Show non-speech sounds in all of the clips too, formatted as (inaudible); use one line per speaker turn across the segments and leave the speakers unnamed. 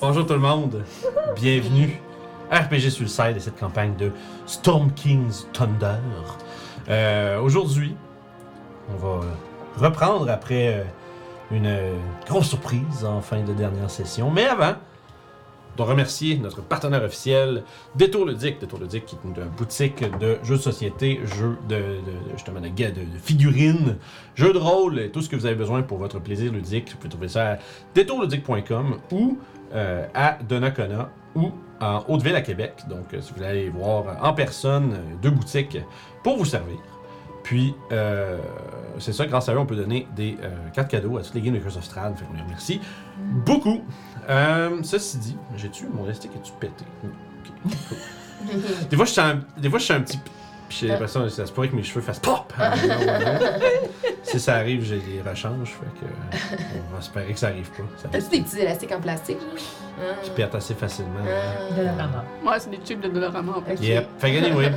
Bonjour tout le monde, bienvenue à RPG sur le site de cette campagne de Storm King's Thunder. Euh, Aujourd'hui, on va euh, reprendre après euh, une euh, grosse surprise en fin de dernière session, mais avant, de remercier notre partenaire officiel, Détour Ludique. Détour Ludique qui est une boutique de jeux de société, jeux de, de- de- justement de, ga- de- de figurines, jeux de rôle, et tout ce que vous avez besoin pour votre plaisir ludique. Vous pouvez trouver ça à détourludique.com ou euh, à Donnacona ou en Hauteville à Québec. Donc, euh, si vous allez voir en personne euh, deux boutiques pour vous servir. Puis, euh, c'est ça, grâce à eux, on peut donner des euh, cartes cadeaux à toutes les games de Curse of Strahd. Fait qu'on les remercie beaucoup. Euh, ceci dit, j'ai-tu mon élastique est-tu pété? Oui, ok,
(laughs)
cool. des fois, je suis un, des fois, je suis un petit. p- Puis j'ai l'impression que ça se pourrait que mes cheveux fassent pop! Ah, à
Ah.
un moment ou à un autre. si ça arrive, j'ai des rechanges. Fait que. euh, On va espérer que ça arrive pas. Ça va
T'as-tu des petits élastiques en plastique? genre? Ah.
se perdre assez facilement.
Ah.
Dolorama.
Ouais, c'est des tubes de Dolorama en plus.
Ok.
Yep. Fait que anyway,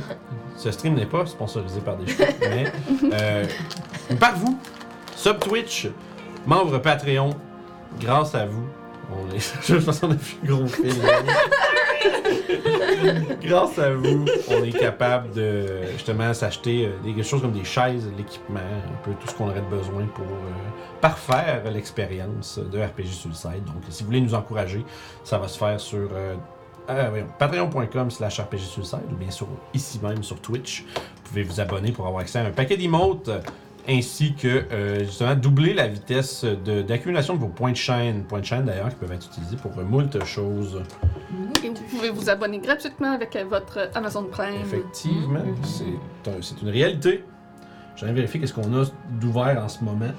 ce stream n'est pas sponsorisé par des choses, mais euh, par vous, sub Twitch, membre Patreon, grâce à vous, on est. (laughs) Je pense qu'on a fait un gros film. grâce à vous, on est capable de justement s'acheter euh, des- des choses comme des chaises, de l'équipement, un peu tout ce qu'on aurait besoin pour euh, parfaire l'expérience de RPG sur le site. Donc, si vous voulez nous encourager, ça va se faire sur euh, euh, voyons, patreon.com slash RPG Suicide ou bien sûr ici même sur Twitch. Vous pouvez vous abonner pour avoir accès à un paquet d'emotes euh, ainsi que euh, justement doubler la vitesse de- d'accumulation de, vos points de chaîne. Points de chaîne d'ailleurs qui peuvent être utilisés pour euh, moult choses.
Et vous pouvez vous abonner gratuitement avec euh, votre Amazon Prime.
Effectivement, c'est un- c'est une réalité. J'ai vérifier qu'est-ce qu'on a d'ouvert en ce moment.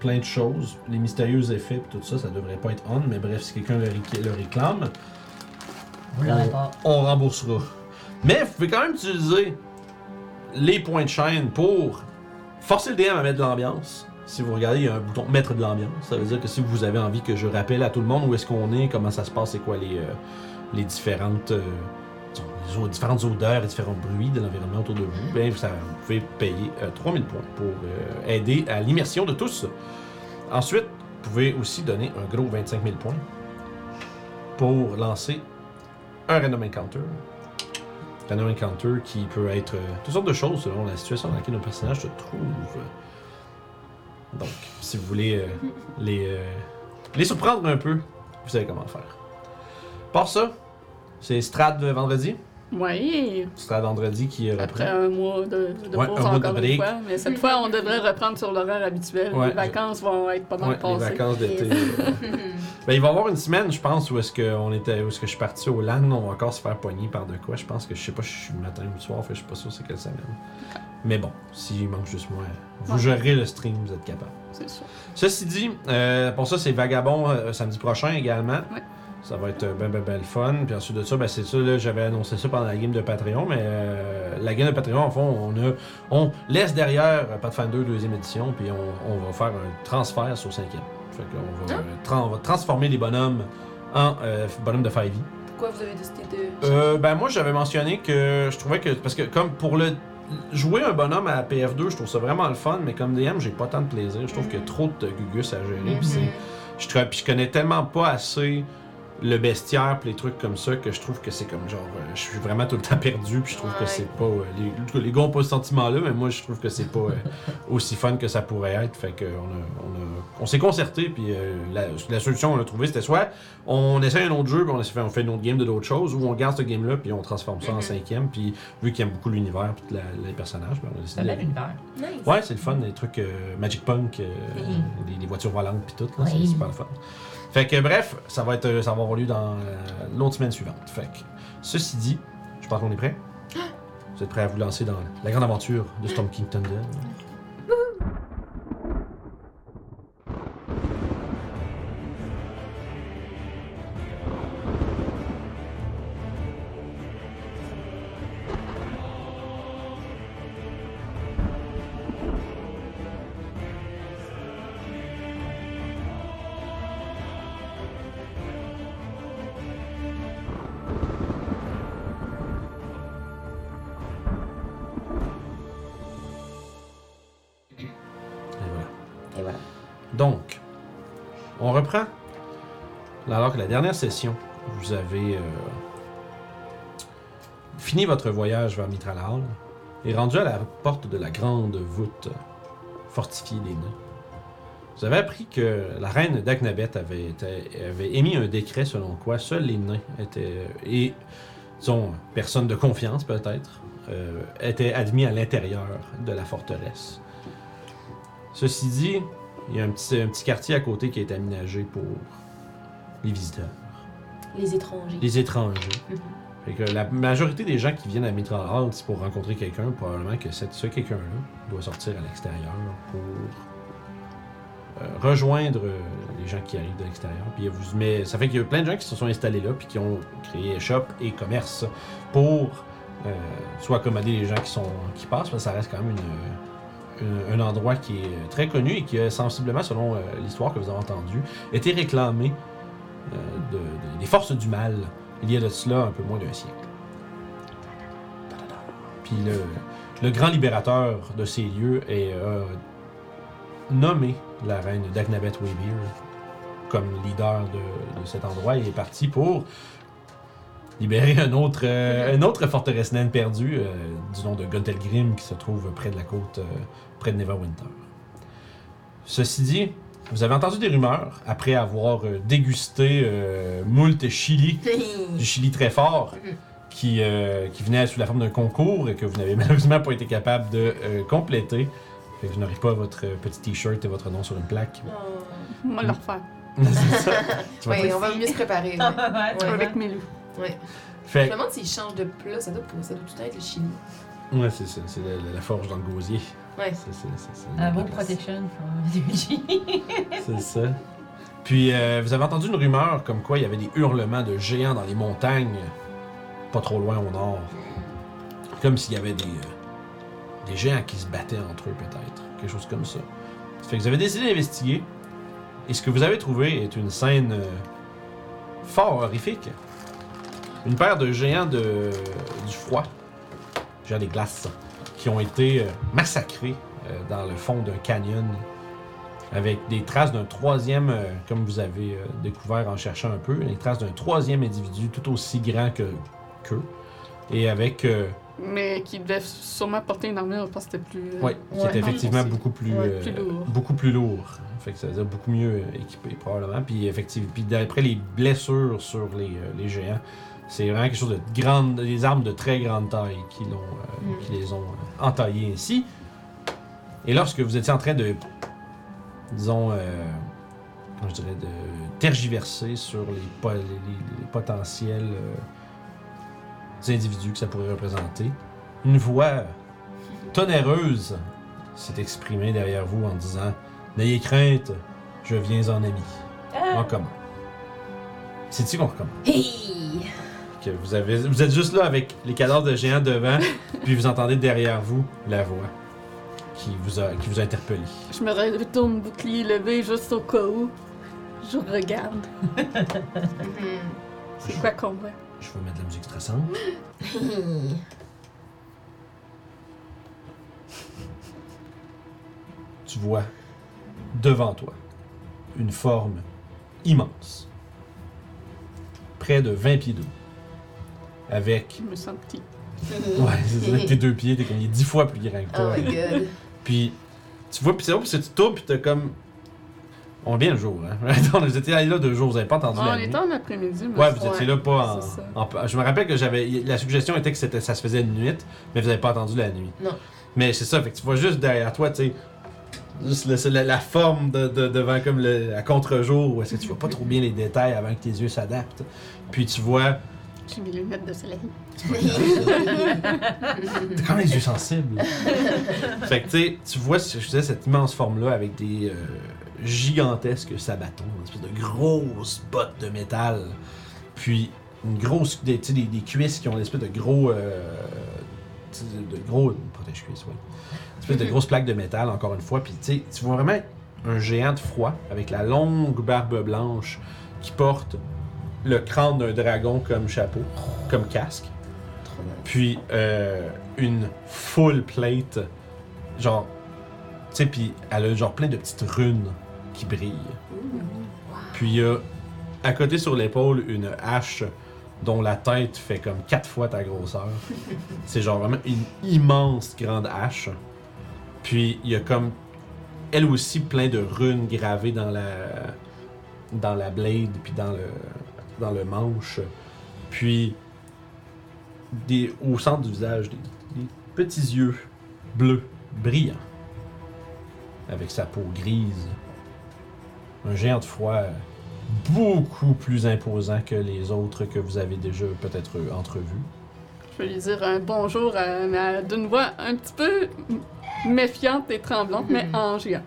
Plein de choses. Les mystérieux effets, puis tout ça, ça devrait pas être on, mais bref, si quelqu'un le réqu- le réclame,
On l'aurait pas.
on remboursera. Mais vous pouvez quand même utiliser les points de chaîne pour forcer le DM à mettre de l'ambiance. Si vous regardez, il y a un bouton mettre de l'ambiance. Ça veut dire que si vous avez envie que je rappelle à tout le monde où est-ce qu'on est, comment ça se passe, c'est quoi les, euh, les différentes euh, disons, les o- différentes odeurs et différents bruits de l'environnement autour de vous, ben, ça- vous pouvez payer euh, 3000 points pour euh, aider à l'immersion de tous. Ensuite, vous pouvez aussi donner un gros 25 000 points pour lancer un random encounter. Random encounter qui peut être euh, toutes sortes de choses selon la situation dans laquelle nos personnages se trouvent. Donc, si vous voulez euh, les, euh, les surprendre un peu, vous savez comment faire. Par ça, c'est Strad euh, vendredi.
Oui.
Strad vendredi qui est repris.
Après un mois de, de
Ouais,
pause
un mois de
encore
break.
une fois. Mais cette fois, on devrait reprendre sur l'horaire habituel.
Ouais.
les vacances vont être pas mal
Ouais, les
passées.
vacances d'été. euh. ben, il va y avoir une semaine, je pense, où est-ce que on était, où est-ce que je suis parti au LAN, on va encore se faire pogner par de quoi. Je pense que je sais pas, si je suis le matin ou le soir, fait, que je suis pas sûr c'est quelle semaine. Mais bon, s'il manque juste moi, vous
Ouais.
gérez le stream, vous êtes capable.
C'est sûr.
Ceci dit, euh, pour ça, c'est Vagabond euh, samedi prochain également.
Ouais.
Ça va être euh, ben, ben, ben le fun. Puis ensuite de ça, ben, c'est ça, là, j'avais annoncé ça pendant la game de Patreon, mais euh, la game de Patreon, en fond, on, a, on laisse derrière euh, Pathfinder 2 deuxième édition, puis on, on va faire un transfert sur cinquième. Fait qu'on va, euh, tra- on va transformer les bonhommes en euh, bonhommes de 5e.
(laughs) Pourquoi vous avez décidé de.
Euh, ben moi j'avais mentionné que je trouvais que parce que comme pour le jouer un bonhomme à PF2, je trouve ça vraiment le fun, mais comme DM, j'ai pas tant de plaisir. Je trouve qu'il y a trop de gugus à gérer.
Mhm.
puis c'est- je, tra- puis je connais tellement pas assez le bestiaire pis les trucs comme ça que je trouve que c'est comme genre euh, je suis vraiment tout le temps perdu puis je trouve que
Ouais.
c'est pas euh, les, en tout cas, les gars ont pas ce sentiment là mais moi je trouve que c'est pas euh, aussi fun que ça pourrait être fait que on, a- on, a- on s'est concerté puis euh, la, la solution qu'on a trouvée c'était soit on essaie un autre jeu puis on, essaie- on fait une autre game de d'autres choses ou on garde ce game là puis on transforme ça en
Mhm.
cinquième puis vu qu'il aime beaucoup l'univers puis la- les personnages ben, on a
C'est un
décidé
bel univers.
Nice.
Ouais, c'est le fun, les trucs euh, Magic Punk, euh, les, les voitures volantes puis tout, là, c'est
Oui.
super le fun. Fait que bref, ça va être euh, ça va avoir lieu dans euh, l'autre semaine suivante. Fait que ceci dit, je pense qu'on est prêt. Vous êtes prêts à vous lancer dans la grande aventure de Storm King Thunder. Et voilà.
Et voilà.
Donc, on reprend Alors que la dernière session, vous avez euh, fini votre voyage vers Mitral Hall et rendu à la porte de la grande voûte fortifiée des nains. Vous avez appris que la reine d'Aknabet avait, été- avait émis un décret selon quoi seuls les nains étaient, et disons, personnes de confiance peut-être, euh, étaient admis à l'intérieur de la forteresse. Ceci dit, il y a un petit, un petit quartier à côté qui est aménagé pour les visiteurs,
Les étrangers.
les étrangers.
Mhm.
Fait que la majorité des gens qui viennent à Mitral Hall, c'est pour rencontrer quelqu'un, probablement que cette- ce quelqu'un-là doit sortir à l'extérieur pour euh, rejoindre euh, les gens qui arrivent de l'extérieur. Puis il vous met, ça fait qu'il y a plein de gens qui se sont installés là, puis qui ont créé shop et commerce pour euh, soit accommoder les gens qui sont qui passent, parce que ça reste quand même une- une- un endroit qui est euh, très connu et qui, a sensiblement, selon euh, l'histoire que vous avez entendue, été réclamé euh, de- de- des forces du mal il y a de cela un peu moins d'un siècle. Puis le, le grand libérateur de ces lieux est euh, nommé la reine d'Agnabet Weaver comme leader de, de cet endroit et est parti pour libérer un autre, euh, une autre forteresse naine perdue euh, du nom de Guntelgrim qui se trouve près de la côte, euh, près de Neverwinter. Ceci dit, vous avez entendu des rumeurs après avoir euh, dégusté euh, moult chili
(laughs)
du Chili très fort qui, euh, qui venait sous la forme d'un concours et que vous n'avez (laughs) malheureusement pas été capable de euh, compléter. Fait que vous n'aurez pas votre euh, petit t-shirt et votre nom sur une plaque.
Oh.
Moi, le refaire.
(laughs) C'est ça. Tu vas
Oui,
pas-
on va mieux se
(laughs)
préparer. ouais.
Ouais,
Ouais.
Avec mes loups.
Ouais. Je
Fait
me demande s'ils changent de plat. Ça doit, ça doit tout être le Chili.
que- ouais, c'est ça. C'est la, la- la forge dans le gosier.
Ouais.
C'est ça. c'est ça.
Un mot protection from Luigi.
C'est ça. Puis euh, vous avez entendu une rumeur comme quoi il y avait des hurlements de géants dans les montagnes, pas trop loin au nord. Comme s'il y avait des, euh, des géants qui se battaient entre eux, peut-être. Quelque chose comme ça. Ça fait que vous avez décidé d'investiguer. Et ce que vous avez trouvé est une scène euh, fort horrifique. Une paire de géants de, du froid, géants des glaces, qui ont été euh, massacrés euh, dans le fond d'un canyon avec des traces d'un troisième, euh, comme vous avez euh, découvert en cherchant un peu, les traces d'un troisième individu tout aussi grand que qu'eux, et avec, euh,
Mais qui devait sûrement porter une armure parce que c'était plus. euh,
ouais, qui est
Mm. Ouais,
effectivement
non,
beaucoup plus,
ouais,
euh,
plus lourd.
beaucoup plus lourd. hein. Fait que ça veut dire beaucoup mieux euh, équipé probablement. Puis effectivement, puis d'après les blessures sur les, euh, les géants, c'est vraiment quelque chose de grande, des armes de très grande taille qui l'ont, euh,
Mm.
qui les ont euh, entaillés ainsi. Et lorsque vous étiez en train de, disons, euh, comment je dirais, de tergiverser sur les, po- les- les- les potentiels euh, individus que ça pourrait représenter, une voix tonnerreuse s'est exprimée derrière vous en disant N'ayez crainte, je viens en ami.
Ah.
On commence. C'est ici qu'on recommence.
Hey!
Que vous, avez, vous êtes juste là avec les cadavres de géants
(laughs)
devant, puis vous entendez derrière vous la voix qui vous a, qui vous a interpellé.
Je me retourne bouclier levé juste au cas où. Je regarde.
Mhm.
C'est quoi qu'on voit?
Je vais mettre de la musique stressante.
Hey.
tu vois devant toi une forme immense, près de 20 pieds d'eau, avec...
(laughs) Je me sens petit.
Ouais, c'est ça, tes deux pieds, t'es comme il est 10 fois plus grand que
Ah,
Oh
toi.
my god.
Puis, tu vois, puis c'est bon, puis tu tournes, puis t'as comme... On vient le jour, hein? (laughs) On était allés là deux jours, vous avez pas entendu
Ah, on
la nuit.
était en après-midi. mais
Ouais,
c'est-
vous étiez là pas
c'est
en, en- Je me rappelle que j'avais. La suggestion était que c'était- ça se faisait une nuit, mais vous n'avez pas entendu la nuit.
Non.
Mais c'est ça, fait que tu vois juste derrière toi, tu sais. Juste le- la, la forme de, de- devant comme le, à contre-jour, où est-ce que tu vois pas trop bien les détails avant que tes yeux s'adaptent. Puis tu vois.
J'ai mes lunettes de soleil.
T'as quand même les yeux sensibles. fait que tu sais, tu vois, je disais, cette immense forme-là avec des euh, gigantesques sabatons, une espèce de grosses bottes de métal. Puis une grosse, des, tu sais, des, des cuisses qui ont l'espèce de gros. euh, tu sais, de gros. Protège-cuisses, oui. Une espèce de grosse plaque de métal, encore une fois. Puis tu sais, tu vois vraiment un géant de froid avec la longue barbe blanche qui porte le crâne d'un dragon comme chapeau, comme casque
Trop nice.
puis euh, une full plate, genre, tu sais, puis elle a genre plein de petites runes qui brillent. Puis il y a à côté sur l'épaule une hache dont la tête fait comme quatre fois ta grosseur. C'est genre vraiment une immense grande hache. Puis il y a comme elle aussi plein de runes gravées dans la dans la blade puis dans le dans le manche. Puis des, au centre du visage des, des petits yeux bleus brillants avec sa peau grise. Un géant de froid beaucoup plus imposant que les autres que vous avez déjà peut-être entrevus.
Je vais lui dire un bonjour, euh, mais euh, d'une voix un petit peu méfiante et tremblante, mais
Mm-hmm.
Mhm.
en géant.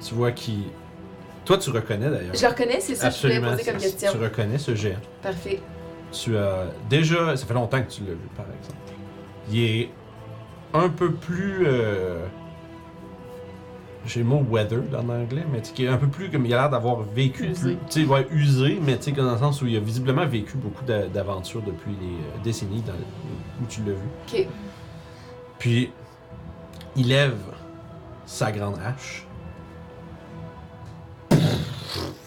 Tu vois qui. Toi, tu reconnais d'ailleurs.
Je le reconnais, c'est ça que je voulais poser comme
c'est-
question.
Tu reconnais ce géant.
Parfait.
Tu as déjà. Ça fait longtemps que tu l'as vu, par exemple. Il est un peu plus. euh, J'ai le mot weather en anglais, mais tu sais, qui est un peu plus comme il a l'air d'avoir vécu. plus-
Usé.
Tu sais, ouais, usé, mais tu sais, que dans le sens où il a visiblement vécu beaucoup d'a- d'aventures depuis les euh, décennies dans le- où tu l'as vu.
Ok.
Puis, il lève sa grande hache.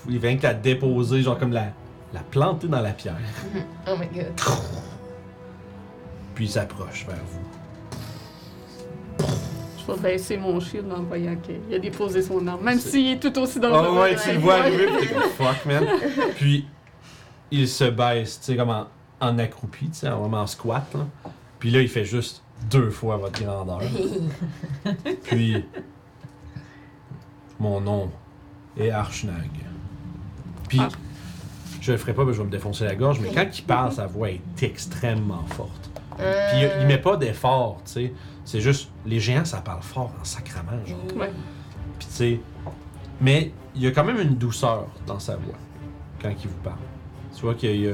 Il vient que la déposer, genre comme la, la planter dans la pierre.
Oh my god.
Puis il s'approche vers vous.
Je vais baisser mon shield en voyant qu'il a déposé son arme, même
C'est-
s'il est tout aussi dangereux.
Oh ouais,
ouais,
tu le
ouais.
vois arriver, puis t'es comme fuck, man. Puis il se baisse, tu sais, comme en, en accroupi, tu sais, en- vraiment en squat. Là. Puis là, il fait juste deux fois votre grandeur. Puis, mon nom est Archnag. Puis,
Ah.
je le ferai pas, parce que je vais me défoncer la gorge, mais quand il parle, sa voix est extrêmement forte. Puis, il, il met pas d'effort, tu sais. C'est juste, les géants, ça parle fort en sacrament, genre.
Ouais.
Puis, tu sais, mais il y a quand même une douceur dans sa voix quand il vous parle. Tu vois qu'il y a.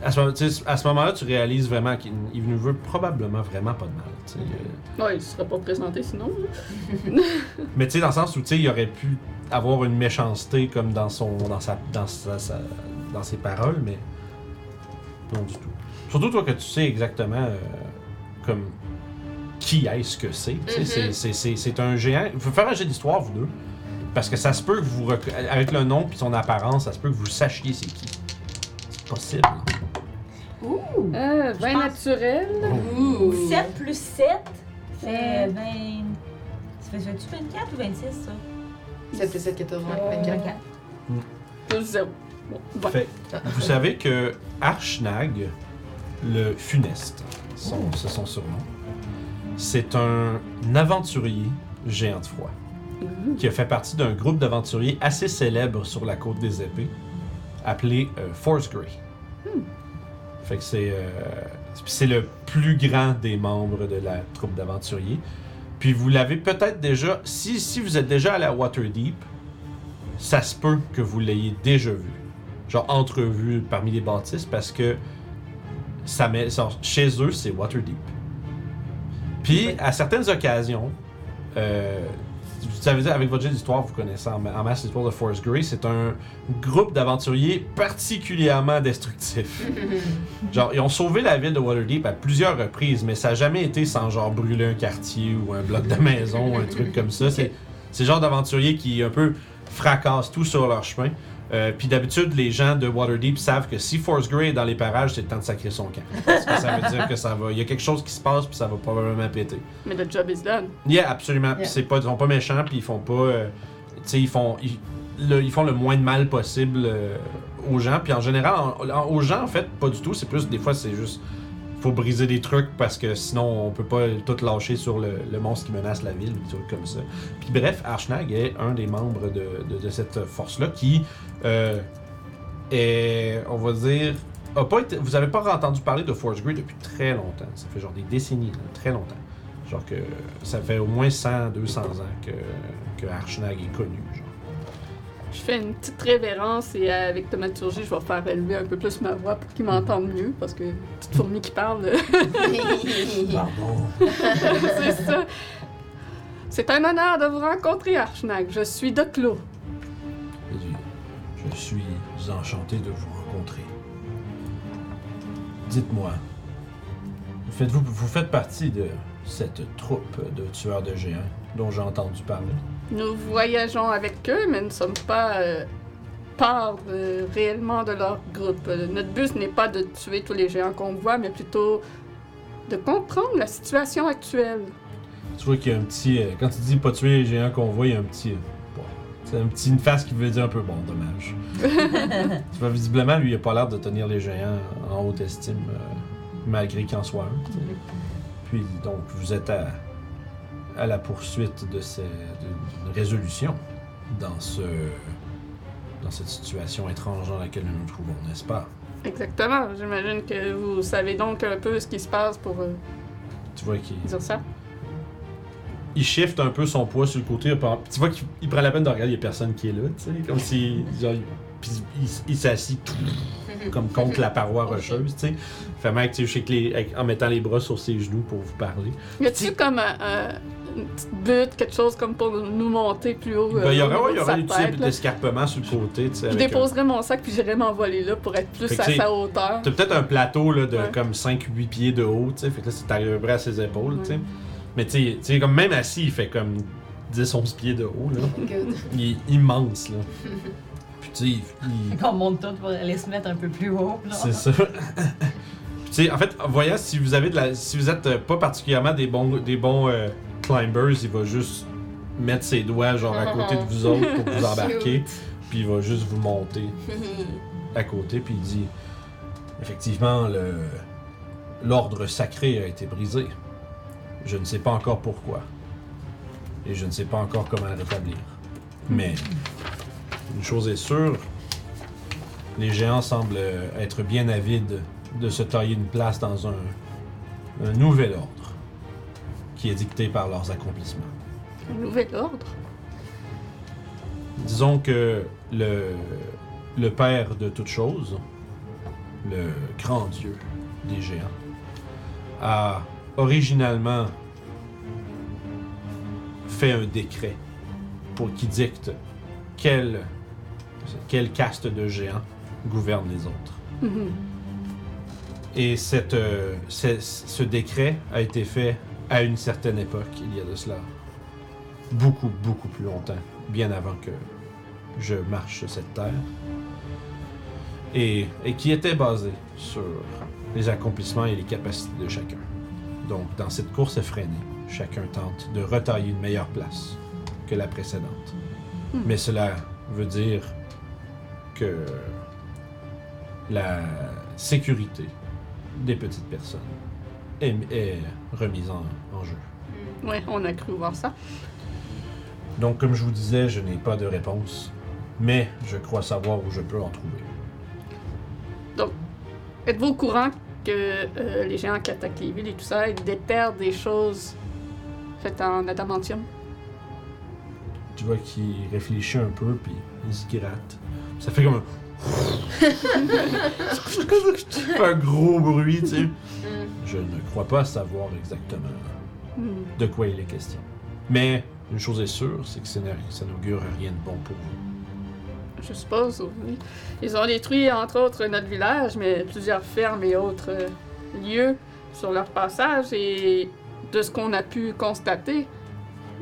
À ce, moment- tu sais, à ce moment-là, tu réalises vraiment qu'il il ne veut probablement vraiment pas de mal. tu sais. Il-
Ouais, il ne serait pas présenté sinon.
mais tu sais, dans le sens où tu sais, il aurait pu avoir une méchanceté comme dans son, dans sa, dans sa- sa- dans ses paroles, mais non du tout. Surtout toi que tu sais exactement euh, comme qui est-ce que c'est. tu sais,
Mhm.
c'est- c'est- C'est c'est un géant. Il faut faire un jeu d'histoire vous deux, parce que ça se peut que vous rec- avec le nom puis son apparence, ça se peut que vous sachiez c'est qui. C'est possible.
Ouh!
Euh, vin
pense-
naturel.
Oh.
Ouh.
7 plus 7
C'est
fait
20. Ça fait ça fait-tu 24 ou 26 ça?
7 plus 7, 14,
Ouais,
24.
Plus zéro. Bon, vingt.
Fait, vous savez que Archnag, le funeste, son, c'est son surnom, c'est un aventurier géant de froid
Mm-hmm.
qui a fait partie d'un groupe d'aventuriers assez célèbre sur la côte des épées appelé euh, Force Grey. Fait que c'est, euh, c'est le plus grand des membres de la troupe d'aventuriers. Puis vous l'avez peut-être déjà, si, si vous êtes déjà allé à Waterdeep, ça se peut que vous l'ayez déjà vu genre entrevue parmi les bâtisses parce que ça met, ça- chez eux, c'est Waterdeep. Puis, à certaines occasions, euh, vous savez, avec votre jeu d'histoire, vous connaissez en, ma- en masse l'histoire de Force Grey, c'est un groupe d'aventuriers particulièrement destructifs. Genre, ils ont sauvé la ville de Waterdeep à plusieurs reprises, mais ça n'a jamais été sans genre brûler un quartier ou un bloc de maison ou un truc comme ça. C'est c'est le genre d'aventuriers qui un peu fracassent tout sur leur chemin. Euh, Puis d'habitude, les gens de Waterdeep savent que si Force Grey est dans les parages, c'est le temps de sacrer son camp. Parce que ça veut dire que ça va. Il y a quelque chose qui se passe, puis ça va probablement péter.
Mais le job is done.
Yeah, absolument. Puis
Yeah.
c'est pas, ils sont pas méchants, puis ils font pas. euh, tu sais, ils font, ils, le, ils font le moins de mal possible euh, aux gens. Puis en général, en- en- aux gens, en fait, pas du tout. C'est plus, des fois, c'est juste. Faut briser des trucs parce que sinon, on peut pas tout lâcher sur le, le monstre qui menace la ville, ou des trucs comme ça. Puis bref, Archnag est un des membres de, de- de cette force-là qui. euh, est, on va dire. a pas été- vous avez pas entendu parler de Forge Grey depuis très longtemps. Ça fait genre des décennies, là, très longtemps. Genre que ça fait au moins 100, 200 ans que, que Archnag est connu. genre.
Je fais une petite révérence et euh, avec Tomaturgie, je vais faire élever un peu plus ma voix pour qu'il m'entende mieux parce que petite fourmi qui parle, (laughs)
(laughs)
c'est ça. C'est un honneur de vous rencontrer, Archnag. Je suis Doclo.
Il dit, Je suis enchanté de vous rencontrer. Dites-moi, faites-vous, vous faites partie de cette troupe de tueurs de géants dont j'ai entendu parler.
Nous voyageons avec eux, mais nous ne sommes pas euh, parlent euh, réellement de leur groupe. Euh, notre but, ce n'est pas de tuer tous les géants qu'on voit, mais plutôt de comprendre la situation actuelle.
Tu vois qu'il y a un petit. euh, quand tu dis pas tuer les géants qu'on voit, il y a un petit. euh, bon, c'est un petit une face qui veut dire un peu bon, dommage. tu vois, Ben, visiblement, lui, il a pas l'air de tenir les géants en haute estime, euh, malgré qu'il en soit un. tu sais. Puis, donc, vous êtes à, à la poursuite de ces- d'une d'une résolution dans ce. dans cette situation étrange dans laquelle nous nous trouvons, n'est-ce pas?
Exactement. J'imagine que vous savez donc un peu ce qui se passe pour euh,
Tu vois qu'il.
dire ça.
il shift un peu son poids sur le côté. par- Tu vois qu'il il prend la peine de regarder, il n'y a personne qui est là, tu sais. Comme si. genre, il- puis il, s- il s'assit
(laughs)
tout, comme contre la paroi rocheuse, tu sais. Fait mec, tu sais, je sais que les- avec- en mettant les bras sur ses genoux pour vous parler.
Y a-t-il
Petit-
comme un- un- une petite butte, quelque chose comme pour nous monter plus haut? euh,
Ben, il y
au
aurait,
niveau
ouais, il y
de
aurait
sa
des
tête,
petits
là?
escarpements sur le côté, tu sais.
Je
avec un-
déposerais mon sac puis j'irais m'envoler là pour être plus
Fait que
à
tu sais,
sa hauteur.
T'as peut-être un plateau là, de
Ouais.
comme 5-8 pieds de haut, tu sais. Fait que là, c'est à peu près à ses épaules, tu sais.
Ouais.
Mais tu sais- tu sais, comme même assis, il fait comme 10-11 pieds de haut, là.
(laughs) Good.
Il est
(laughs)
immense, là. Puis tu sais, il- il.
Fait qu'on monte tout pour aller se mettre un peu plus haut. là.
C'est ça. Puis, tu sais, en fait, en voyant si vous avez de la, si vous êtes euh, pas particulièrement des bons, des bons euh, climbers, il va juste mettre ses doigts genre à côté de vous autres pour vous embarquer, puis il va juste vous monter à côté, puis il dit, effectivement, le l'ordre sacré a été brisé. Je ne sais pas encore pourquoi, et je ne sais pas encore comment le rétablir. Mais une chose est sûre, les géants semblent euh, être bien avides de se tailler une place dans un, un nouvel ordre qui est dicté par leurs accomplissements.
Un nouvel ordre.
Disons que le, le père de toutes choses, le grand dieu des géants, a originalement fait un décret pour qui dicte quelle, quelle caste de géants gouverne les autres. Mm-hmm.
Mhm.
Et cette, euh, ce, ce décret a été fait à une certaine époque, il y a de cela beaucoup, beaucoup plus longtemps, bien avant que je marche sur cette terre, et, et qui était basé sur les accomplissements et les capacités de chacun. Donc, dans cette course effrénée, chacun tente de retailler une meilleure place que la précédente.
Hmm.
Mais cela veut dire que la sécurité des petites personnes est, est remise en, en jeu.
Ouais, on a cru voir ça.
Donc, comme je vous disais, je n'ai pas de réponse, mais je crois savoir où je peux en trouver.
Êtes-vous au courant que euh, les géants qui attaquent les villes et tout ça, ils déterrent des choses faites en adamantium?
Tu vois qu'il réfléchit un peu, puis il se gratte. Ça fait comme un... (laughs) un gros bruit, tu sais.
Mm.
Je ne crois pas savoir exactement
Hmm.
de quoi il est question. Mais une chose est sûre, c'est que ça n'a- ça n'augure rien de bon pour vous.
Je suppose, oui. Ils ont détruit, entre autres, notre village, mais plusieurs fermes et autres euh, lieux sur leur passage. Et de ce qu'on a pu constater,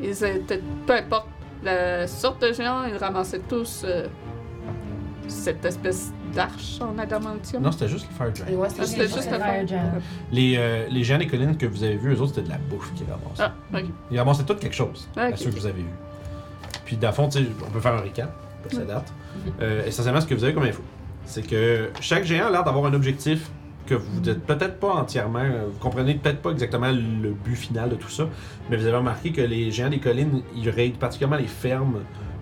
ils étaient, peu importe la sorte de géant, ils ramassaient tous euh, cette espèce d'arche en adamantium.
Non, c'était juste le Fire Giant.
Ouais,
Ah,
c'est
c'était
juste-
juste
le
le
Fire Giant.
Les, euh, les géants des collines que vous avez vus, eux autres, c'était de la bouffe qu'ils ramassaient.
Ah, ok.
Ils ramassaient tout quelque chose,
Ah,
à
ok,
ceux que
ok.
vous avez vus. Puis, dans le fond, tu sais, on peut faire un récap, parce
Hmm.
que ça date. Euh, essentiellement, ce que vous avez comme info, c'est que chaque géant a l'air d'avoir un objectif que vous n'êtes peut-être pas entièrement, euh, vous comprenez peut-être pas exactement le but final de tout ça, mais vous avez remarqué que les géants des collines, ils raident particulièrement les fermes,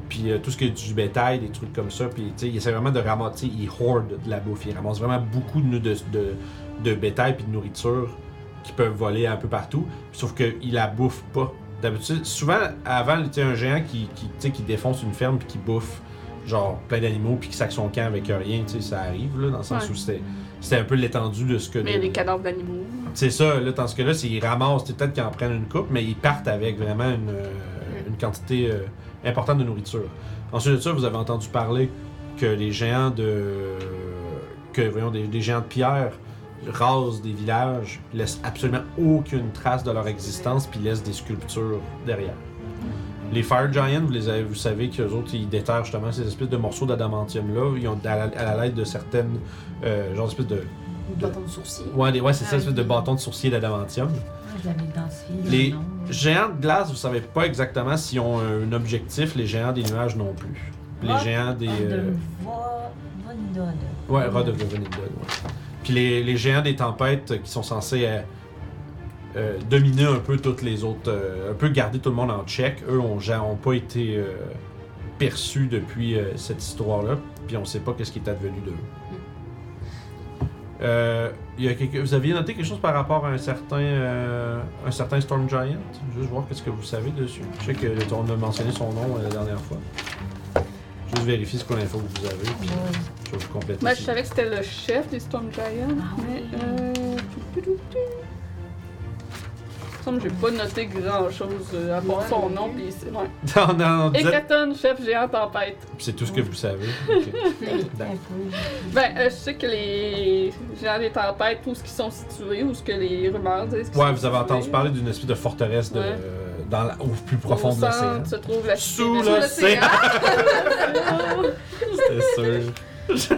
puis euh, tout ce qui est du bétail, des trucs comme ça, puis tu sais, ils essaient vraiment de ramasser, ils hoardent de la bouffe, ils ramassent vraiment beaucoup de, de, de, de bétail puis de nourriture qui peuvent voler un peu partout, sauf qu'ils la bouffent pas. D'habitude, souvent, avant, tu sais, un géant qui, qui, tu sais, qui défonce une ferme puis qui bouffe genre plein d'animaux puis qui sac son camp avec rien, tu sais, ça arrive, là, dans le sens
Ouais.
où c'était c'était un peu l'étendue de ce que...
Mais
de-
les cadavres d'animaux.
c'est ça, là, dans ce cas-là, c'est- ils ramassent, tu sais, peut-être qu'ils en prennent une coupe, mais ils partent avec vraiment une, euh, une quantité euh, importante de nourriture. Ensuite de ça, vous avez entendu parler que les géants de. que, voyons, des, des géants de pierre rasent des villages, laissent absolument aucune trace de leur existence, puis laissent des sculptures derrière. Les Fire Giants, vous, les avez- vous savez qu'eux autres, ils déterrent justement ces espèces de morceaux d'adamantium-là. Ils ont, à la- à la l'aide de certaines, euh, genre espèces de...
Bâton de sourcil.
Ouais, des- ouais c'est ça,
Ah,
espèces de
oui.
bâtons de sourcier d'adamantium.
Je l'avais identifié.
Les-
non.
Géants de glace, vous savez pas exactement s'ils ont un objectif. Les géants des nuages non plus. Les
Ah.
géants des... euh,
Des...
Ouais, Rod of the Living Dead, ouais. Puis les, les géants des tempêtes euh, qui sont censés euh, euh, dominer un peu toutes les autres, euh, un peu garder tout le monde en check, eux ont, ja- ont pas été euh, perçus depuis euh, cette histoire-là, puis on sait pas qu'est-ce qui est advenu d'eux. Euh, il y a quelque- Vous aviez noté quelque chose par rapport à un certain, euh, un certain Storm Giant Juste voir qu'est-ce que vous savez dessus. Je sais qu'on a mentionné son nom euh, la dernière fois. Juste vérifier ce qu'on l'info que vous avez, puis je vais vous compléter.
Moi,
si
je savais que c'était le chef des Storm Giants,
Ah oui.
mais. Euh... tout, tout, tout, tout. Il me semble que j'ai pas noté grand chose à part
Ouais,
son
non
nom,
plus.
puis c'est. Ouais.
(laughs) Non, non, vous êtes-
Hécaton, chef géant tempête.
C'est tout ce que vous
(laughs)
savez. Ok. D'accord.
Ben, euh, je sais que les géants des tempêtes, où ce qu'ils sont situés, où ce que les rumeurs disent. qu'ils
Ouais,
sont
vous avez entendu
situés,
parler d'une espèce de forteresse de,
Ouais.
dans la- au plus
au
profond de
centre
l'océan.
se trouve la cité
Sous
des-
l'océan! C'était sûr. (laughs) C'est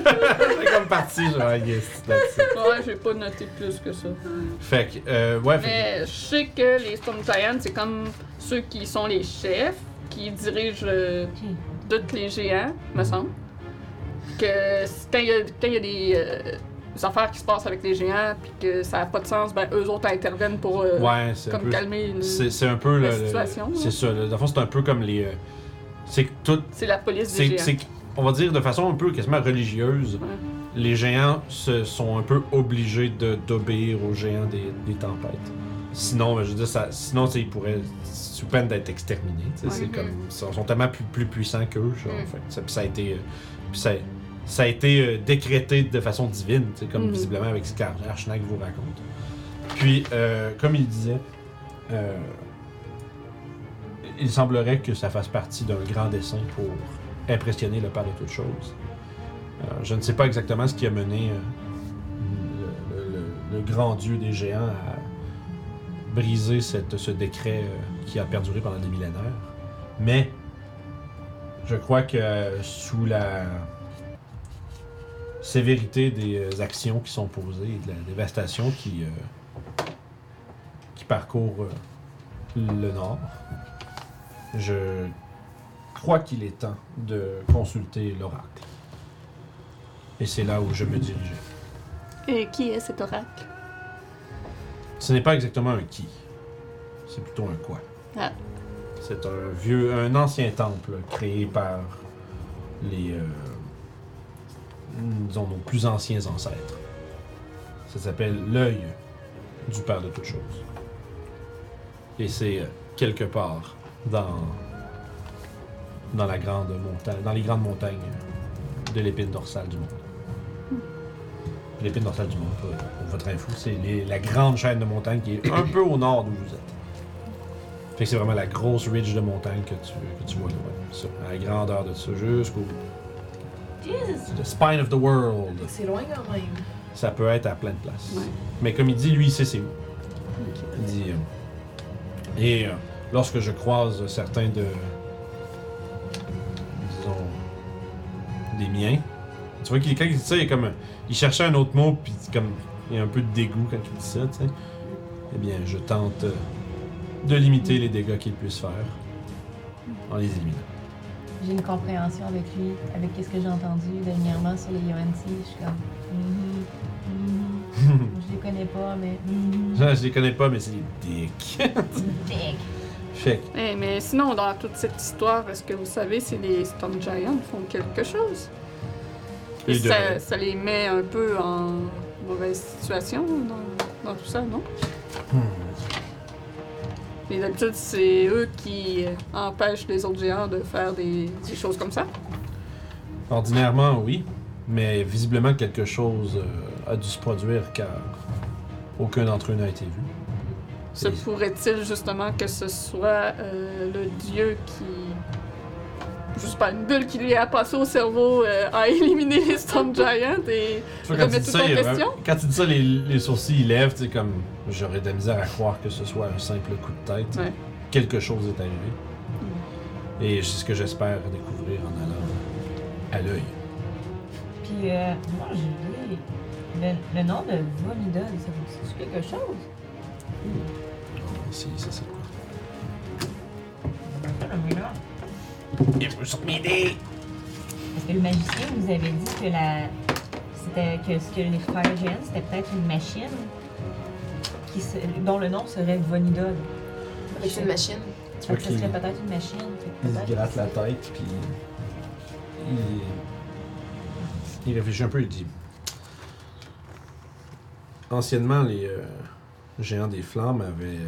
comme parti, genre, yes, that's it.
Ouais, j'ai pas noté plus que ça.
Fait que, euh, ouais, fait
Mais je sais que les Storm Giants, c'est comme ceux qui sont les chefs, qui dirigent euh, tous les géants, me semble. Que c- quand il y a, quand il y a des, euh, des affaires qui se passent avec les géants, puis que ça n'a pas de sens, ben eux autres interviennent pour euh,
que- ouais, c'est un
comme
peu.
calmer une-
C'est c'est un peu
la
le- le-
situation, hein. là.
C'est ça. le- Dans le fond, c'est un peu comme les. euh, c'est que tout.
C'est la police des
C'est,
géants.
c'est que- on va dire de façon un peu quasiment religieuse,
Ouais.
les géants se sont un peu obligés de, d'obéir aux géants des, des tempêtes. Sinon, ben, je veux dire, ça, sinon tu sais, ils pourraient, sous peine d'être exterminés. tu sais, C'est
Mhm.
comme, ils sont sont tellement plus, plus puissants qu'eux. genre,
Mm.
fait que ça, puis ça a été, euh, puis ça, ça a été euh, décrété de façon divine, tu sais, comme
Mhm.
visiblement avec ce qu'Archenac vous raconte. Puis, euh, comme il disait, euh, il semblerait que ça fasse partie d'un grand dessin pour impressionner le père de toutes choses. Euh, je ne sais pas exactement ce qui a mené euh, le, le- le- le grand dieu des géants à briser cette- ce décret euh, qui a perduré pendant des millénaires. Mais je crois que sous la sévérité des euh, actions qui sont posées et de la dévastation qui, euh, qui parcourt euh, le nord, je crois qu'il est temps de consulter l'oracle. Et c'est là où je me dirigeais.
Et Euh, qui est cet oracle?
Ce n'est pas exactement un qui, c'est plutôt un quoi.
Ah.
C'est un vieux, un ancien temple créé par les, euh, disons nos plus anciens ancêtres. Ça s'appelle l'œil du père de toutes choses. Et c'est euh, quelque part dans dans la grande montagne, dans les grandes montagnes de l'épine dorsale du monde. L'épine dorsale du monde, pas- pour votre info, c'est les- la grande chaîne de montagnes qui est un peu au nord d'où vous êtes. Fait que c'est vraiment la grosse ridge de montagne que tu, que tu vois là, ouais, ça, à la grandeur de ça, jusqu'au
Jesus.
the spine of the world.
C'est loin quand même.
Ça peut être à plein de places.
Ouais.
Mais comme il dit, lui, il sait c'est où. Il dit. euh, et euh, lorsque je croise certains de. disons. des miens, tu vois qu'il quand il dit ça, il est comme. Il cherchait un autre mot, puis c'est comme. Il y a un peu de dégoût quand il dit ça, tu sais. Eh bien, je tente euh, de limiter les dégâts qu'il puisse faire en les éliminant. (laughs)
J'ai une compréhension avec lui, avec ce que j'ai entendu dernièrement sur les Yoanti. Je suis comme. mhm, mhm. Je les connais pas, mais. mhm.
je les connais pas, mais c'est des dicks. (laughs)
Dick.
fait que
Eh, mais sinon, dans toute cette histoire, est-ce que vous savez si les Storm Giants font quelque chose?
Ils
Et ça,
devraient.
ça les met un peu en mauvaise situation dans, dans tout ça, non?
Hmm.
Et d'habitude, c'est eux qui euh, empêchent les autres géants de faire des, des choses comme ça.
Ordinairement, oui. Mais visiblement, quelque chose euh, a dû se produire car aucun d'entre eux n'a été vu.
Se
Et-
pourrait-il justement que ce soit euh, le dieu qui. Je sais pas, une bulle qui lui a passé au cerveau euh, à éliminer les Storm Giants et.
Tu vois, quand,
Remets
il dit
tout
ça,
en
il y a-
question?
quand il dit ça, les, les sourcils ils lèvent, c'est comme j'aurais de la misère à croire que ce soit un simple coup de tête.
Ouais.
Quelque chose est arrivé. Et c'est ce que j'espère découvrir en allant à l'œil.
Puis, euh, moi, j'ai oublié le, le nom de Vonida, ça vous dit quelque chose?
Oh, si, ça c'est quoi?
Ah, le moulin.
Et je veux sur mes dés!
Parce que le magicien nous avait dit que la. C'était que ce que les Fire Giants, c'était peut-être une machine qui se- dont le nom serait Vonidod.
Avec une machine.
Tu
Fait
vois
que ce
qu'il
serait peut-être une machine. fait que
il se
peut-être-
gratte la tête, puis il, il réfléchit un peu, il dit Anciennement, les euh, géants des flammes avaient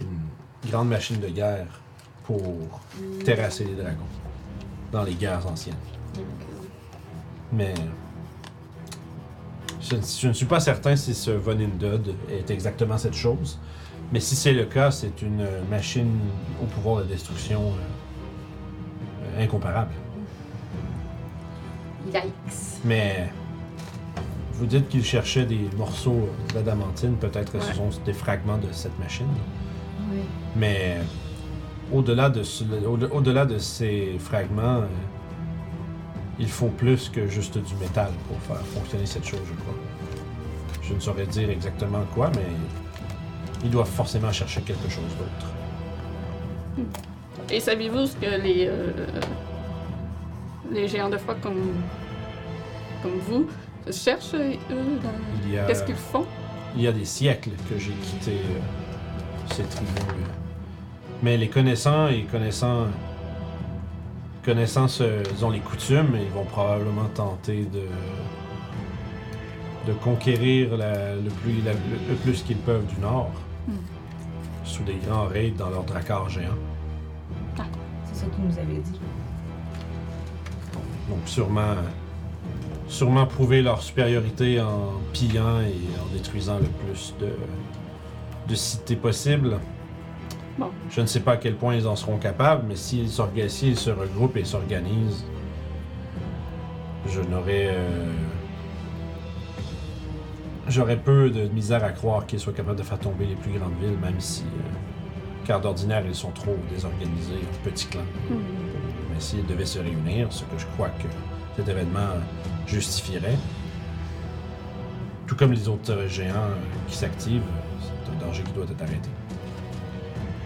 euh, une grande machine de guerre pour terrasser les dragons dans les guerres anciennes.
euh,
Mais je, ne- je ne suis pas certain si ce Von Indod est exactement cette chose. Mais si c'est le cas, c'est une euh, machine au pouvoir de destruction euh, euh, incomparable.
Yikes.
Mais vous dites qu'il cherchait des morceaux d'adamantine, peut-être que ce
Ouais.
sont des fragments de cette machine.
Oui.
Mais au-delà de, ce- au- au-delà de ces fragments, euh, il faut plus que juste du métal pour faire fonctionner cette chose, je crois. Je ne saurais dire exactement quoi, mais il doit forcément chercher quelque chose d'autre.
Et savez-vous ce que les, euh, les géants de froid comme, comme vous cherchent, eux, dans-
Il y a,
Qu'est-ce qu'ils font?
il y a des siècles que j'ai quitté euh, ces tribus. euh. Mais les connaissants et connaissant, connaissant ce- ils ont les coutumes, ils vont probablement tenter de de conquérir la- le plus la- le plus qu'ils peuvent du nord
Hmm.
sous des grands raids dans leur dracard géant.
C'est ça qu'il nous avait dit.
Donc sûrement, sûrement prouver leur supériorité en pillant et en détruisant le plus de, de cités possible.
Bon.
Je ne sais pas à quel point ils en seront capables, mais s'ils s'orga- s'ils se regroupent et s'organisent, je n'aurais... euh, J'aurais peu de misère à croire qu'ils soient capables de faire tomber les plus grandes villes, même si... euh, car d'ordinaire, ils sont trop désorganisés, en petits clans.
Hmm.
Mais s'ils devaient se réunir, ce que je crois que cet événement justifierait, tout comme les autres euh, géants euh, qui s'activent, c'est un danger qui doit être arrêté.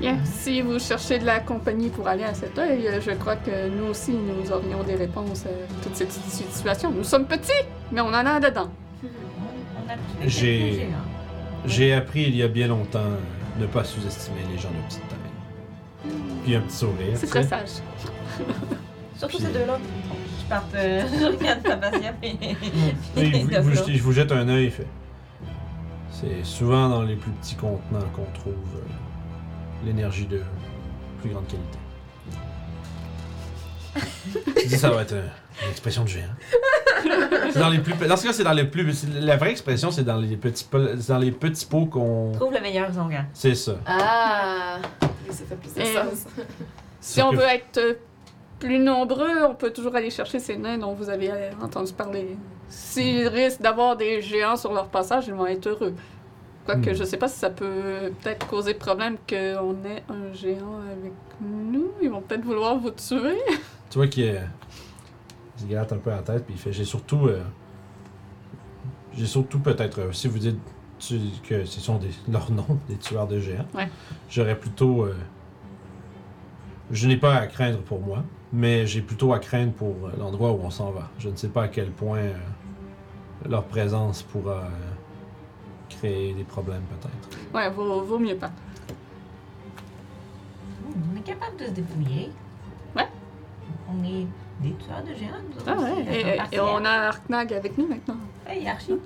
Bien, si vous cherchez de la compagnie pour aller à cet œil, euh, je crois que nous aussi, nous aurions des réponses à toute cette situation. Nous sommes petits, mais on en a dedans.
On, on a tout
J'ai-
fait hein. projet, là.
J'ai appris il y a bien longtemps euh, ne pas sous-estimer les gens de petite taille. Puis un petit sourire.
C'est
tu
très
sais.
sage.
Surtout
Puis-
ces deux-là. Je parte. euh, (laughs) je regarde ta patiente. mais- (laughs)
Et il vous- il vous-
D'accord.
je vous jette un œil. fait. C'est souvent dans les plus petits contenants qu'on trouve euh, l'énergie de plus grande qualité. Je dis ça va être euh, une expression de géant. C'est dans les plus. pe- Dans ce cas, c'est dans les plus. c'est- La vraie expression, c'est dans les petits. po- c'est dans les petits pots qu'on.
Trouve le meilleur zongan.
C'est ça.
Ah! Oui, ça fait plus de
Eh.
sens.
Si
Sauf
on
que-
veut être euh, plus nombreux, on peut toujours aller chercher ces nains dont vous avez euh, entendu parler.
Hmm.
S'ils risquent d'avoir des géants sur leur passage, ils vont être heureux. Quoique,
Hmm.
je sais pas si ça peut peut-être causer problème qu'on ait un géant avec nous. Ils vont peut-être vouloir vous tuer.
Tu vois qu'il euh, il se gratte un peu la tête, puis il fait J'ai surtout. euh, J'ai surtout peut-être. euh, si vous dites tu- que ce sont des, (laughs) leurs noms, des tueurs de géants,
Ouais.
j'aurais plutôt. euh, je n'ai pas à craindre pour moi, mais j'ai plutôt à craindre pour euh, l'endroit où on s'en va. Je ne sais pas à quel point euh, leur présence pourra euh, créer des problèmes, peut-être.
Ouais, vaut, vaut mieux pas.
Hum, On est capable de se débrouiller.
Ouais.
On est des tueurs de géants, nous autres
Ah
aussi,
ouais,
là,
et-
sont
Et, et on a Arknag avec nous maintenant.
Hmm.
parfaits. Hey, Archie.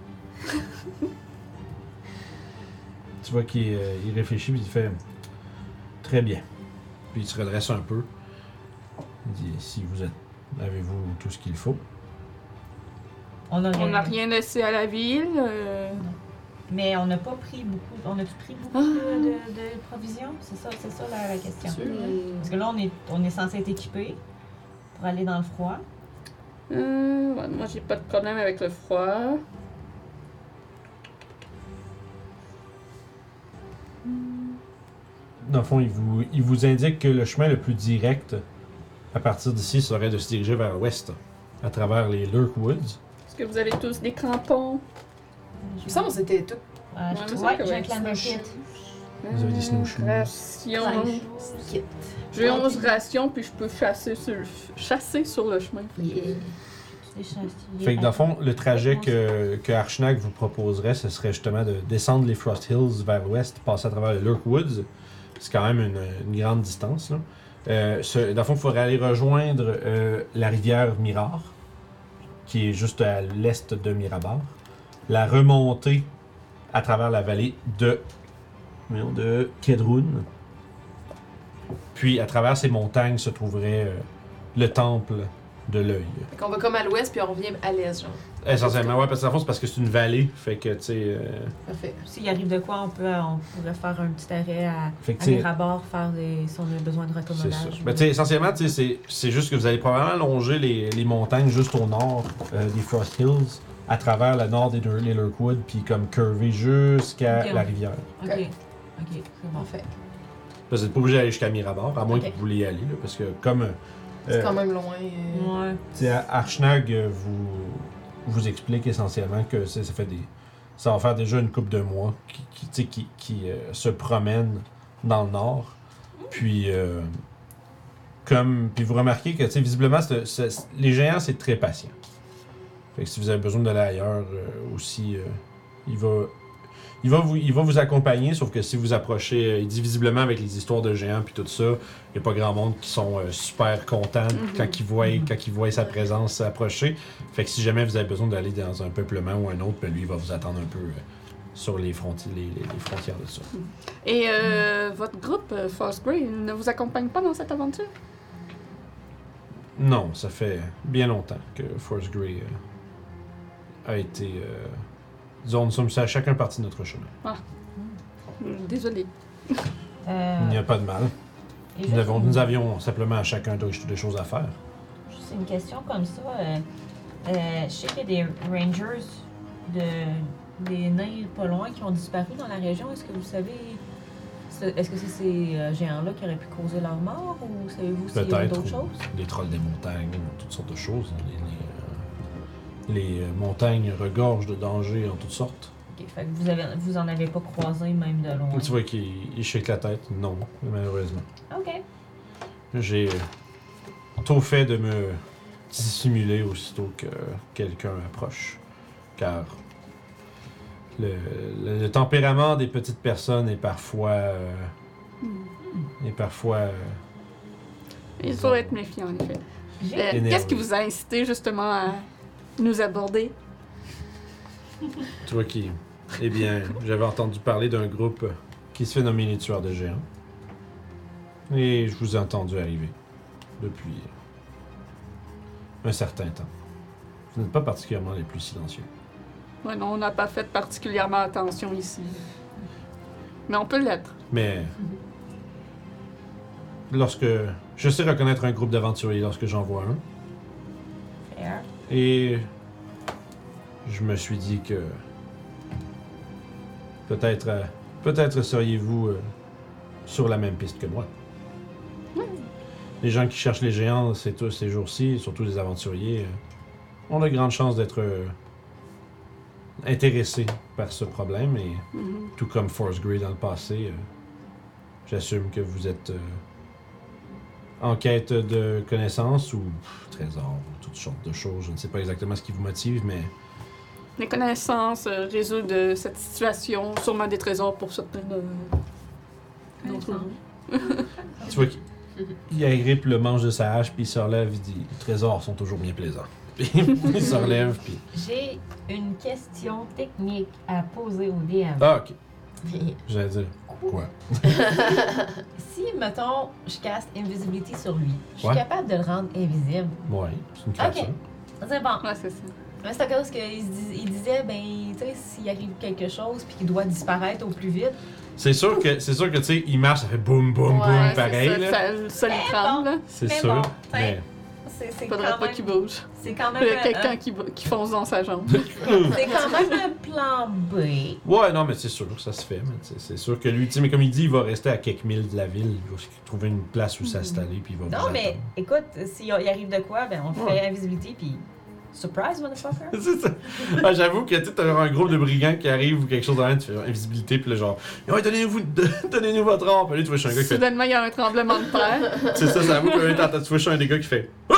Tu vois qu'il euh, il réfléchit, puis il fait Très bien. Puis il se redresse un peu. Il dit Si vous êtes. Avez-vous tout ce qu'il faut
On a,
On n'a rien laissé à la ville. euh,
Mais on n'a pas pris beaucoup. On a-tu pris beaucoup
Ah.
de, de- de provisions? C'est ça, c'est ça la, la question. Parce que là, on est, on est censé être équipé pour aller dans le froid.
Euh, ouais, moi, j'ai pas de problème avec le froid.
dans le fond, il vous, il vous indique que le chemin le plus direct à partir d'ici serait de se diriger vers l'ouest, à travers les Lurk Woods.
Est-ce que vous avez tous des crampons?
Il me semble que c'était tout.
Euh,
Ouais,
Ouais,
je
mais
ouais,
c'est
j'ai un
correct.
clan de kit.
Vous
Euh,
avez des snowshoes.
Ration.
Kit.
J'ai 11 rations, puis je peux chasser sur le, f- chasser sur le chemin.
Yeah.
Fait que dans le fond, le trajet que, que Archnac vous proposerait, ce serait justement de descendre les Frost Hills vers l'ouest, passer à travers les Lurk Woods. C'est quand même une, une grande distance. Là. Euh, ce- dans le fond, il faudrait aller rejoindre euh, la rivière Mirar, qui est juste à l'est de Mirabar. La remontée à travers la vallée de, voyons, de Kedrun. Puis à travers ces montagnes se trouverait euh, le temple de l'œil.
Fait qu'on va comme à l'ouest, puis on revient à l'est, genre.
Eh, Essentiellement, ouais, parce que dans le fond, c'est parce que c'est une vallée. Fait que, tu sais. euh,
Parfait.
S'il arrive de quoi, on, peut, euh, on pourrait faire un petit arrêt à,
fait que,
à
tu sais,
Mirabar, faire des, si on a besoin de
c'est ça.
retournage.
Mais, tu sais, essentiellement, tu sais, c'est- c'est juste que vous allez probablement longer les, les montagnes juste au nord euh, des Frost Hills, à travers le nord des Dur- les Lurkwood, puis comme curver jusqu'à
Ok.
la rivière.
Ok, ok, c'est bon.
Parfait.
Parce que vous n'êtes pas obligé d'aller jusqu'à Mirabar, à moins
Ok.
que vous vouliez y aller, là, parce que comme. euh,
C'est
euh,
quand même loin. euh,
Ouais.
Tu sais, Archnag euh, vous, vous explique essentiellement que c'est- ça fait des. Ça va faire déjà une couple de mois qui, qui, tu sais, qui, qui, euh, se promène dans le nord. Puis euh, comme. Puis vous remarquez que tu sais, visiblement, c'est- c'est- les géants, c'est très patient. Fait que si vous avez besoin d'aller ailleurs euh, aussi, euh, il va. Il va, vous, il va vous accompagner, sauf que si vous approchez, euh, il dit visiblement avec les histoires de géants puis tout ça, il n'y a pas grand monde qui sont euh, super contents
Mhm.
quand, ils voient, quand ils voient sa présence s'approcher. Fait que si jamais vous avez besoin d'aller dans un peuplement ou un autre, ben lui, il va vous attendre un peu euh, sur les, fronti- les, les- les frontières de ça.
Et euh, votre groupe, euh, Fast Grey, ne vous accompagne pas dans cette aventure?
Non, ça fait bien longtemps que Force Grey euh, a été... euh, disons, nous sommes à chacun parti de notre chemin.
Désolé.
Il n'y
Euh,
a pas de mal.
et
Nous,
là,
avons-
j'ai-
nous avions simplement à chacun d'autres- des choses à faire.
Juste une question comme ça. euh, euh, je sais qu'il y a des rangers de, des nains pas loin qui ont disparu dans la région. Est-ce que vous savez, ce- est-ce que c'est ces euh, géants-là qui auraient pu causer leur mort ou savez-vous s'il y a eu
Peut-être.
d'autres
ou
choses?
Des trolls des montagnes, ou toutes sortes de choses. Les, les, euh, les, euh, montagnes regorgent de dangers en toutes sortes.
Ok, fait que vous, avez, vous en avez pas croisé même de loin.
Tu vois qu'il il shake la tête. Non, malheureusement.
Ok.
J'ai tôt fait de me dissimuler aussitôt que quelqu'un approche. Car le, le- le tempérament des petites personnes est parfois. euh,
Hmm.
est parfois. euh,
Il faut être méfiant, en effet.
J'ai-
Euh,
Énervé.
Qu'est-ce qui vous a incité justement à nous aborder?
Tu vois qui. Eh bien, j'avais entendu parler d'un groupe qui se fait nommer les tueurs de géants. Et je vous ai entendu arriver depuis un certain temps. Vous n'êtes pas particulièrement les plus silencieux.
Ouais, non, on n'a pas fait particulièrement attention ici. Mais on peut l'être.
Mais lorsque je sais reconnaître un groupe d'aventuriers lorsque j'en vois un,
Fair.
Et je me suis dit que peut-être euh, peut-être seriez-vous euh, sur la même piste que moi. Les gens qui cherchent les géants, c'est tous ces jours-ci, surtout les aventuriers, euh, ont de grandes chances d'être euh, intéressés par ce problème et
Mhm.
tout comme Force Grey dans le passé, euh, j'assume que vous êtes euh, en quête de connaissances ou pff, trésors, ou toutes sortes de choses. Je ne sais pas exactement ce qui vous motive, mais
Les connaissances euh, résoudre euh, cette situation, sûrement des trésors pour euh, certains de- d'entre vous.
tu vois qu'il il agrippe le manche de sa hache, puis il se relève, il dit Les trésors sont toujours bien plaisants. (laughs) Puis il se relève, puis.
J'ai une question technique.
À poser au DM.
Ah, ok. J'allais dire Quoi
Si, mettons, je casse Invisibility sur lui, je suis
Ouais.
capable de le rendre invisible.
Ouais, c'est une créature.
C'est bon.
Ouais, c'est ça.
Mais c'est à cause qu'il se dis- il disait, ben, tu sais, s'il arrive quelque chose puis qu'il doit disparaître au plus vite,
C'est sûr que, c'est sûr que, tu sais, il marche, ça fait boum, boum,
Ouais,
boum,
Ouais,
pareil.
c'est
là.
ça, ça, ça lui tremble, là.
C'est
Mais
sûr.
bon,
mais
c'est c'est quand
Faudrait pas
même...
qu'il bouge.
C'est quand même
Il y a
un-
quelqu'un qui, qui fonce dans sa jambe.
un- C'est quand même un plan B.
Ouais, non, mais c'est sûr que ça se fait. mais tu sais, C'est sûr que lui, tu sais, mais comme il dit, il va rester à quelques milles de la ville. Il va se trouver une place où s'installer, puis il va vous
Non, mais
attendre. (laughs)
écoute, s'il y a- il arrive de quoi, ben on
Ouais.
fait invisibilité, puis.
(laughs)
Surprise, motherfucker!
C'est ça. Ah, J'avoue que tu sais, t'as genre un groupe de brigands qui arrive ou quelque chose dans la tu fais genre, invisibilité, puis le genre, ouais, (laughs) donnez-nous donnez votre arme. Puis là, tu vois, je suis un gars qui fait.
Soudainement, il y a un tremblement de terre.
C'est ça, j'avoue que t'entends, tu vois, je suis un des gars qui fait. Ah!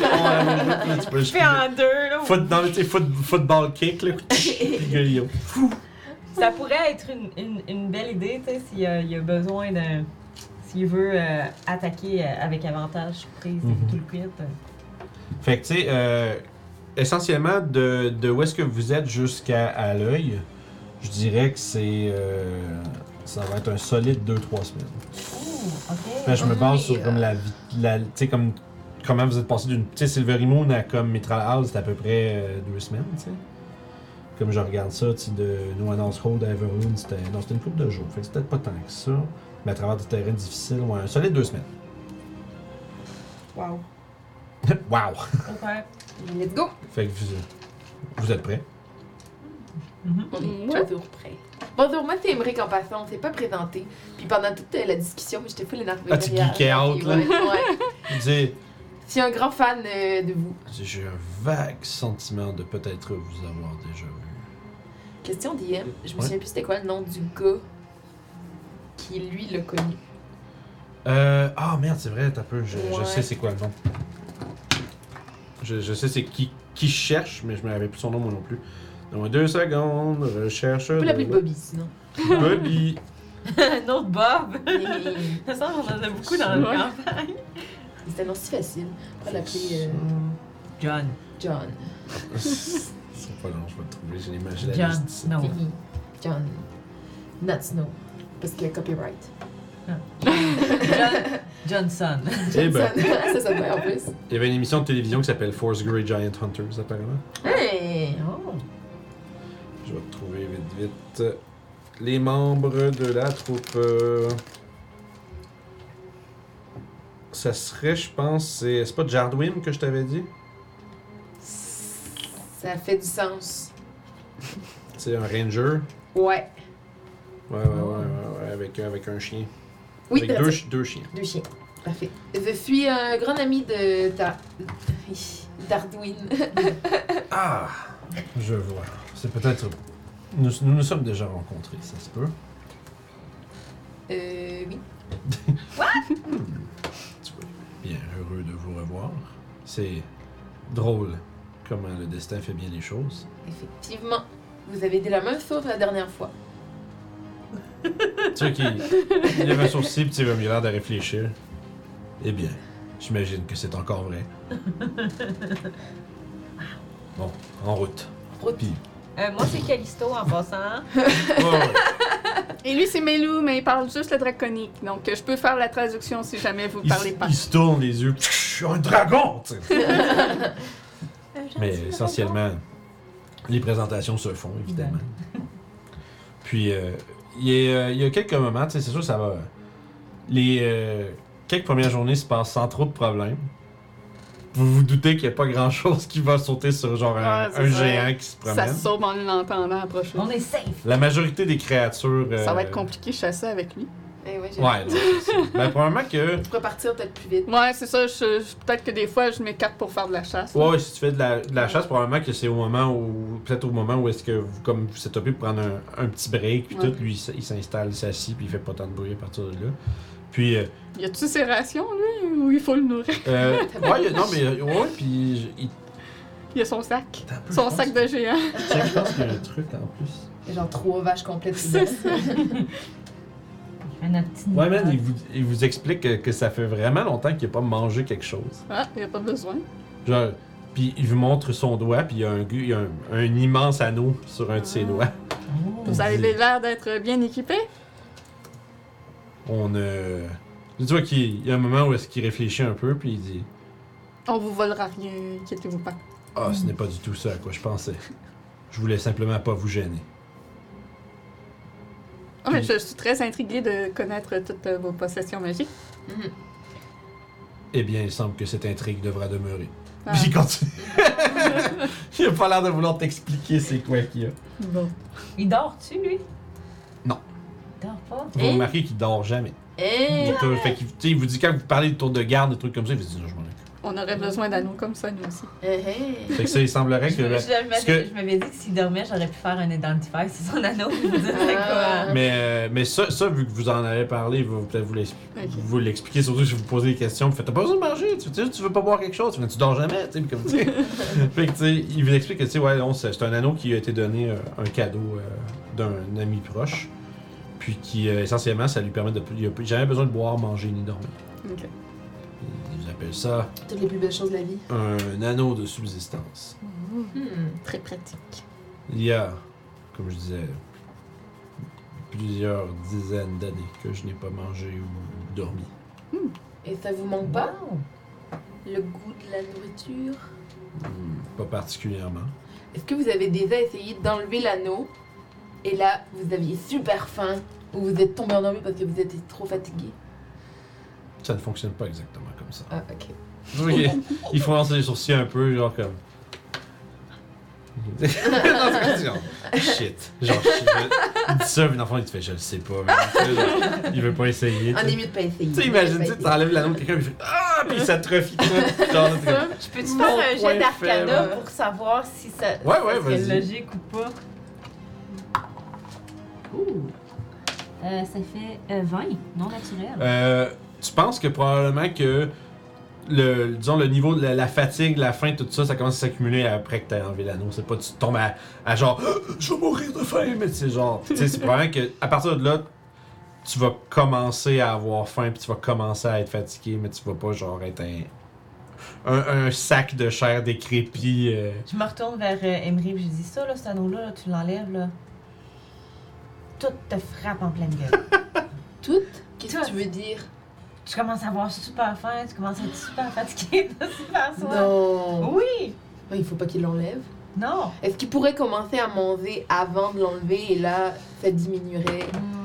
Là, tu peux-
Je fais en deux, là!
Foot, non, mais tu sais, foot, football kick, là. Puis le gars, il est-
Ça pourrait être une, une- une belle idée, tu sais, s'il y a, il y a besoin d'un. S'il veut euh, attaquer euh, avec avantage, surprise,
Mhm.
tout le kit.
Fait que, tu sais, euh, essentiellement, de, de où est-ce que vous êtes jusqu'à à l'œil, je dirais que c'est. euh, ça va être un solide 2-3 semaines.
Ouh,
Fait que
ok.
je me base sur
Oui,
comme la. vi- la tu sais, comme. Comment vous êtes passé d'une. Tu sais, Silvery Moon à comme Mitral House, c'est à peu près euh, deux semaines, tu sais. Comme je regarde ça, tu sais, de Noanos Road à Everwood, c'était. Non, c'était une couple de jours. Fait que c'était peut-être pas tant que ça. Mais à travers des terrains difficiles, ouais, un solide deux semaines.
(laughs)
Wow.
wow!
Ok.
(laughs) Let's go.
Fait que vous, vous êtes prêts?
Mhm.
On est
Ouais.
toujours prêts. Bonjour, moi c'est Émeric en passant, on s'est pas présenté. Puis pendant toute euh, la discussion, j'étais full énervée.
Ah, tu
derrière.
geekais out,
Puis,
là.
ouais, ouais.
Je dis-
Je suis un grand fan euh, de vous.
J'ai un vague sentiment de peut-être vous avoir déjà vu.
Question DM, je me
Ouais.
souviens plus c'était quoi le nom du gars qui lui l'a connu.
Euh. Ah merde, c'est vrai, t'as peu. Je, je
Ouais.
sais c'est quoi le nom. Je, je sais c'est qui qui cherche, mais je me rappelle plus son nom moi non plus. Donc deux secondes, je cherche.
On peut l'appeler Bobby sinon.
Bobby.
un autre Bob!
Mais
Ça semble qu'on en a beaucoup dans le
Ouais.
camp.
C'était non si facile. On peut l'appeler euh,
John.
John.
(laughs) c'est pas long, je vais le trouver, j'ai l'image de la
John
liste ici.
Snow.
Timmy. John. Not Snow. Parce qu'il y a copyright.
John Johnson.
Eh ben,
Ça, (laughs) ça, ça bien en plus.
il y avait une émission de télévision qui s'appelle Force Grey Giant Hunters apparemment.
Hey!
Oh.
Je vais trouver vite vite les membres de la troupe. euh, Ça serait, je pense, c'est c'est pas Jardwim que je t'avais dit.
Ça fait du sens.
C'est un ranger.
Ouais.
Ouais, ouais, ouais, ouais, ouais, avec, avec un chien.
Oui,
avec
t'as
deux,
dit.
chi- deux chiens.
deux chiens. Parfait. Je suis un grand ami de ta... Dardwin.
Ah, je vois. C'est peut-être. Nous, nous nous sommes déjà rencontrés, ça se peut.
(laughs) Euh, oui.
Tu vois, Bien heureux de vous revoir. C'est drôle comment le destin fait bien les choses.
Effectivement. Vous avez dit la même chose la dernière fois.
Tu sais qu'il il lève un sourcil pis tu vas l'air de réfléchir. Eh bien, j'imagine que c'est encore vrai. Bon, en route.
Route.
Puis,
Euh, moi, c'est Callisto en passant.
ouais, ouais.
Et lui, c'est Melou, mais il parle juste le draconique. Donc, euh, je peux faire la traduction si jamais vous
il,
parlez
se-
pas.
il se tourne les yeux. Pfff, Un dragon! tu
(laughs)
sais. Mais essentiellement, les présentations se font, évidemment. Puis, euh, il y, a- il y a quelques moments, tu sais, c'est sûr, ça va. Les euh, quelques premières journées se passent sans trop de problèmes. Vous vous doutez qu'il n'y a pas grand chose qui va sauter sur genre un,
Ouais, c'est
un
ça.
géant qui se
Ça
promène.
se sauve en l'entendant approcher.
On est safe.
La majorité des créatures.
Ça va
euh,
être compliqué de chasser avec lui.
Eh ouais, j'ai
Ouais, non, c'est ça. ben, probablement que.
Je pourrais partir peut-être plus vite.
Ouais, c'est ça. je- je- Peut-être que des fois, je m'écarte pour faire de la chasse.
Ouais, ouais, si tu fais de la, de la chasse, probablement que c'est au moment où. Peut-être au moment où est-ce que vous, comme vous setupez pour prendre un, un petit break, puis
Ouais.
tout, lui, il s- il s'installe, il s'assit, puis il fait pas tant de bruit à partir de là. Puis, euh,
Y a-tu ses rations, lui, ou il faut le nourrir?
euh,
(laughs)
ouais, il y a- non, mais, euh, ouais, puis. je- il-
Y a son sac.
Attends un peu,
Son
je
sac
pense
de géant.
que- tu sais, Je pense qu'il y a un truc en plus.
Genre trois vaches (laughs) complètes.
C'est
dedans.
On fait notre petit
Ouais, man, il vous, il vous explique que, que ça fait vraiment longtemps qu'il n'a pas mangé quelque chose.
Ah, y a pas besoin.
Genre. Puis il vous montre son doigt, puis il y a un, gu- il y a un, un immense anneau sur un de
Ah.
ses doigts.
Oh.
Vous avez l'air d'être bien équipé.
On. Euh, tu vois qu'il il y a un moment où est-ce qu'il réfléchit un peu, puis il dit.
On vous volera rien, inquiétez-vous pas.
Ah, ce n'est pas du tout ça à quoi je pensais. Je voulais simplement pas vous gêner.
Ah, mais je, je suis très intriguée de connaître toutes euh, vos possessions magiques.
Mhm.
Eh bien, il semble que cette intrigue devra demeurer.
Ah.
Puis il continue. (laughs) il a pas l'air de vouloir t'expliquer c'est quoi qu'il y a.
Bon.
Il dort-tu, lui?
Non.
Il dort pas?
Vous
Et-
remarquez qu'il dort jamais. Il,
Eh!
est toujours- fait qu'il- tu sais, il vous dit quand vous parlez de tour de garde, des trucs comme ça, il vous dit non, je m'en occupe.
On aurait besoin d'anneaux comme ça, nous aussi.
Eh, eh.
Fait que ça, il semblerait
Je,
que.
je
parce
m'avais-
que-
je m'avais dit que s'il dormait, j'aurais pu faire un identifier sur son anneau. (laughs) Je me disais, c'est
Ah.
quoi?
Mais, euh, mais ça, ça, vu que vous en avez parlé, il va peut-être vous l'expliquer.
Ok.
Vous l'expliquez surtout si vous posez des questions. Vous faites T'as pas besoin de manger, tu, tu sais, tu veux pas boire quelque chose, mais tu dors jamais. tu sais, Comme, tu sais. fait que, tu sais, il vous explique que tu sais, ouais, non, c'est c'est un anneau qui a été donné euh, un cadeau euh, d'un ami proche. Puis qui, euh, essentiellement, ça lui permet de. Il a plus- jamais besoin de boire, manger ni dormir.
Ok.
Ils appellent ça
Toutes les plus belles choses de la vie.
un anneau de subsistance.
Hmm.
Très pratique.
Il y a, comme je disais, plusieurs dizaines d'années que je n'ai pas mangé ou dormi.
Et ça vous manque pas, le goût de la nourriture?
Hmm, Pas particulièrement.
Est-ce que vous avez déjà essayé d'enlever l'anneau et là, vous aviez super faim ou vous êtes tombé endormi parce que vous étiez trop fatigué?
Ça ne fonctionne pas exactement comme ça.
Ah, ok.
Il faut lancer les sourcils un peu, genre comme. Non, c'est genre, shit. Genre, shit. Il dit ça, puis l'enfant, il te fait, je le sais pas. mais, genre, il veut pas essayer.
On
tu sais.
est mieux de pas essayer.
Tu sais, imagine, tu enlèves l'anneau de quelqu'un, puis il fait Ah, puis ça te refie tout. Genre, là, t'es comme,
Je peux-tu
Mon
faire un
point
jet d'arcana
faible.
pour savoir si ça,
Ouais,
ça
ouais,
serait
vas-y.
logique ou pas?
ça fait euh, 20, non naturel.
Euh, tu penses que probablement que le, disons, le niveau de la, la fatigue, la faim, tout ça, ça commence à s'accumuler après que t'as enlevé l'anneau. C'est pas tu tombes à, à genre (gasps) Ah, je vais mourir de faim, mais c'est genre. Tu sais, c'est probablement que à partir de là, tu vas commencer à avoir faim, puis tu vas commencer à être fatigué, mais tu vas pas genre être un. Un, un sac de chair décrépit. euh.
Je me retourne vers euh, Emery et je dis ça, là, cet anneau-là, là, tu l'enlèves, là. Tout te frappe en pleine gueule.
Toutes? Qu'est-ce que
Toutes.
tu veux dire?
(laughs) tu commences à avoir super faim, tu commences à être super fatigué, t'as super soif.
Non.
Oui!
Ouais, Il faut pas qu'il l'enlève.
Non!
Est-ce qu'il pourrait commencer à manger avant de l'enlever et là, ça diminuerait?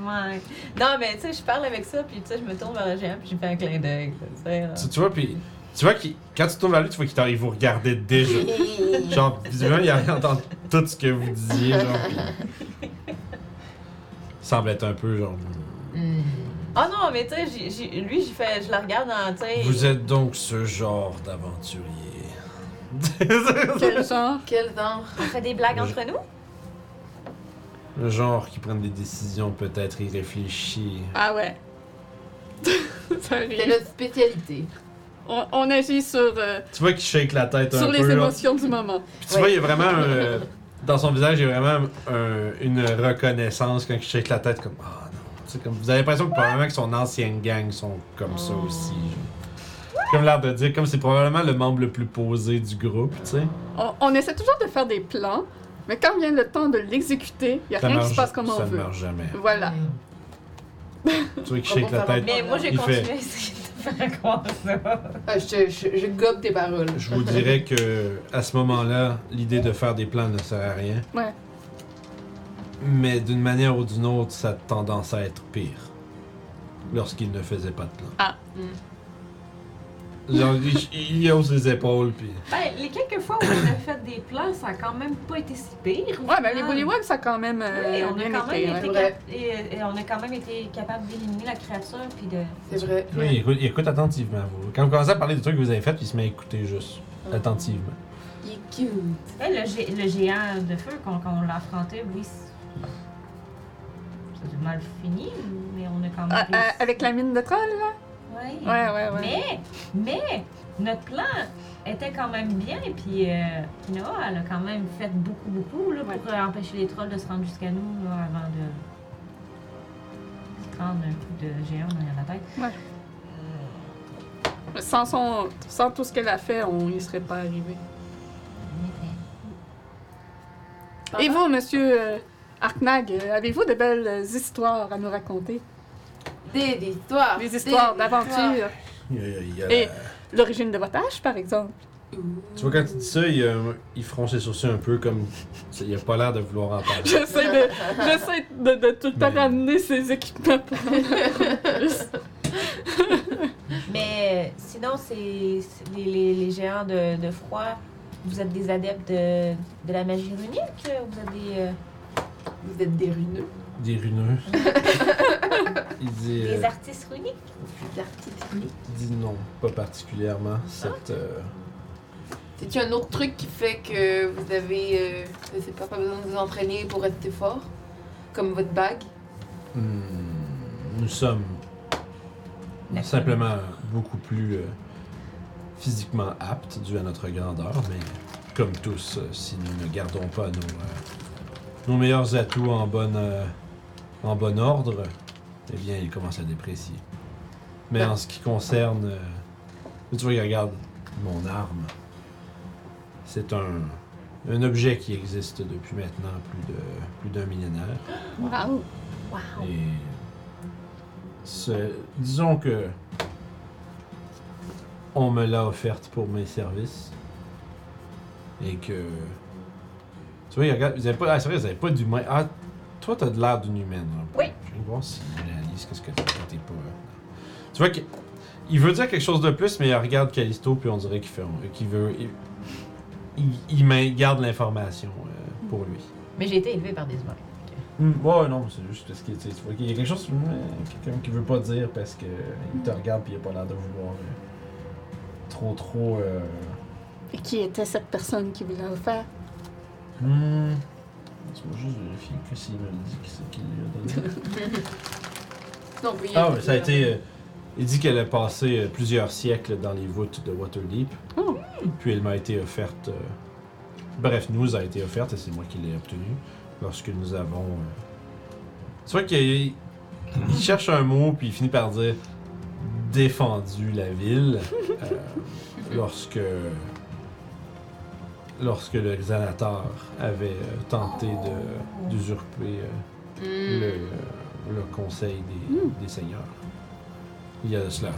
Ouais. Non, mais tu sais, je parle avec ça, puis tu sais, je me tourne vers le géant, puis je fais un clin d'œil. tu sais, là.
Tu, tu vois, puis. Tu vois, qu'il- quand tu tournes vers lui, tu vois qu'il t'en- il vous regardait déjà. Genre, visiblement, il a entendu tout ce que vous disiez, genre. puis- Il semble être un peu genre.
Hmm.
Ah non, mais tu sais, j'ai- j'ai- lui, j'ai fait, je le regarde en, tu sais.
Vous êtes donc ce genre d'aventurier. (laughs)
Quel genre?
Quel genre?
On fait des blagues entre nous?
Le genre qui prend des décisions peut-être irréfléchies.
Ah ouais. (laughs) ça
C'est
arrive.
notre spécialité.
On, on agit sur, euh,
Tu vois qu'il shake la tête un
sur
peu.
les
genre.
émotions du moment.
Puis tu vois, il y a vraiment. un,
(laughs)
euh, dans son visage, il y a vraiment un- une reconnaissance quand il shake la tête, comme. Ah non. Tu sais, comme, vous avez l'impression que probablement que son ancienne gang sont comme ça
Ah.
aussi. genre. Comme l'air de dire, comme c'est probablement le membre le plus posé du groupe, tu sais.
On, on essaie toujours de faire des plans, mais quand vient le temps de l'exécuter, il n'y a
Ça
rien
marche,
qui se passe comme on
ça ne
veut.
marche
(laughs)
jamais.
Voilà.
Tu vois qu'il
Comment
shake la
ça va?
tête.
Mais moi, j'ai
Il
continué
fait-
à essayer de
(laughs)
faire Ben, croire ça.
Ah, je, je, je gobe tes paroles.
Je vous dirais que à ce moment-là, l'idée de faire des plans ne sert à rien.
Ouais.
Mais d'une manière ou d'une autre, ça a tendance à être pire. Lorsqu'il ne faisait pas de plan.
Ah.
Genre, il, il hausse les épaules, puis.
Ben, les quelques fois où on a fait des plans, ça a quand même pas été si pire.
Ouais, ben les
Ah.
Bullywogs, ça a quand même euh,
Oui, on a
bien
quand
été,
même
ouais.
été,
ouais.
cap- et, et on a quand même été capable d'éliminer la créature, puis de.
C'est vrai.
Oui, il écoute, il écoute attentivement. Vous. Quand vous commencez à parler des trucs que vous avez faits, il se met à écouter juste. Attentivement.
Il est cute.
Ben, le, gé- le géant de feu, qu'on qu'on l'a affronté, oui. c'est- C'est mal fini, mais on a quand même.
Ah, ah,
réussi.
avec la mine de troll, là?
Ouais.
Ouais, ouais, ouais.
Mais, mais, notre plan était quand même bien, et puis euh, Noah, elle a quand même fait beaucoup, beaucoup là, pour euh, empêcher les trolls de se rendre jusqu'à nous là, avant de se prendre un coup de géant derrière la tête.
Ouais. Sans, son, sans tout ce qu'elle a fait, on n'y serait pas arrivé. Et vous, monsieur euh, Arknag, euh, avez-vous de belles euh, histoires à nous raconter?
Des, des histoires.
Ah, Des histoires
histoires.
d'aventure,
Il y a- il y a
Et-
la-
l'origine de votre âge, par exemple. (laughs)
Tu vois, quand il dit ça, il, euh, il fronce les sourcils un peu comme. Il a pas l'air de vouloir en parler.
J'essaie de, j'essaie de, de tout le temps
Mais-
ramener ses équipements pour en apprendre plus.
Mais Mais sinon, c'est c'est les, les, les géants de, de froid. Vous êtes des adeptes de, de la magie runique euh, Vous êtes des, euh,
Vous êtes des runeux,
(laughs) Des runeux. il dit, euh,
des artistes runiques
des artistes runeux.
il dit non, pas particulièrement.
Ah.
Cette, euh,
C'est-tu un autre truc qui fait que vous avez, euh, je sais pas, pas besoin de vous entraîner pour rester fort? Comme votre bague?
hmm, nous sommes simplement beaucoup plus euh, physiquement aptes dû à notre grandeur, mais comme tous, euh, si nous ne gardons pas nos, euh, nos meilleurs atouts en, bonne, euh, en bon ordre, eh bien, ils commencent à déprécier. Mais en ce qui concerne, euh, tu vois, regarde mon arme. C'est un, un objet qui existe depuis maintenant plus de plus d'un millénaire.
Wow.
Et ce- disons que on me l'a offerte pour mes services et que tu vois, il regarde, vous avez pas, ah, c'est vrai, vous avez pas d'humain. Ah, toi, t'as de l'air d'une humaine. un peu.
Oui.
Je vais voir si je réalise qu'est-ce que t'es que t'es pas. euh. Tu vois qu'il il veut dire quelque chose de plus, mais il regarde Callisto puis on dirait qu'il fait, qu'il veut, il, il- il main- garde l'information euh, pour lui.
Mais j'ai été élevée par des humains.
Hum, ouais, non, mais c'est juste parce que tu sais, tu vois qu'il y a quelque chose euh, quelqu'un qui veut pas dire parce que il te regarde puis il a pas l'air de vouloir euh, trop trop. euh,
Et qui était cette personne qui voulait le faire?
hum, Laisse-moi juste vérifier que s'il me le dit qui c'est qu'il lui a donné.
Non, vous voyez,
ah, mais ça a été. euh, il dit qu'elle a passé euh, plusieurs siècles dans les voûtes de Waterdeep.
Oh.
Puis elle m'a été offerte. euh, bref, nous a été offerte et c'est moi qui l'ai obtenue lorsque nous avons. euh, Tu vois qu'il il cherche un mot puis il finit par dire défendu la ville euh, lorsque lorsque le Xanator avait euh, tenté de- d'usurper euh,
Mm.
Hmm.
le, le conseil des, des seigneurs. Il y a de cela.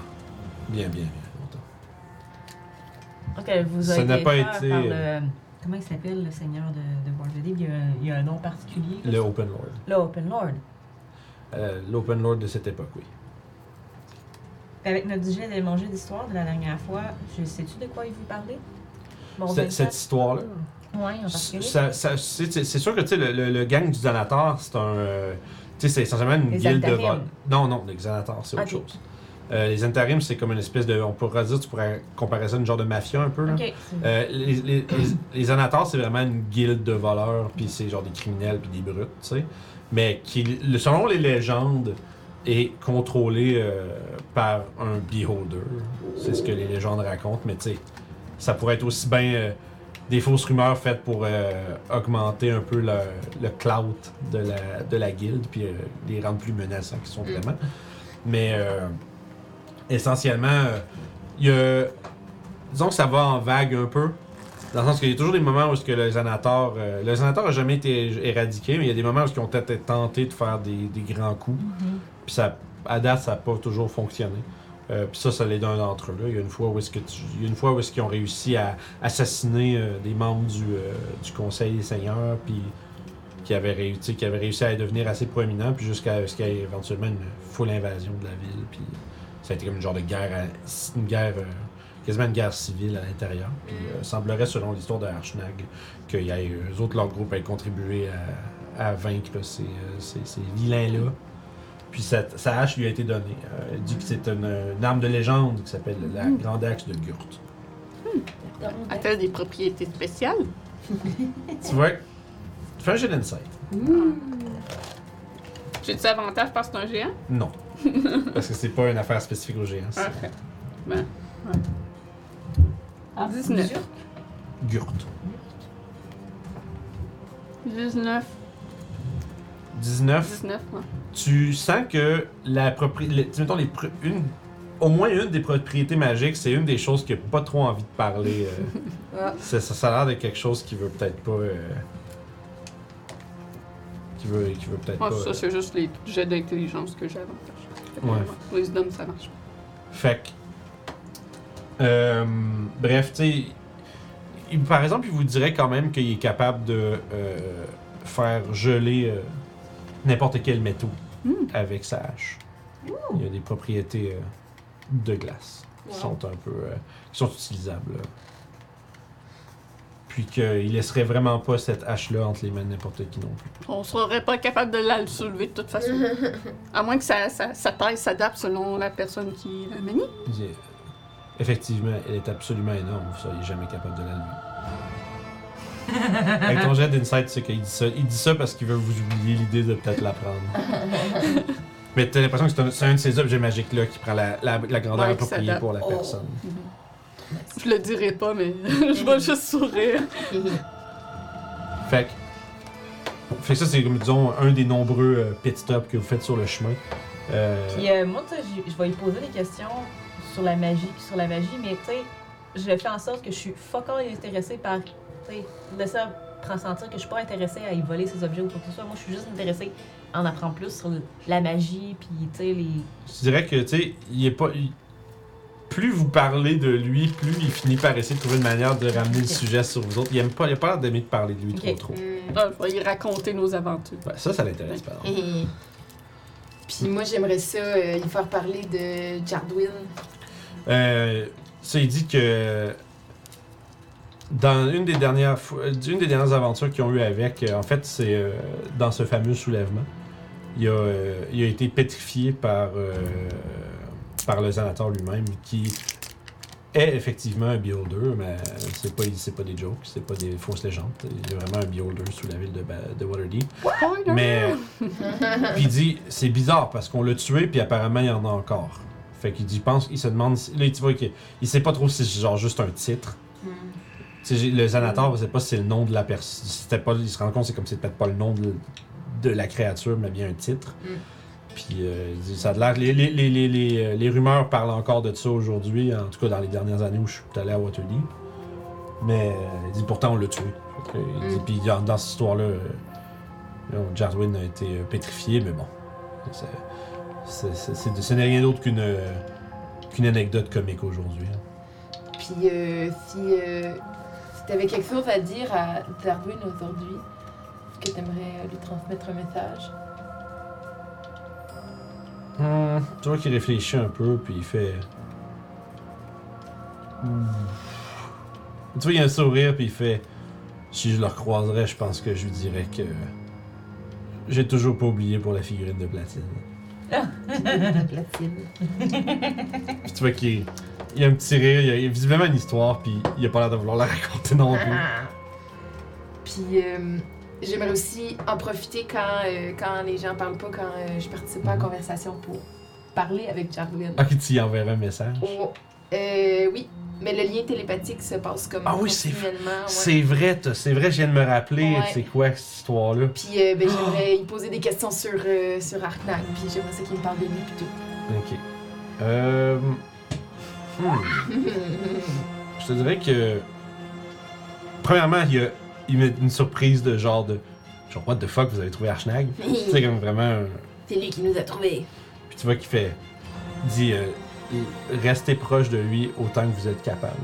Bien, bien, bien longtemps.
Donc, elle vous a
Ça
été
n'a pas
offert
été- euh,
par le- Comment il s'appelle le seigneur de, de Waterdeep? Il y a un- il y a, un nom particulier.
Le Open Lord.
Le Open Lord.
Euh, L'Open Lord de cette époque, oui.
Puis Avec notre jet de manger d'histoire de la dernière fois, je sais-tu de quoi il vous parlait? Mon
Cette- cette
24?
histoire-là,
Ouais, en particulier.
ça- ça- c'est c'est- c'est sûr que tu sais, le, le- le gang du Xanator, c'est un. euh, tu sais, c'est essentiellement une
Les
guilde de
Antarims.
vol. Non, non, les Xanator, c'est autre
Ok.
chose. Euh, les Antarims, c'est comme une espèce de. On pourrait dire, tu pourrais comparer ça à une genre de mafia un peu. Là.
Ok. c'est-
Euh, les, les, les, les Anatars, c'est vraiment une guilde de voleurs, puis c'est genre des criminels, puis des brutes, tu sais. Mais qui, le- selon les légendes, est contrôlé euh, par un beholder. C'est ce que les légendes racontent, mais tu sais, ça pourrait être aussi bien euh, des fausses rumeurs faites pour euh, augmenter un peu le, le clout de la, de la guilde, puis euh, les rendre plus menaçants qu'ils sont vraiment. Mais euh, essentiellement, euh, il y a disons que ça va en vague un peu. Dans le sens qu'il y a toujours des moments où ce que le Xanator... euh, le Xanator n'a jamais été éradiqué, mais il y a des moments où ils ont peut-être tenté de faire des, des grands coups. Puis ça, à date, ça n'a pas toujours fonctionné. Euh, puis ça, ça l'est d'un d'entre eux. là. Il y a une fois où est-ce que tu- il y a une fois où est-ce qu'ils ont réussi à assassiner euh, des membres du, euh, du Conseil des Seigneurs, puis qui avaient, réu- tu sais, qui avaient réussi à devenir assez proéminents, puis jusqu'à ce qu'il y ait éventuellement une full invasion de la ville. Puis ça a été comme une genre de guerre, à- une guerre, euh, quasiment une guerre civile à l'intérieur. Puis euh, semblerait, selon l'histoire de Archnag, qu'il y ait eux autres, leur groupe, aient contribué à, à vaincre ces, euh, ces, ces vilains-là. Puis cette- sa hache lui a été donnée. Euh, elle dit que c'est une, une arme de légende qui s'appelle la
Mm.
Grande Axe de Gurt.
A-t-elle des propriétés spéciales?
Tu vois, fais un jet d'insight.
J'ai des avantages parce que c'est un géant? (laughs)
Non. Parce que c'est pas une affaire spécifique aux géants. C'est
Parfait. Ben,
Ah,
19.
mesure?
Gurt.
19.
19.
19, ouais.
tu sens que la propriété. mettons, les pr- une, au moins une des propriétés magiques, c'est une des choses qu'il n'a pas trop envie de parler. euh.
(laughs)
Ah.
C'est- ça, ça a l'air de quelque chose qui veut peut-être pas. euh, qui veut, qui veut peut-être
Ah,
pas.
ça,
euh.
c'est juste les jets d'intelligence que j'ai avantage.
Ouais.
Wisdom, ça marche.
Fait que- Euh, bref, tu sais. il- Par exemple, il vous dirait quand même qu'il est capable de euh, faire geler euh, n'importe quel métaux
Hmm.
avec sa hache. Il y a des propriétés euh, de glace. qui sont un peu. euh, qui sont utilisables. là. Puis qu'il laisserait vraiment pas cette hache-là entre les mains de n'importe qui non plus.
On serait pas capable de la le soulever de toute (laughs) façon. À moins que sa, sa- sa taille s'adapte selon la personne qui la manie.
Il dit, euh, Effectivement, elle est absolument énorme, vous seriez jamais capable de
(laughs)
la lever. Avec ton jet d'insight, tu sais qu'il dit ça. Il dit ça parce qu'il veut vous oublier l'idée de peut-être la
(laughs)
prendre. Mais t'as l'impression que c'est un, c'est un de ces objets magiques-là qui prend la, la- la grandeur
Ouais, qui
appropriée
s'adapte.
pour la
Oh.
personne.
Je le dirai pas, mais (laughs) je vais juste sourire.
Fait que, fait que ça, c'est comme, disons, un des nombreux euh, pit stops que vous faites sur le chemin. Euh,
Puis euh, moi, tu sais, je- je vais lui poser des questions sur la magie, puis sur la magie, mais tu sais, je fais en sorte que je suis fucking intéressée par. Tu sais, laisser ça prend sentir que je suis pas intéressée à y voler ces objets ou quoi que ce soit. Moi, je suis juste intéressée à en apprendre plus sur le- la magie, puis tu sais, les.
je dirais que, tu sais, il est pas. il- Plus vous parlez de lui, plus il finit par essayer de trouver une manière de ramener le
Ok.
sujet sur vous autres. Il aime pas, il a pas l'air d'aimer de parler de lui
Ok.
trop trop.
Hmm.
Ah, je vais lui raconter nos aventures.
Ouais, ça, ça l'intéresse pas.
Puis moi, j'aimerais ça, euh, y faire parler de Jardwin.
Euh, ça, il dit que dans une des dernières, fois- euh, une des dernières aventures qu'ils ont eu avec, euh, en fait, c'est euh, dans ce fameux soulèvement. Il a, euh, il a été pétrifié par, euh, par le Zanator lui-même, qui est effectivement un beholder, mais c'est pas, c'est pas des jokes, c'est pas des fausses légendes. Il est vraiment un beholder sous la ville de, Ba- de Waterdeep.
Spoiler!
Mais. puis il dit, c'est bizarre parce qu'on l'a tué, puis apparemment, il y en a encore. Fait qu'il dit, pense, il se demande. si- là, tu vois qu'il il sait pas trop si c'est genre juste un titre. Tu sais, j'ai- le Zanator, c'est pas si c'est le nom de la personne. C'était pas, il se rend compte, c'est comme si c'était peut-être pas le nom de, de la créature, mais bien un titre.
Mm.
Puis euh, il dit, ça a de l'air. Les, les, les, les, les, euh, les rumeurs parlent encore de ça aujourd'hui, en tout cas dans les dernières années où je suis allé à Waterdeep. Mais euh, il dit, pourtant, on l'a tué. Fait que, il dit,
Mm.
puis dans, dans cette histoire-là, euh, là, Jarwin a été euh, pétrifié, mais bon. C'est- c'est- c'est- c'est- Ce n'est rien d'autre qu'une euh, qu'une anecdote comique aujourd'hui. hein.
Puis euh, si, euh, si t'avais quelque chose à dire à Jardwin aujourd'hui, que t'aimerais euh, lui transmettre un message.
Hmm, Tu vois qu'il réfléchit un peu, puis il fait. Hmm. Tu vois, il a un sourire, puis il fait. Si je le recroiserais, je pense que je lui dirais que. J'ai toujours pas oublié pour la figurine de platine.
La platine.
Puis tu vois qu'il il a un petit rire, il a, il a visiblement une histoire, puis il a pas l'air de vouloir la raconter non
(laughs)
plus.
Puis euh, j'aimerais aussi en profiter quand, euh, quand les gens parlent pas, quand euh, je participe pas à la conversation pour parler avec Jardwin.
Ok, tu y enverras un message.
Oh, euh, oui, mais le lien télépathique se passe comme
Ah oui, c'est-
continuellement, ouais.
C'est vrai, t'as- c'est vrai, je viens de me rappeler,
Ouais.
c'est quoi cette histoire-là?
Puis euh, ben, j'aimerais y poser des questions sur, euh, sur Arknag, puis j'aimerais ça qu'il me parle de lui
(laughs)
plutôt.
Ok. Euh. hmm. Je te dirais que. Premièrement, il y a il y a une surprise de genre de. Genre, what the fuck, vous avez trouvé Archnag? tu sais, comme vraiment. euh,
c'est lui qui nous a trouvés.
Puis tu vois qu'il fait. il dit. euh, il- restez proche de lui autant que vous êtes capable.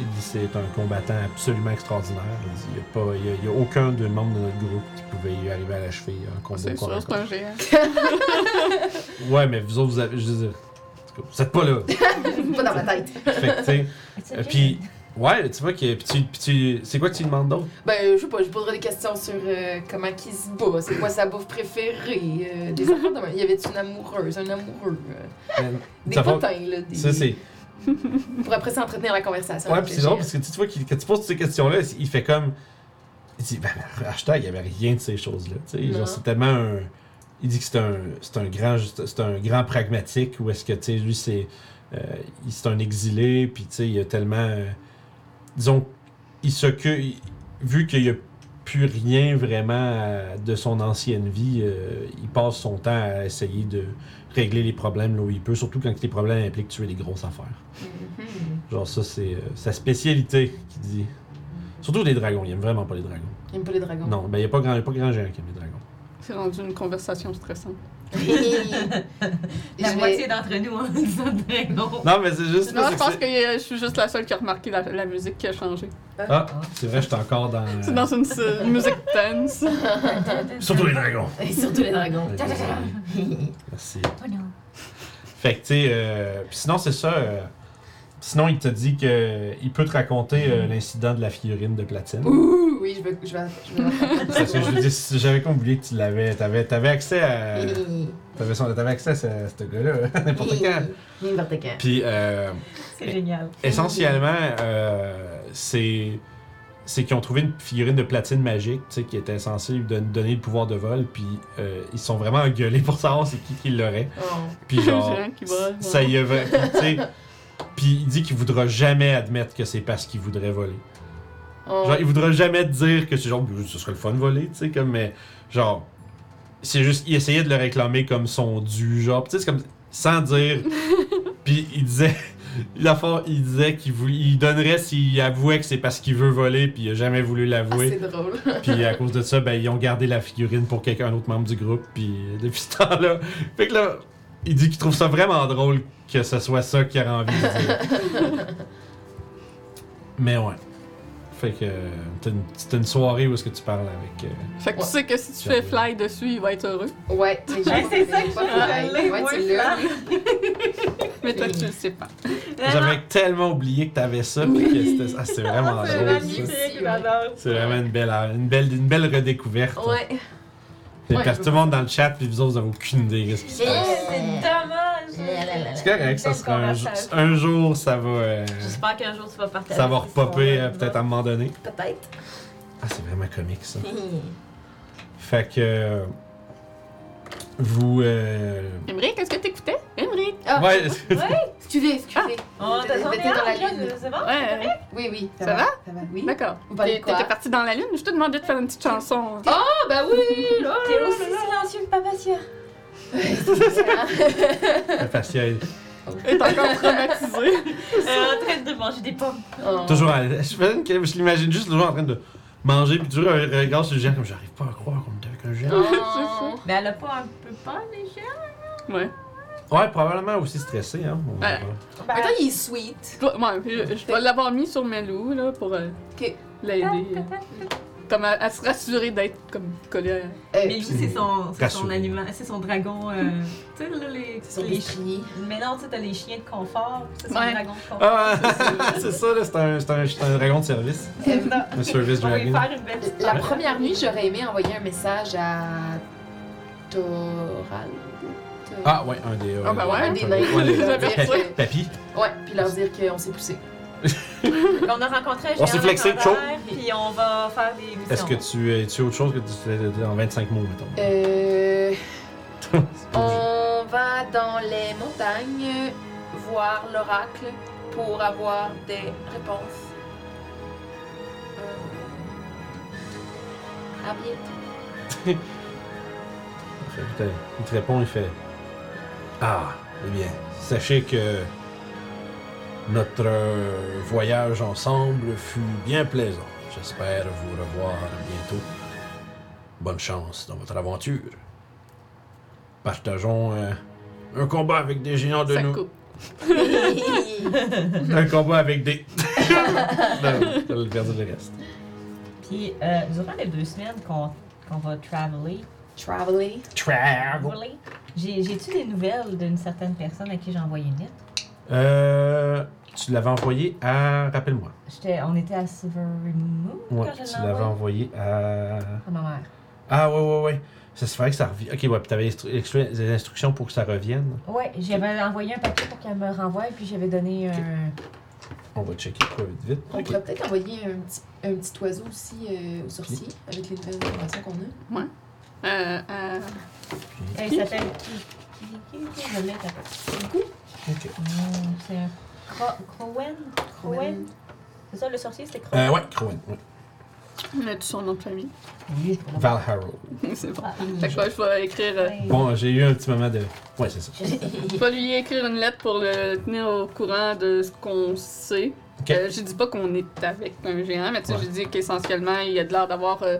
Il dit c'est un combattant absolument extraordinaire. Il dit il n'y a, pas- il y a- il y a aucun de membres de notre groupe qui pouvait y arriver à la cheville en combat.
C'est
corps
sûr,
à
c'est un géant.
corps. Ouais, mais vous autres, vous avez. Je veux dire, en tout cas, vous êtes pas
(laughs)
là.
(laughs) pas dans ma tête.
fait que, tu sais.
Ah!
Euh, Puis, ouais, tu vois que. Puis tu, puis tu- c'est quoi que tu lui demandes d'autre?
Ben, je sais pas, je poserais des questions sur euh, comment qu'il se bat, c'est quoi sa bouffe préférée, euh, des affaires de même. Y avait-tu une amoureuse, un amoureux, euh, des
Ça va-
potins, là, des...
Ça, c'est.
pour après ça entretenir la conversation.
Ouais,
avec
puis
le
c'est drôle
chef.
parce que tu tu vois, qu'il- quand tu poses ces questions-là, il fait comme. Il dit, ben, hashtag, il n'y avait rien de ces choses-là. Tu sais,
Non.
genre, c'est tellement un. Il dit que c'est un, c'est un grand c'est un grand pragmatique ou est-ce que, tu sais, lui, c'est. euh, il- c'est un exilé, puis, tu sais, il a tellement. euh, disons, il s'occupe. Vu qu'il n'y a plus rien vraiment à- de son ancienne vie, euh, il passe son temps à essayer de régler les problèmes là où il peut, surtout quand les problèmes impliquent tuer des grosses affaires.
Mhm.
Genre ça, c'est euh, sa spécialité qui dit. Surtout les dragons, il aime vraiment pas les dragons.
Il aime pas les (laughs) dragons.
Non, ben il n'y a pas grand, y a pas grand géant qui aime les dragons.
C'est rendu une conversation stressante.
la
(laughs) La moitié d'entre nous, hein, (laughs) on est dragon.
Non, mais c'est juste
Non,
parce
je
que
pense
c'est-
que euh, je suis juste la seule qui a remarqué la, la musique qui a changé.
Ah, c'est vrai, j'étais encore dans...
(laughs)
euh,
C'est dans une euh, musique
(laughs)
tense.
Surtout les
(laughs)
dragons!
Et (laughs) surtout les dragons.
Merci. Fait que, tu sais, euh, puis sinon, c'est ça. euh, Sinon, il te dit que il peut te raconter
Mm-hmm.
euh, l'incident de la figurine de platine.
Ouh, oui, je vais. Je vais, je vais-
Parce que je veux dire, si- j'avais comme oublié que tu l'avais. T'avais, t'avais accès à.
Mm.
Hi,
T'avais, son- t'avais accès à ce, à ce gars-là, (laughs) n'importe
hi,
quand.
N'importe quand.
Puis, euh, (laughs)
C'est génial.
essentiellement, euh, c'est. C'est qu'ils ont trouvé une figurine de platine magique, tu sais, qui était censée lui don- donner le pouvoir de vol, puis euh, ils se sont vraiment engueulés pour savoir c'est qui qui l'aurait.
Oh.
Puis genre,
Jean qui vole,
ça y est, vra- puis, tu sais, puis il dit qu'il voudra jamais admettre que c'est parce qu'il voudrait voler.
Oh.
Genre, il voudra jamais te dire que c'est genre, ben, ce serait le fun de voler, tu sais, comme, mais genre, c'est juste, il essayait de le réclamer comme son dû, genre, tu sais, c'est comme, sans dire. Puis il disait, la fois, il disait qu'il voulait- il donnerait s'il avouait que c'est parce qu'il veut voler, puis il a jamais voulu
Ah,
l'avouer.
c'est drôle.
puis à cause de ça, ben, ils ont gardé la figurine pour quelqu'un, un autre membre du groupe, puis euh, depuis ce temps-là. Fait que là, il dit qu'il trouve ça vraiment drôle que ce soit ça qu'il aurait envie de dire. Mais ouais. Fait que euh, t'as une, t'as une soirée où est-ce que tu parles avec. euh,
Fait que
Ouais.
tu sais que si tu
J'avoue.
fais fly dessus, il va être heureux.
Ouais, mais j'ai-
Ouais, c'est ça que
j'ai
je
pas parlé.
voulais,
Ouais,
moi,
tu l'as.
Mais toi, tu le sais pas.
Ah
J'avais tellement oublié que t'avais ça, puis que c'était. Ah, c'est vraiment
(laughs) C'est
drôle. ça.
magnifique, j'adore.
C'est vraiment une belle, euh, une belle, une belle redécouverte.
Ouais.
Fait
Ouais,
parce
je
que tout le monde dans le chat, puis vous autres, vous avez aucune idée de ce qui se
Yeah,
passe.
Eh, C'est dommage.
C'est correct, ça
Belle
sera un, jour-
conversation.
un jour, ça va. euh,
J'espère qu'un jour tu vas partager.
ça va
cette histoire-là
repopper euh,
avec
peut-être à un
nous.
moment donné.
Peut-être.
Ah, c'est vraiment comique ça. Fait que. euh, Vous. euh,
Emery, qu'est-ce que t'écoutais? Emery!
Ah,
Ouais, (laughs)
excusez, excusez.
On
Je- je
t'attendait
pétais dans la
là,
lune.
c'est bon?
Ouais,
Oui, oui. Bah,
Ça va?
Ça va, oui.
D'accord.
Vous parlez
T'es-
de quoi?
T'étais partie dans la lune, je te demandais de faire une petite chanson. hein.
Ah, bah (laughs) oui! là,
T'es aussi silencieux que Papa Sia.
la faciale.
Elle est encore traumatisée.
Elle est Euh, en train de manger des pommes.
Oh.
Toujours en- Je, fais une- je l'imagine juste toujours en train de manger, puis toujours un regard sur le géant, comme j'arrive pas à croire qu'on était avec un
(laughs)
géant.
Oh.
Mais elle a pas un peu peur déjà?
Ouais.
Ouais, probablement aussi stressé, hein. on va
Ouais.
voir.
Mais toi, il est sweet.
Ouais, je, je vais l'avoir mis sur Melou, là, pour euh,
Ok.
Bah,
l'aider. euh, Comme à, à se rassurer d'être comme collée à-
Euh,
Mais lui, c'est son, c'est son
Rassuré.
animal, c'est son dragon. euh, (laughs) tu sais, là, les,
c'est
les chi-
l'étrier.
Mais non, tu sais, t'as les chiens de confort, puis ça, c'est
Ouais.
un dragon de confort.
Ah, (laughs) c'est ça, là, c'est un, c'est un- c'est un dragon de service. Un service
On va lui
dragon.
faire une belle petite
La
tarte.
première nuit, j'aurais aimé envoyer un message à Toral. Tor-
Ah, ouais, un des.
Ah, bah ouais,
un des nains.
Ouais, les-
Les avertir.
Papy.
Ouais, puis leur dire qu'on s'est poussé.
On a rencontré un
On
géant
s'est flexé,
légendaire, Puis on va faire des missions.
Est-ce que tu es tu autre chose que tu fais en 25 mots, mettons?
Euh,
(laughs) C'est pas obligé.
on va dans les montagnes voir l'oracle pour avoir des réponses. Euh, À (laughs) bientôt.
Fait que t'as- Il te répond, il fait Ah, eh bien, sachez que notre euh, voyage ensemble fut bien plaisant. J'espère vous revoir bientôt. Bonne chance dans votre aventure. Partageons euh, un combat avec des géants de
sa
nous.
coupe.
Un combat avec des. Non, T'as le perdu le reste.
Puis euh, durant les deux semaines qu'on qu'on va traveler,
Traveling.
Ah
Traveler. J'ai- J'ai-tu des nouvelles d'une certaine personne à qui j'ai envoyé une lettre?
Euh, tu l'avais envoyé à. Rappelle-moi.
J'étais- on était à Silvery Moon
Ouais,
quand je l'ai
tu l'avais envoyé
envoyé.
à.
À ma mère.
Ah ouais, ouais, ouais. Ça se fait que ça revient. Ok, ouais, puis t'avais instru- instru- des instructions pour que ça revienne.
Ouais, j'avais envoyé un papier pour qu'elle me renvoie, puis j'avais donné un.
On va checker quoi vite vite.
On
Ok.
pourrait peut-être envoyer un petit, un petit oiseau aussi euh, au sorcier avec les nouvelles informations qu'on a.
Euh, euh,
Elle s'appelle. qui- qui- qui- qui- Je l'ai tapé.
Ok.
Non, C'est un. Cro- Crowen? Crowen? C'est ça, le sorcier, c'était Crowen?
Euh, ouais, Crowen. Ouais.
on a tout son nom de famille.
Oui,
(laughs)
je comprends.
Val Harrow.
C'est bon.
Ah,
Fait que ouais, je vais écrire. euh,
ouais. (laughs)
Bon, j'ai eu un petit moment de. Ouais, c'est ça.
Je vais lui écrire une lettre pour le tenir au courant de ce qu'on sait.
Ok.
Euh, je dis pas qu'on est avec un géant, mais tu sais,
Ouais.
je dis qu'essentiellement, il a de l'air d'avoir euh,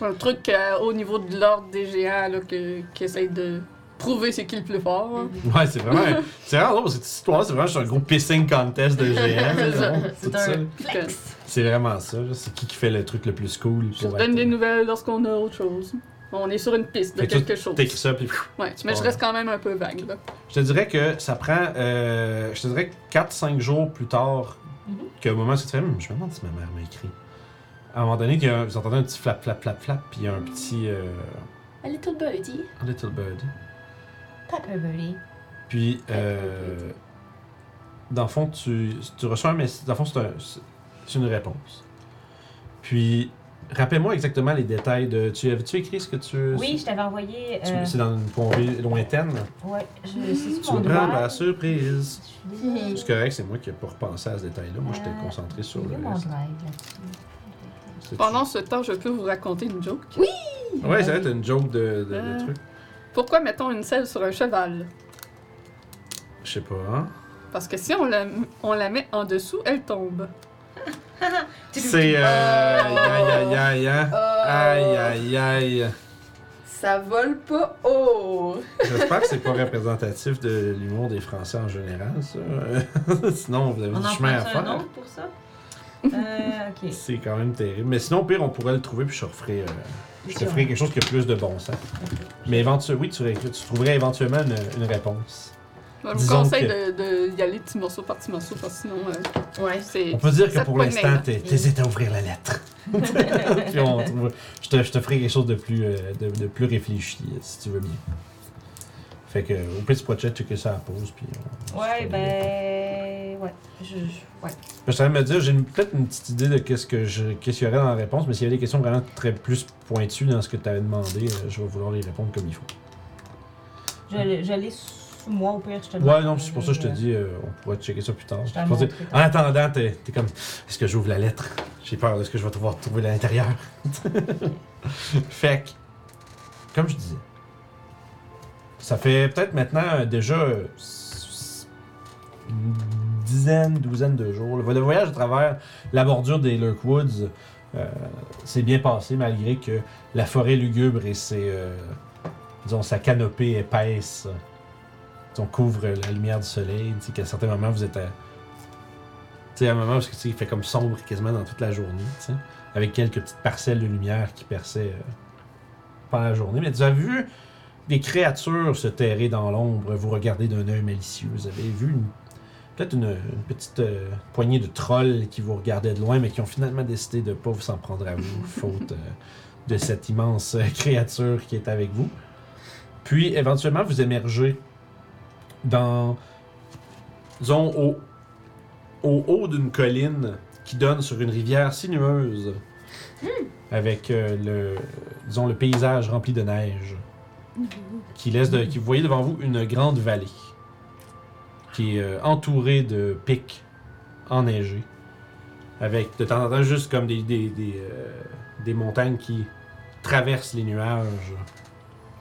un truc euh, au niveau de l'ordre des géants là, que, qui essaye de prouver c'est qui le plus fort. hein.
Ouais, c'est
(laughs)
vraiment. c'est vraiment drôle, cette histoire, c'est vraiment juste un gros pissing contest de géants.
(laughs) C'est ça.
là, tout
C'est un-
ça.
Fait que
C'est vraiment ça. là. C'est qui qui fait le truc le plus cool.
Je te
pour
donne
être-
des nouvelles lorsqu'on a autre chose. On est sur une piste de
Fait que
quelque chose.
T'écris ça, puis
Ouais, mais je
Ouais.
reste quand même un peu vague, là.
Je te dirais que ça prend, euh, je te dirais que 4-5 jours plus tard,
Mhm.
qu'au moment où tu te fais, Hum, je me demande si ma mère m'a écrit. À un moment donné, il y a un- vous entendez un petit flap, flap, flap, flap, puis il
Mhm.
y a un petit euh,
A little birdie.
Little Bird.
Pepper Buddy.
Puis, euh, dans le fond, tu, tu reçois un message. Dans le fond, c'est un- c'est- c'est une réponse. Puis, rappelle-moi exactement les détails de. Tu avais-tu écrit ce que tu.
Oui, je t'avais envoyé.
tu-
euh,
C'est dans une convée lointaine.
ouais, je sais
Tu me prends la surprise.
Je suis désolée.
C'est correct, c'est moi qui n'ai pas repensé à ce détail-là. Moi, j'étais
Euh,
concentré sur
J'ai
le
vu mon
reste.
drive là-dessus.
C'était-
Pendant ce temps, je peux vous raconter une joke.
Ouais, ça va être une joke de, de- de
Euh.
truc.
Pourquoi mettons une selle sur un cheval?
Je sais pas, hein?
Parce que si on la, on la met en dessous, elle tombe.
C'est. euh, Aïe, aïe, aïe, aïe.
Oh,
Aïe, aïe, aïe.
Ça vole pas haut.
J'espère que c'est pas représentatif de l'humour des Français en général, ça. (laughs) Sinon, vous avez
On
du
en prend
chemin à
un
faire.
autre pour ça? Euh,
(laughs)
ok.
C'est quand même terrible. Mais sinon, au pire, on pourrait le trouver puis je te referai, euh, je te ferai quelque chose qui a plus de bon sens. Mais éventuellement, oui, tu, ré- tu trouverais éventuellement une, une réponse.
Je vous
Disons
conseille de, de y aller petit morceau par petit morceau, parce que sinon, euh,
Ouais.
c'est...
On peut dire que
Ça
pour
te pogne
l'instant,
là.
t'es- t'hésites à ouvrir la lettre. Puis on trouve- je, te, je te ferai quelque chose de plus, euh, de, de plus réfléchi, euh, si tu veux bien. Fait que, au pire, tu pourras déjà checker ça à la pause. Puis euh, on- on se
Ouais,
fait
ben. Ouais. Je, je- ouais.
Je savais me dire, j'ai une- peut-être une petite idée de qu'est-ce que je- qu'est-ce qu'il y aurait dans la réponse, mais s'il y avait des questions vraiment très plus pointues dans ce que tu avais demandé, euh, je vais vouloir les répondre comme il faut.
Je, l'ai- je l'ai sous moi au pire, je te le
Ouais,
montre.
non, c'est pour ça que je te dis, euh, on pourra checker ça plus tard.
Je te
Je pense que-
montre plus
en attendant, t'es t'es comme, est-ce que j'ouvre la lettre J'ai peur de ce que je vais pouvoir trouver à l'intérieur. (laughs) fait que, comme je disais, ça fait peut-être maintenant euh, déjà euh, s- une dizaine, douzaine de jours. Le le voyage à travers la bordure des Lurkwoods euh, s'est bien passé malgré que la forêt lugubre et ses, euh, disons, sa canopée épaisse euh, on couvre la lumière du soleil, tu sais, qu'à certains moments, vous êtes à... Tu sais, à un moment où c'est- il fait comme sombre quasiment dans toute la journée, tu sais, avec quelques petites parcelles de lumière qui perçaient euh, pendant la journée. Mais tu as vu des créatures se terrer dans l'ombre, vous regarder d'un œil malicieux. Vous avez vu une- peut-être une, une petite euh, poignée de trolls qui vous regardaient de loin, mais qui ont finalement décidé de ne pas vous s'en prendre à vous, faute euh, de cette immense euh, créature qui est avec vous. Puis, éventuellement, vous émergez dans. disons, au, au haut d'une colline qui donne sur une rivière sinueuse. Avec euh, le. disons, le paysage rempli de neige. Qui laisse. De, qui, vous voyez devant vous une grande vallée. Qui est euh, entourée de pics enneigés. Avec de temps en temps juste comme des. des, des, euh, des montagnes qui traversent les nuages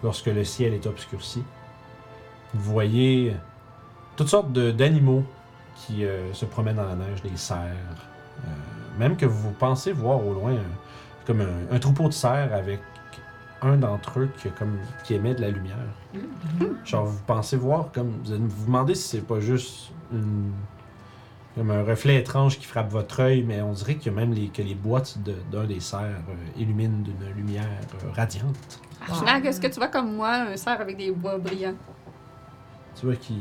lorsque le ciel est obscurci. Vous voyez toutes sortes de- d'animaux qui euh, se promènent dans la neige, des cerfs. euh, même que vous pensez voir au loin un- comme un, un troupeau de cerfs avec un d'entre eux qui, a comme, qui émet de la lumière. Genre, vous pensez voir comme. Vous vous vous demandez si c'est pas juste une- comme un reflet étrange qui frappe votre œil, mais on dirait que même les, que les boîtes de- d'un des cerfs euh, illuminent d'une lumière euh, radiante.
Archnag, est-ce que tu vois comme moi un cerf avec des bois brillants?
Tu vois qu'il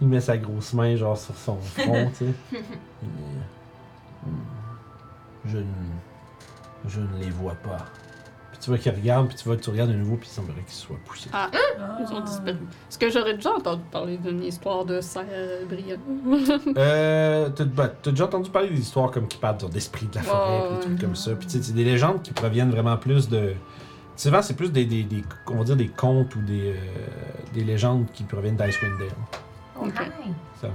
il met sa grosse main genre sur son front, tu sais.
(laughs)
Il est- Hmm. Je ne... je ne les vois pas. Puis tu vois qu'il regarde, puis tu vois que tu regardes de nouveau, puis il semblerait qu'il soit poussé.
Ah. Ils ont disparu. Est-ce que j'aurais déjà entendu parler d'une histoire de cerf brillant?
Euh, t'as bah, t'as déjà entendu parler des histoires comme qui parlent genre, d'esprit de la forêt,
Ouais,
puis des trucs
ouais.
comme ça. Puis tu sais, c'est des légendes qui proviennent vraiment plus de. Souvent, c'est plus des, des, des- on va dire des contes ou des, euh, des légendes qui proviennent d'Icewind Dale.
Oh,
Ok.
Hi.
Ça, euh,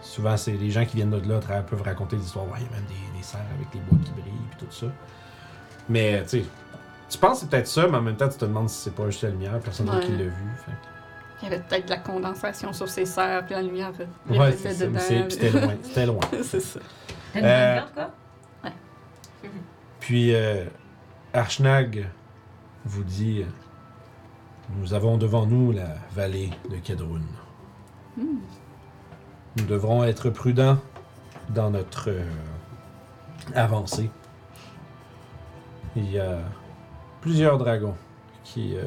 souvent, c'est les gens qui viennent de là tra- peuvent raconter des histoires. Ouais, il y a même des, des cerfs avec les bois qui brillent et tout ça. Mais, tu sais, tu penses que c'est peut-être ça, mais en même temps, tu te demandes si c'est pas juste la lumière. Personne d'autre qui
Ouais.
l'a vu. fait
Il y avait peut-être de la condensation sur ses serres, puis la lumière euh,
que- Ouais, c'est
reflétait
ça. mais
dedans.
c'est- puis
(laughs)
C'était loin. C'était loin.
c'est ça.
T'as une
Euh,
bonne garde, quoi?
Puis, euh, Archnag vous dit euh, Nous avons devant nous la vallée de Kedrun.
Hmm.
Nous devrons être prudents dans notre euh, avancée. Il y a plusieurs dragons qui euh,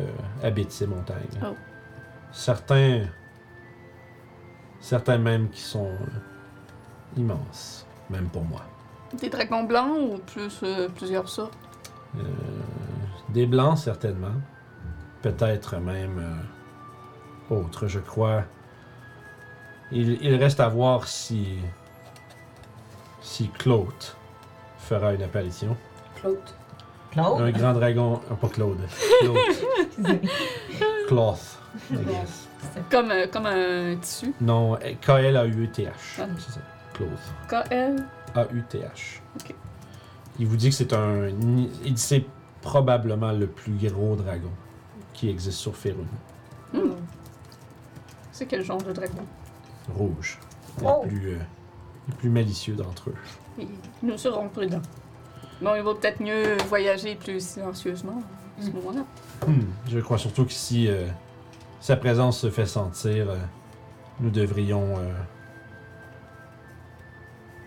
habitent ces montagnes.
Oh.
Certains. Certains même qui sont euh, immenses, même pour moi.
Des dragons blancs ou plus euh, plusieurs sortes?
Euh, des blancs, certainement. Peut-être même euh, autres, je crois. Il, il reste à voir si. si Claude fera une apparition.
Claude.
Un
Claude?
grand dragon. euh, pas Claude. Claude. Cloth. I guess.
Comme, euh, comme un tissu.
Non, eh, K-L-A-U-T-H.
Ah.
C'est ça. Cloth.
KL.
A-U-T-H.
Ok.
Il vous dit que c'est un. Il dit que c'est probablement le plus gros dragon qui existe sur Ferun.
Hmm. C'est quel genre de dragon?
Rouge. Les,
Oh.
plus, euh, les plus malicieux d'entre eux.
Et Nous serons prudents. Bon, il vaut peut-être mieux voyager plus silencieusement à ce moment-là.
Hmm, Je crois surtout que si euh, sa présence se fait sentir, euh, nous devrions. euh,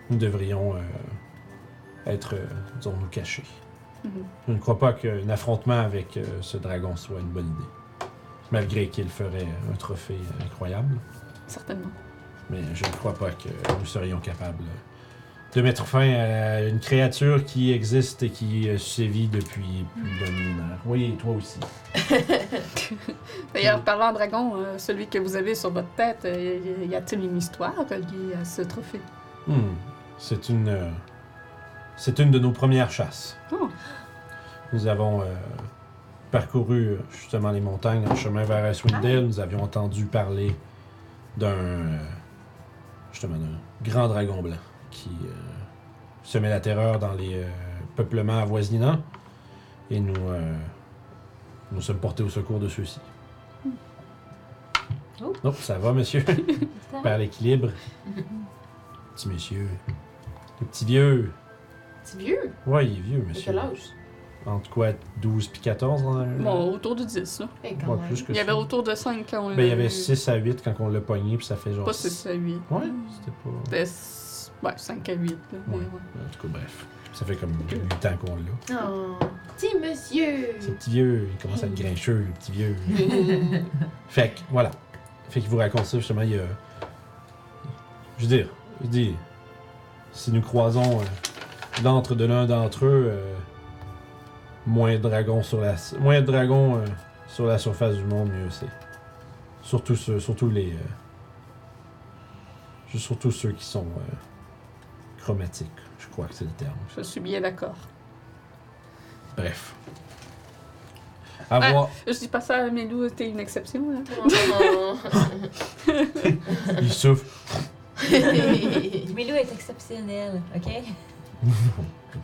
nous devrions euh, être, euh, disons, nous cacher.
Mhm.
Je ne crois pas qu'un affrontement avec euh, ce dragon soit une bonne idée. Malgré qu'il ferait un trophée incroyable.
Certainement.
Mais je ne crois pas que nous serions capables de mettre fin à une créature qui existe et qui euh, sévit depuis plus d'un millénaire. Oui, toi aussi.
D'ailleurs,
Mm.
parlant dragon, euh, celui que vous avez sur votre tête, euh, y- y a-t-il une histoire liée à ce trophée?
Hmm. C'est une. euh, c'est une de nos premières chasses.
Oh.
Nous avons euh, parcouru euh, justement les montagnes en chemin vers
Ah.
Aswindale. Nous avions entendu parler d'un. euh, justement, d'un grand dragon blanc qui euh, semait la terreur dans les euh, peuplements avoisinants. Et nous. euh, nous sommes portés au secours de ceux-ci.
Hmm. Oh.
Non, ça va, monsieur.
(laughs) Ça va?
Par l'équilibre. Petit monsieur. Le petit vieux.
Petit vieux.
Ouais, il est vieux,
De
monsieur.
quel âge?
Entre quoi, 12 puis 14 dans la-
Bon, autour de 10, là.
Eh,
Ouais,
quand même.
plus Euh, que
Il y
ça.
avait autour de 5 quand on l'a
Ben, il y avait
eu.
6 à 8 quand on l'a pogné, puis ça fait genre.
Pas 6 à 8.
Ouais, c'était pas.
C'était s- ouais, 5 à 8. là.
Ouais.
Ouais, ouais.
En tout cas, bref. Ça fait comme 8 ans qu'on l'a.
Oh, petit monsieur.
C'est le petit vieux, il commence à être grincheux, le petit vieux. fait que, voilà. Fait qu'il vous raconte ça, justement, il y a... Je veux dire, je dis, si nous croisons euh, l'antre de l'un d'entre eux, euh, moins de dragons sur la... Moins de dragons euh, sur la surface du monde, mieux c'est. Surtout ceux, surtout les... euh, je- surtout ceux qui sont euh, chromatiques, je crois que c'est le terme.
Je suis bien d'accord.
Bref. À voir...
Je dis pas ça, mais nous, t'es une exception, hein? là.
Oh.
Il souffle.
Milou Oh, est exceptionnel, ok?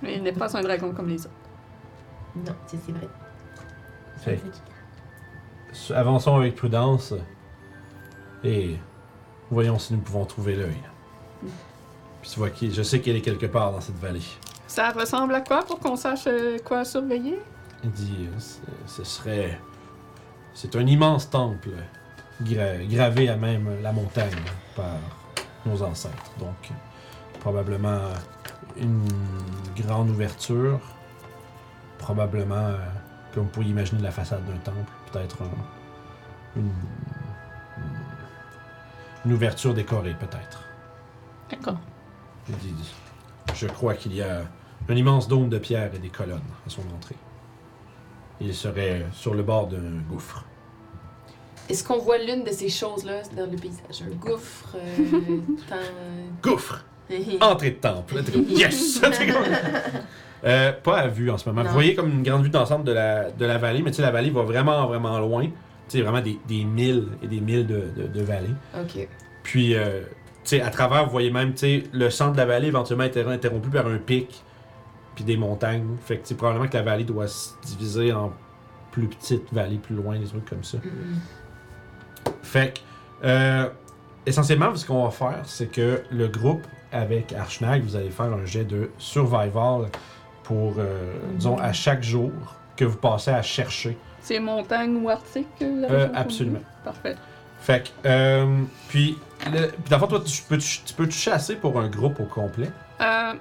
Mais il n'est pas un dragon comme les autres.
(laughs) non, ça, c'est vrai.
Fait que, s- avançons avec prudence et voyons si nous pouvons trouver l'œil. Puis tu vois qu'il- je sais qu'il est quelque part dans cette vallée.
Ça ressemble à quoi pour qu'on sache euh, quoi surveiller?
Il dit euh, c- ce serait. C'est un immense temple gra- gravé à même la montagne par nos ancêtres. Donc, probablement une grande ouverture. Probablement, euh, comme vous pourriez imaginer la façade d'un temple, peut-être un- une, une ouverture décorée, peut-être.
D'accord.
Il dit Je crois qu'il y a un immense dôme de pierre et des colonnes à son entrée. Il serait sur le bord d'un gouffre.
Est-ce qu'on voit l'une de ces choses-là dans le paysage? Un gouffre, euh, tant- Ah!
Gouffre Entrée de temple Yes C'est comme- Euh, Pas à vue en ce moment.
Non.
Vous voyez comme une grande vue d'ensemble de la, de la vallée, mais tu sais, la vallée va vraiment, vraiment loin. Tu sais, vraiment des, des milles et des milles de, de, de vallées.
ok.
Puis, euh, tu sais, à travers, vous voyez même, tu sais, le centre de la vallée éventuellement est interrompu par un pic, puis des montagnes. Fait que, tu sais, probablement que la vallée doit se diviser en plus petites vallées, plus loin, des trucs comme ça.
Mm-mm.
Fait que, euh, essentiellement, ce qu'on va faire, c'est que le groupe, avec Archnag, vous allez faire un jet de survival pour, euh, disons, à chaque jour que vous passez à chercher.
C'est montagne ou arctique, euh, la
Euh,
région qu'on
absolument.
dit? Parfait.
Fait que, euh, puis, le, puis dans le fond, toi, tu peux, tu, peux te chasser pour un groupe au complet.
Euh, attends,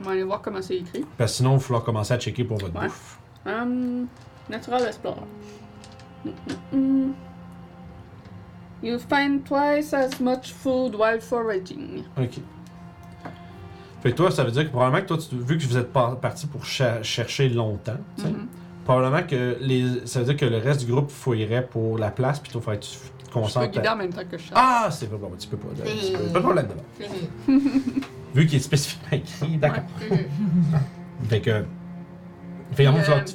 on va aller voir comment c'est écrit.
Parce que sinon, il va falloir commencer à checker pour votre
Ouais.
bouffe.
Hum, Natural Explorer. Mm, mm, mm. You find twice as much food while foraging.
Ok. Fait que toi, ça veut dire que probablement que toi, tu- vu que vous êtes par- parti pour cha- chercher longtemps, tu sais,
Mhm.
probablement que les, ça veut dire que le reste du groupe fouillerait pour la place, puis toi, faudrait que tu te
Je peux
concentres.
guider
à-
en même temps que je chasse.
Ah, c'est pas bon, tu peux pas. tu peux- Pas de problème d'abord. Vu qu'il est spécifiquement écrit, d'accord. (laughs) Fait que. Fait qu'en
Euh,
fait, tu-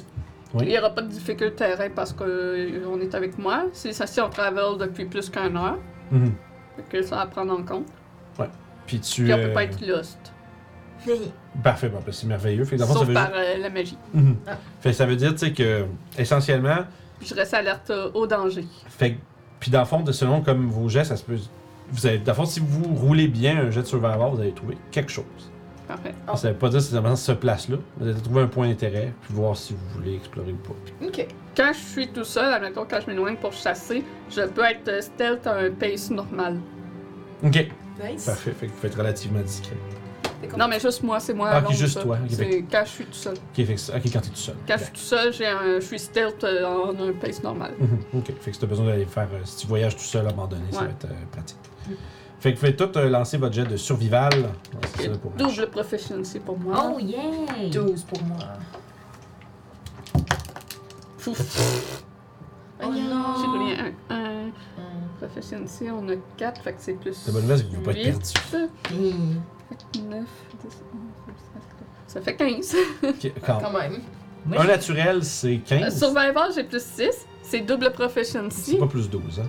Il n'y aura pas de difficulté terrain parce qu'on est avec moi. C'est ça si on travel depuis plus qu'un heure.
Mhm.
Fait que ça à prendre en compte.
Puis tu.
Puis on
euh,
peut pas être lost.
Parfait, bon, ben, c'est merveilleux. Fait que dans le fond, ça
Sauf
veut
par
dire-
euh, la magie.
Mhm.
Ah.
Fait que ça veut dire, tu sais, que essentiellement,
Puis je reste alerte euh, au danger.
Fait que- puis dans le fond, de selon comme vos gestes, ça se peut. Vous avez, dans le fond, si vous roulez bien un jet de survivor, vous allez trouver quelque chose.
Parfait.
Oh.
Ça veut pas dire si vraiment se place là. Vous allez trouver un point d'intérêt, puis voir si vous voulez explorer ou pas.
Ok.
Quand je suis tout seul, admettons, quand je m'éloigne pour chasser, je peux être euh, stealth à un pace normal.
Ok,
Nice.
parfait. Fait que vous faites relativement discret.
Fait qu'on-
Non, mais juste moi, c'est moi.
Ah,
non,
ok, juste
ça.
toi. Ok,
C'est
fait-
quand je suis tout seul.
Ok, fait que, ça- ok, quand t'es tout seul.
Quand je suis tout seul, j'ai un- je suis stealth euh, en un pace normal.
Mhm, Ok, fait que si t'as besoin d'aller faire. euh, si tu voyages tout seul à un moment donné, ça
Ouais.
va être euh, pratique. Fait que vous faites tout euh, lancer votre jet de survival. Ouais, c'est ça pour-
Double proficiency pour moi.
Oh, yay!
12 pour moi.
Pouf.
Oh non!
J'ai roulé un, un proficiency, on a 4, fait que c'est plus.
La bonne nouvelle, c'est que vous ne pouvez pas être
huit. 9, 10, 11, ça fait 15. (laughs)
perdu. Ok, quand-
Quand même.
Moi,
Un
j'ai-
naturel, c'est 15.
Euh, Survivor, j'ai plus 6. C'est double
C'est
proficiency.
pas plus 12, hein.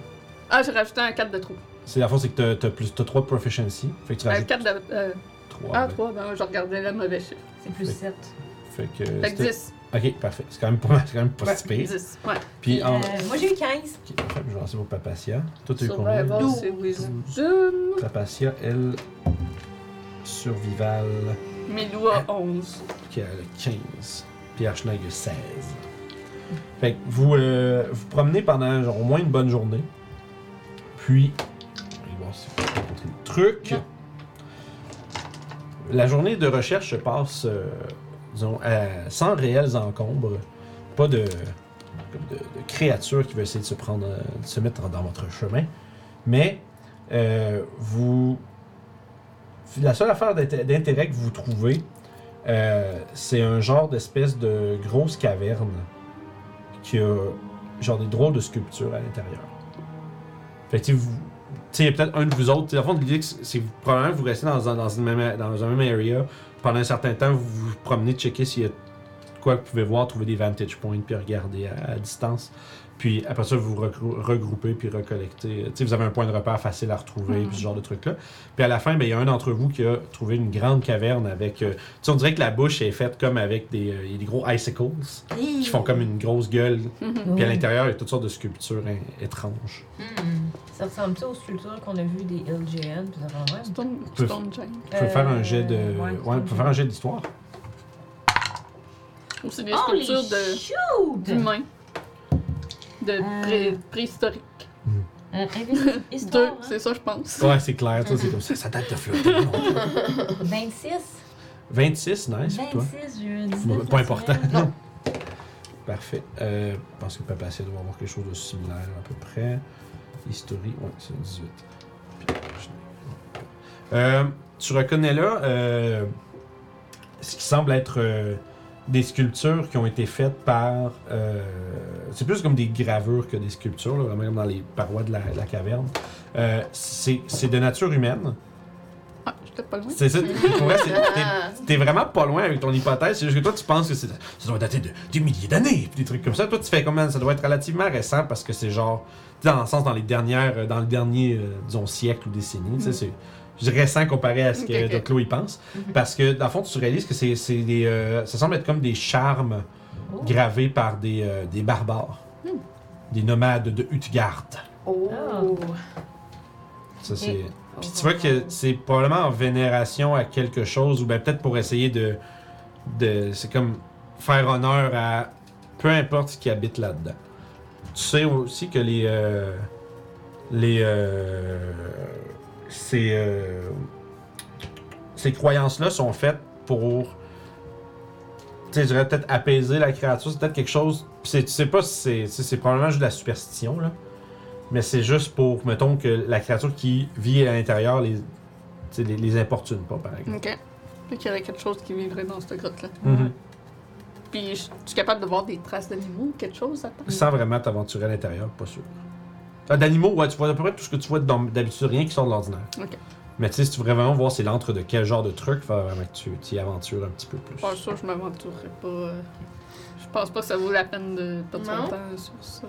Ah, j'ai rajouté un 4 de trop.
C'est la fois, c'est que t'as- t'as plus t'as 3 de proficiency. Fait que tu
Un
rajoutes
4 de. euh,
3.
ah, 3, ben je regardais le mauvais chiffre.
C'est plus
Fait-
7.
Fait que.
Fait que
c'était-
10.
Ok, parfait. C'est quand même pas mal, c'est quand même pas
Ouais,
si pire.
10, ouais. Euh,
Puis en.
Euh, moi, j'ai eu 15.
Ok, parfait. Je vais lancer pour Papacia. Toi, t'as eu combien
Survivor, c'est Wisdom.
Papacia, elle. Survival.
Milou a 11.
Qui a 15. Puis Archnag a 16. Fait que vous euh, vous promenez pendant genre, au moins une bonne journée. Puis. Je vais voir si vous rencontrez des trucs. La journée de recherche se passe, euh, disons, à- sans réels encombres. Pas de, comme de, de créatures qui veulent essayer de se, prendre, euh, de se mettre dans votre chemin. Mais euh, vous. La seule affaire d'inté- d'intérêt que vous trouvez, euh, c'est un genre d'espèce de grosse caverne qui a genre des drôles de sculptures à l'intérieur. Fait que, tu sais, vous- tu sais, il y a peut-être un de vous autres. tu sais, Dans le fond, l'idée, c'est c'est que vous- probablement que vous restez dans, un- dans une même, dans un même area pendant un certain temps, vous vous promenez, checker s'il y a de quoi que vous pouvez voir, trouver des vantage points, puis regarder à, à distance. Puis après ça, vous vous regrou- regroupez, puis recollectez. Tu sais, vous avez un point de repère facile à retrouver, puis ce genre de trucs-là. Puis à la fin, ben, il y a un d'entre vous qui a trouvé une grande caverne avec. euh, tu sais, on dirait que la bouche est faite comme avec des, euh, il y a des gros icicles qui font comme une grosse gueule. Puis à l'intérieur, il y a toutes sortes de sculptures hein, étranges.
Hmm.
Ça ressemble ça aux sculptures qu'on a vues des LGN? Puis ça va ouais.
(laughs) Stone,
Peu-
Stone Giant.
Tu peux
Euh,
faire un jet de.
ouais,
Ouais, tu peux faire un jet d'histoire.
Ou c'est des
Holy
sculptures de-
shoot!
d'humains. De pré-
Euh.
préhistoriques.
Euh, investi-
(laughs) Deux,
histoire, hein?
c'est ça, je pense.
Ouais, c'est clair, toi,
(laughs)
c'est comme ça. Ça date de flotter.
26.
26, nice, pour toi.
26, j'ai eu un
Bon,
19
Pas
cette
important.
semaine.
(laughs) Parfait. Euh, je pense que Papa Cia doit avoir quelque chose de similaire à peu près. History, ouais, c'est un 18. Puis, je- Euh, tu reconnais là euh, ce qui semble être euh, des sculptures qui ont été faites par. euh, c'est plus comme des gravures que des sculptures, là, vraiment comme dans les parois de la, la caverne. Euh, c'est c'est de nature humaine.
Ah, j'étais pas loin.
C'est ça, pour vrai, c'est- t'es-
Ah.
T'es vraiment pas loin avec ton hypothèse, c'est juste que toi tu penses que c'est- ça doit dater de des milliers d'années, pis des trucs comme ça. Toi tu fais comment ça doit être relativement récent parce que c'est genre tu sais, dans le sens dans les dernières euh, dans le dernier euh, disons siècle ou décennie, tu sais c'est je dirais récent comparé à ce que
Mm-hmm. Ok, Mm-hmm. ok.
Doclo y pense parce que dans le fond tu réalises que c'est c'est des euh, ça semble être comme des charmes
Oh.
gravés par des euh, des barbares.
Hmm.
Des nomades de Utgard.
Oh.
Ça, c'est... Puis tu vois que c'est probablement en vénération à quelque chose, ou bien peut-être pour essayer de, de. C'est comme faire honneur à peu importe ce qui habite là-dedans. Tu sais aussi que les. euh, les. euh, ces. euh, ces croyances-là sont faites pour. tu sais, je dirais peut-être apaiser la créature, c'est peut-être quelque chose. Puis c'est- tu sais pas si c'est. tu sais, C'est probablement juste de la superstition, là. Mais c'est juste pour, mettons, que la créature qui vit à l'intérieur les, tu sais, les, les importune pas, par exemple.
Ok. Fait qu'il y aurait quelque chose qui vivrait dans cette grotte-là.
Mhm.
Puis, je je suis capable de voir des traces d'animaux, quelque chose à part.
Sans vraiment t'aventurer à l'intérieur, pas sûr. Ah, D'animaux, ouais, tu vois à peu près tout ce que tu vois d'hab- d'habitude, rien qui sort de l'ordinaire.
Ok.
Mais tu sais, si tu veux vraiment voir c'est l'antre de quel genre de truc, faut vraiment que tu t'y aventures un petit peu plus.
Pas sûr, je m'aventurerai pas. euh, Je pense pas que ça vaut la peine de perdre
Non.
son temps sur ça.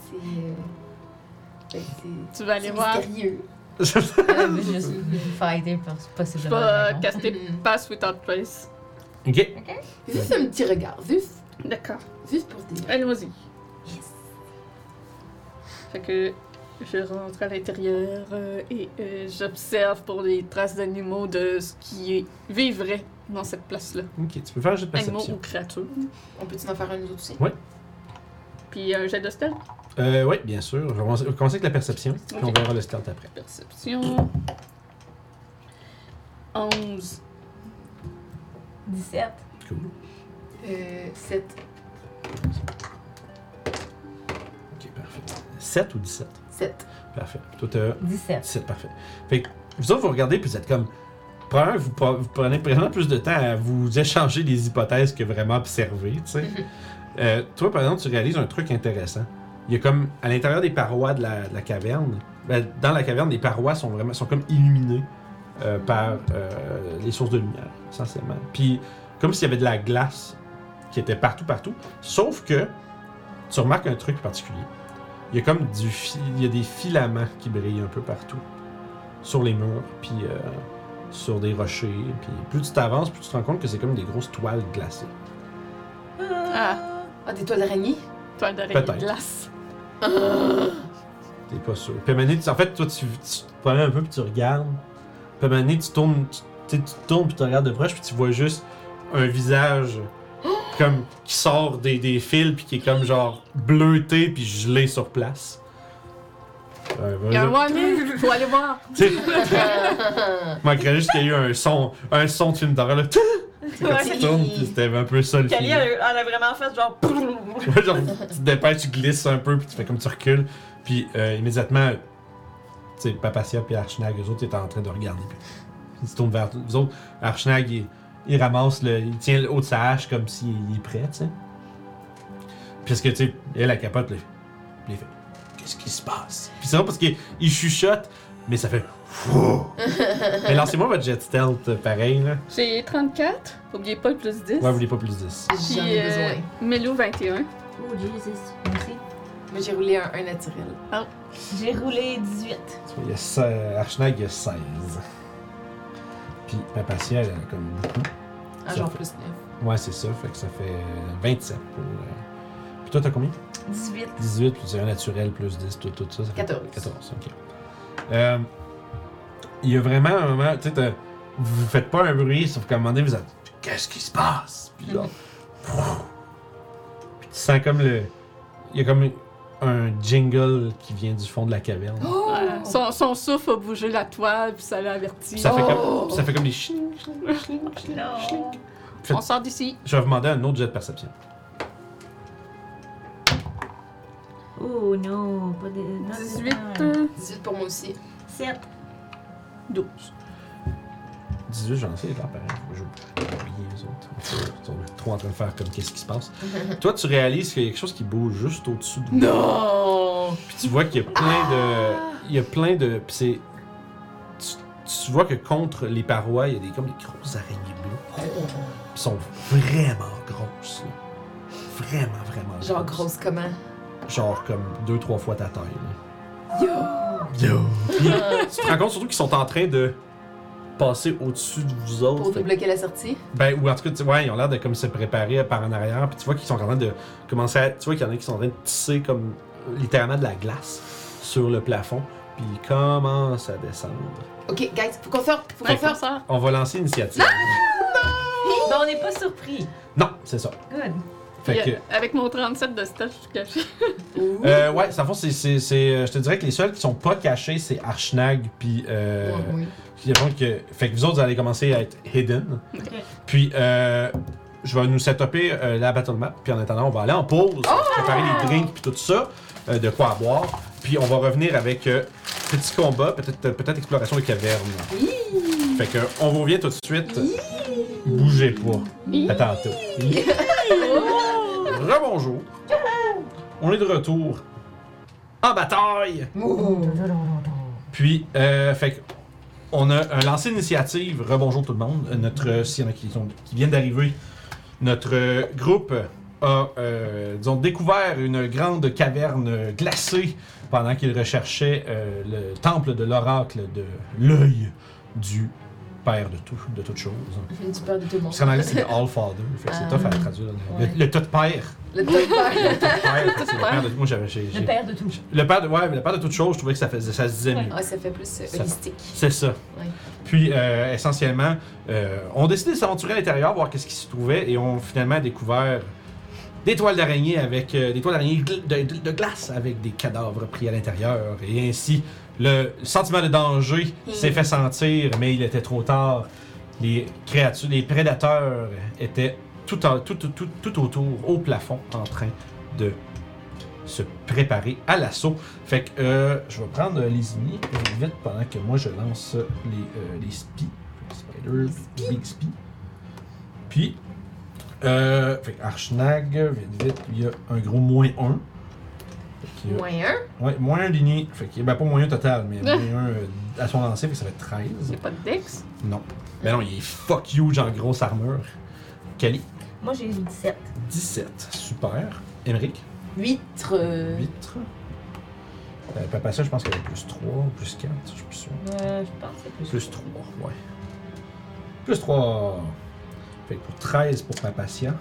C'est. euh, fait que c'est-
Tu vas
c'est
aller
(laughs)
voir.
mystérieux.
Ah,
Je veux juste fighter pour
Je
possiblement.
vais
la
pas
raison.
caster
Mhm.
Pass Without Trace.
ok.
Juste un petit regard, juste,
D'accord.
juste pour dire.
Allons-y. Fait que je rentre à l'intérieur euh, et euh, j'observe pour les traces d'animaux de ce qui vivrait dans cette place-là.
Ok, tu peux faire un jeu de
Animaux ou
perception.
créatures.
On peut-tu en faire un autre aussi?
Puis un jet de stealth.
Euh, oui, bien sûr. Je vais commencer- commencer avec la perception, puis on
Ok.
verra le stealth après.
Perception. 11.
17.
Cool.
Euh, sept.
Ok, parfait. 7 ou 17
Sept.
Parfait. Toi, t'as
17.
17, parfait. Fait que vous autres, vous regardez, puis vous êtes comme. Premièrement, vous, pre- vous prenez vraiment plus de temps à vous échanger des hypothèses que vraiment observer, tu sais.
Mhm.
Euh, toi, par exemple, tu réalises un truc intéressant. Il y a comme, à l'intérieur des parois de la, de la caverne, ben, dans la caverne, les parois sont vraiment, sont comme illuminées euh, par euh, les sources de lumière, essentiellement. Puis, comme s'il y avait de la glace qui était partout, partout, sauf que tu remarques un truc particulier. Il y a comme du fi- il y a des filaments qui brillent un peu partout. Sur les murs, puis euh, sur des rochers. Puis plus tu t'avances, plus tu te rends compte que c'est comme des grosses toiles glacées.
Ah,
Ah, des toiles (laughs) d'araignée?
toile d'araignée de
Peut-être.
glace.
T'es pas sûr. Puis à un moment donné, tu- en fait, toi, tu, tu te promènes un peu, puis tu regardes. Puis à un moment donné, tu tournes, tu, tu sais, tu tournes, puis tu regardes de proche, puis tu vois juste un visage comme qui sort des, des fils, puis qui est comme genre bleuté, puis gelé sur place. Euh,
Il y a un
vas-y.
warning, faut aller voir.
Tu sais, manquerait juste qu'il y ait eu un son, un son de film d'horreur, là. Tu sais, quand tu tournes, puis c'était un peu ça le
Kali,
feeling.
elle, elle a vraiment fait genre.
Ouais, genre, tu te dépêches, tu glisses un peu, puis tu fais comme tu recules. Puis euh, immédiatement, tu sais, Papacia puis Archnag, eux autres, étaient en train de regarder. Puis ils se tournent vers vous autres. Archnag, il, il ramasse le. Il tient le haut de sa hache comme s'il est prêt, tu sais. Parce que, tu sais, elle, la capote, là. Puis il fait Qu'est-ce qui se passe Puis c'est vrai parce qu'il il chuchote, mais ça fait. (laughs) Wow! mais lancez-moi votre jet stealth, euh, pareil, là.
J'ai 34. Oubliez pas le plus 10.
Ouais, vous voulez pas plus 10.
Puis,
J'en ai
euh,
besoin.
Melo 21.
Oh, Jesus. Merci.
Moi, j'ai roulé un, un naturel.
J'ai roulé 18.
Tu vois, Il y a se- Archnag, il y a 16. Puis Papacia, elle en a comme beaucoup.
Un
Ça
Ah, genre
fait-
plus neuf.
Ouais, c'est ça. Fait que ça fait euh, 27 pour. euh, Puis toi, t'as combien
18.
18 plus 1 naturel plus 10, tout, tout ça. ça fait
14.
14, ok. Euh, Il y a vraiment un moment, tu sais, t'as- vous faites pas un bruit, sauf qu'à un moment donné, vous êtes Qu'est-ce qui se passe Puis là, puis tu sens comme le. Il y a comme un jingle qui vient du fond de la caverne.
Ouais. Son, son souffle a bougé la toile, puis ça l'a averti.
Puis ça, fait
Oh!
comme, ça fait comme des ching, ching, ching,
Oh,
ching, ching.
Non.
fait-
On sort d'ici.
Je vais vous demander un autre jet de perception.
Oh non, pas de. non,
18.
non.
euh,
18 pour moi aussi.
7.
12.
18, j'en sais, pas pareil. Je vais oublier les autres. Ils sont trop en train de faire comme qu'est-ce qui se
(laughs)
passe. Toi, tu réalises qu'il y a quelque chose qui bouge juste au-dessus de vous.
Non!
Puis tu vois qu'il y a plein de.
Ah.
Il y a plein de. Puis c'est. Tu, tu vois que contre les parois, il y a des, comme des grosses araignées
Oh,
bleues. Ils sont vraiment grosses. là. Vraiment, vraiment grosses.
Genre grosse comment?
Genre comme deux, trois fois ta taille. là.
Yo!
Yo! (laughs) tu te rends compte surtout qu'ils sont en train de passer au-dessus de vous autres.
Pour
Fait
nous
que-
bloquer la sortie?
ben, ou en tout cas, tu ouais, ils ont l'air de comme se préparer par en arrière. Puis tu vois qu'ils sont en train de commencer à. Tu vois qu'il y en a qui sont en train de tisser comme littéralement de la glace sur le plafond. Puis ils commencent à descendre.
Ok, guys, faut qu'on sorte! Faut qu'on
Ouais, on
sorte!
sort.
On va lancer l'initiative.
Ben, on n'est pas surpris.
Non, c'est ça.
Good.
Fait que.
Puis, euh, Avec mon 37 de stealth, je suis caché.
Euh, ouais, ça fond, c'est, c'est, c'est, euh, je te dirais que les seuls qui sont pas cachés, c'est Archnag, puis. Euh,
Ouais, oui.
puis avant que, fait que vous autres, vous allez commencer à être hidden. Puis, euh, je vais nous setuper euh, la battle map, puis en attendant, on va aller en pause, préparer les drinks, puis tout ça, euh, de quoi à boire. Puis, on va revenir avec euh, petit combat, peut-être, euh, peut-être exploration des cavernes. Fait que, on vous revient tout de suite. Bougez pas. À tantôt. Rebonjour. On est de retour en bataille. Puis, euh, fait que, on a un lancé d'initiative. Rebonjour tout le monde. Euh, Notre, euh, s'il y en a qui, sont- qui viennent d'arriver, notre euh, groupe a, euh, disons, découvert une grande caverne glacée pendant qu'il recherchait euh, le temple de l'oracle de l'œil du père de tout, de toute chose.
J'ai du peur de tout le monde.
Parce qu'en anglais, c'est le All Father. Fait que c'est
Ah.
tough à traduire. Le,
Ouais.
le tout père.
Le top (laughs)
Le père, c'est le père de Moi, j'avais. j'ai-
Le
j'ai-
père de tout.
Le père de. Ouais, mais le père de toute chose, je trouvais que ça, faisait, ça se disait mieux.
Ah, ça fait plus euh,
Ça-
holistique.
C'est ça.
Ouais.
Puis, euh, essentiellement, euh, on décidait de s'aventurer à l'intérieur, voir qu'est-ce qui s'y trouvait, et on a finalement découvert des toiles d'araignée avec euh, des toiles d'araignée gl- de, de- de glace avec des cadavres pris à l'intérieur, et ainsi le sentiment de danger s'est fait sentir, mais il était trop tard. Les créatures, les prédateurs étaient tout, en- tout, tout, tout, tout autour, au plafond, en train de se préparer à l'assaut. Fait que euh, je vais prendre euh, les ignis euh, vite pendant que moi je lance euh, les, euh, les spies. Spider, Big Spy. Puis, euh, fait que Archnag, vite, vite, il y a un gros moins 1.
Moyen.
Ouais, moins 1 d'ignis. Fait que, ben, pas moins 1 total, mais moins 1 à son lancer, fait que ça va être 13.
J'ai pas de dex.
Non. Mais non, il est fuck huge en grosse armure. Kali,
Moi, j'ai eu 17.
17. Super. Emmerich,
Huître.
Euh.
8. Euh, Papa, ça, je pense qu'il y avait plus 3, plus 4, je suis plus sûr.
Euh, je pense que c'est plus.
Plus 3, ouais. Plus 3. Fait que pour 13 pour Papatia,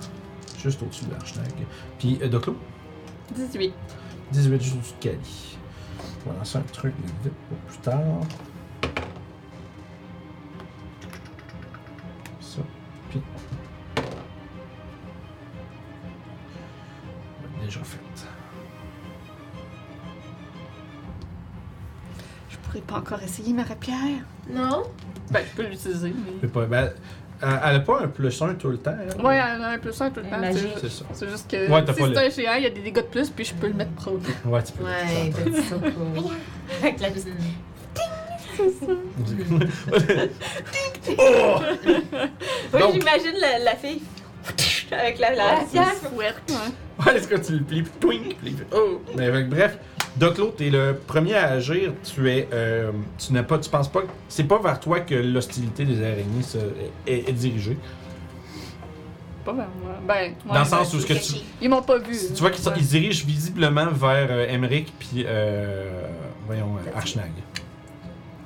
juste au-dessus de l'archnag. Puis euh, Doclo,
18.
18 juste au-dessus de Cali. On va lancer un truc mais vite pour plus tard. Ça, puis. Déjà fait.
Je pourrais pas encore essayer ma rapière.
Non?
Ben, je peux l'utiliser, mais.
Mais pas, ben, elle elle a pas un plus 1 tout le temps. elle?
Ouais, elle a un plus un tout le
Elle
temps.
est
c'est
magique.
juste-
C'est ça.
C'est juste que
Ouais, t'as
si
pas
c'est
le-
un géant, il y a des dégâts de plus, puis je peux le mettre pro.
Ouais, tu peux.
Ouais, t'as dit ça pour. (laughs)
Fait que la petite-
(laughs) oh!
Moi,
Donc-
j'imagine la, la fille avec la, la
Ouais, c'est
pierre.
une fouette, ouais.
Ouais, est-ce que tu le plies, puis twing, puis il fait oh! Mais fait que bref, Doclo, t'es le premier à agir. Tu es, euh, tu n'as pas, tu penses pas, c'est pas vers toi que l'hostilité des araignées se- est, est dirigée.
Pas vers moi. Ben,
Dans
ouais,
le sens
ben,
où ce que tu,
Ils m'ont pas vu.
tu vois qu'ils sont-
Ouais.
ils se dirigent visiblement vers euh, Emmerich puis euh, voyons euh, Archnag.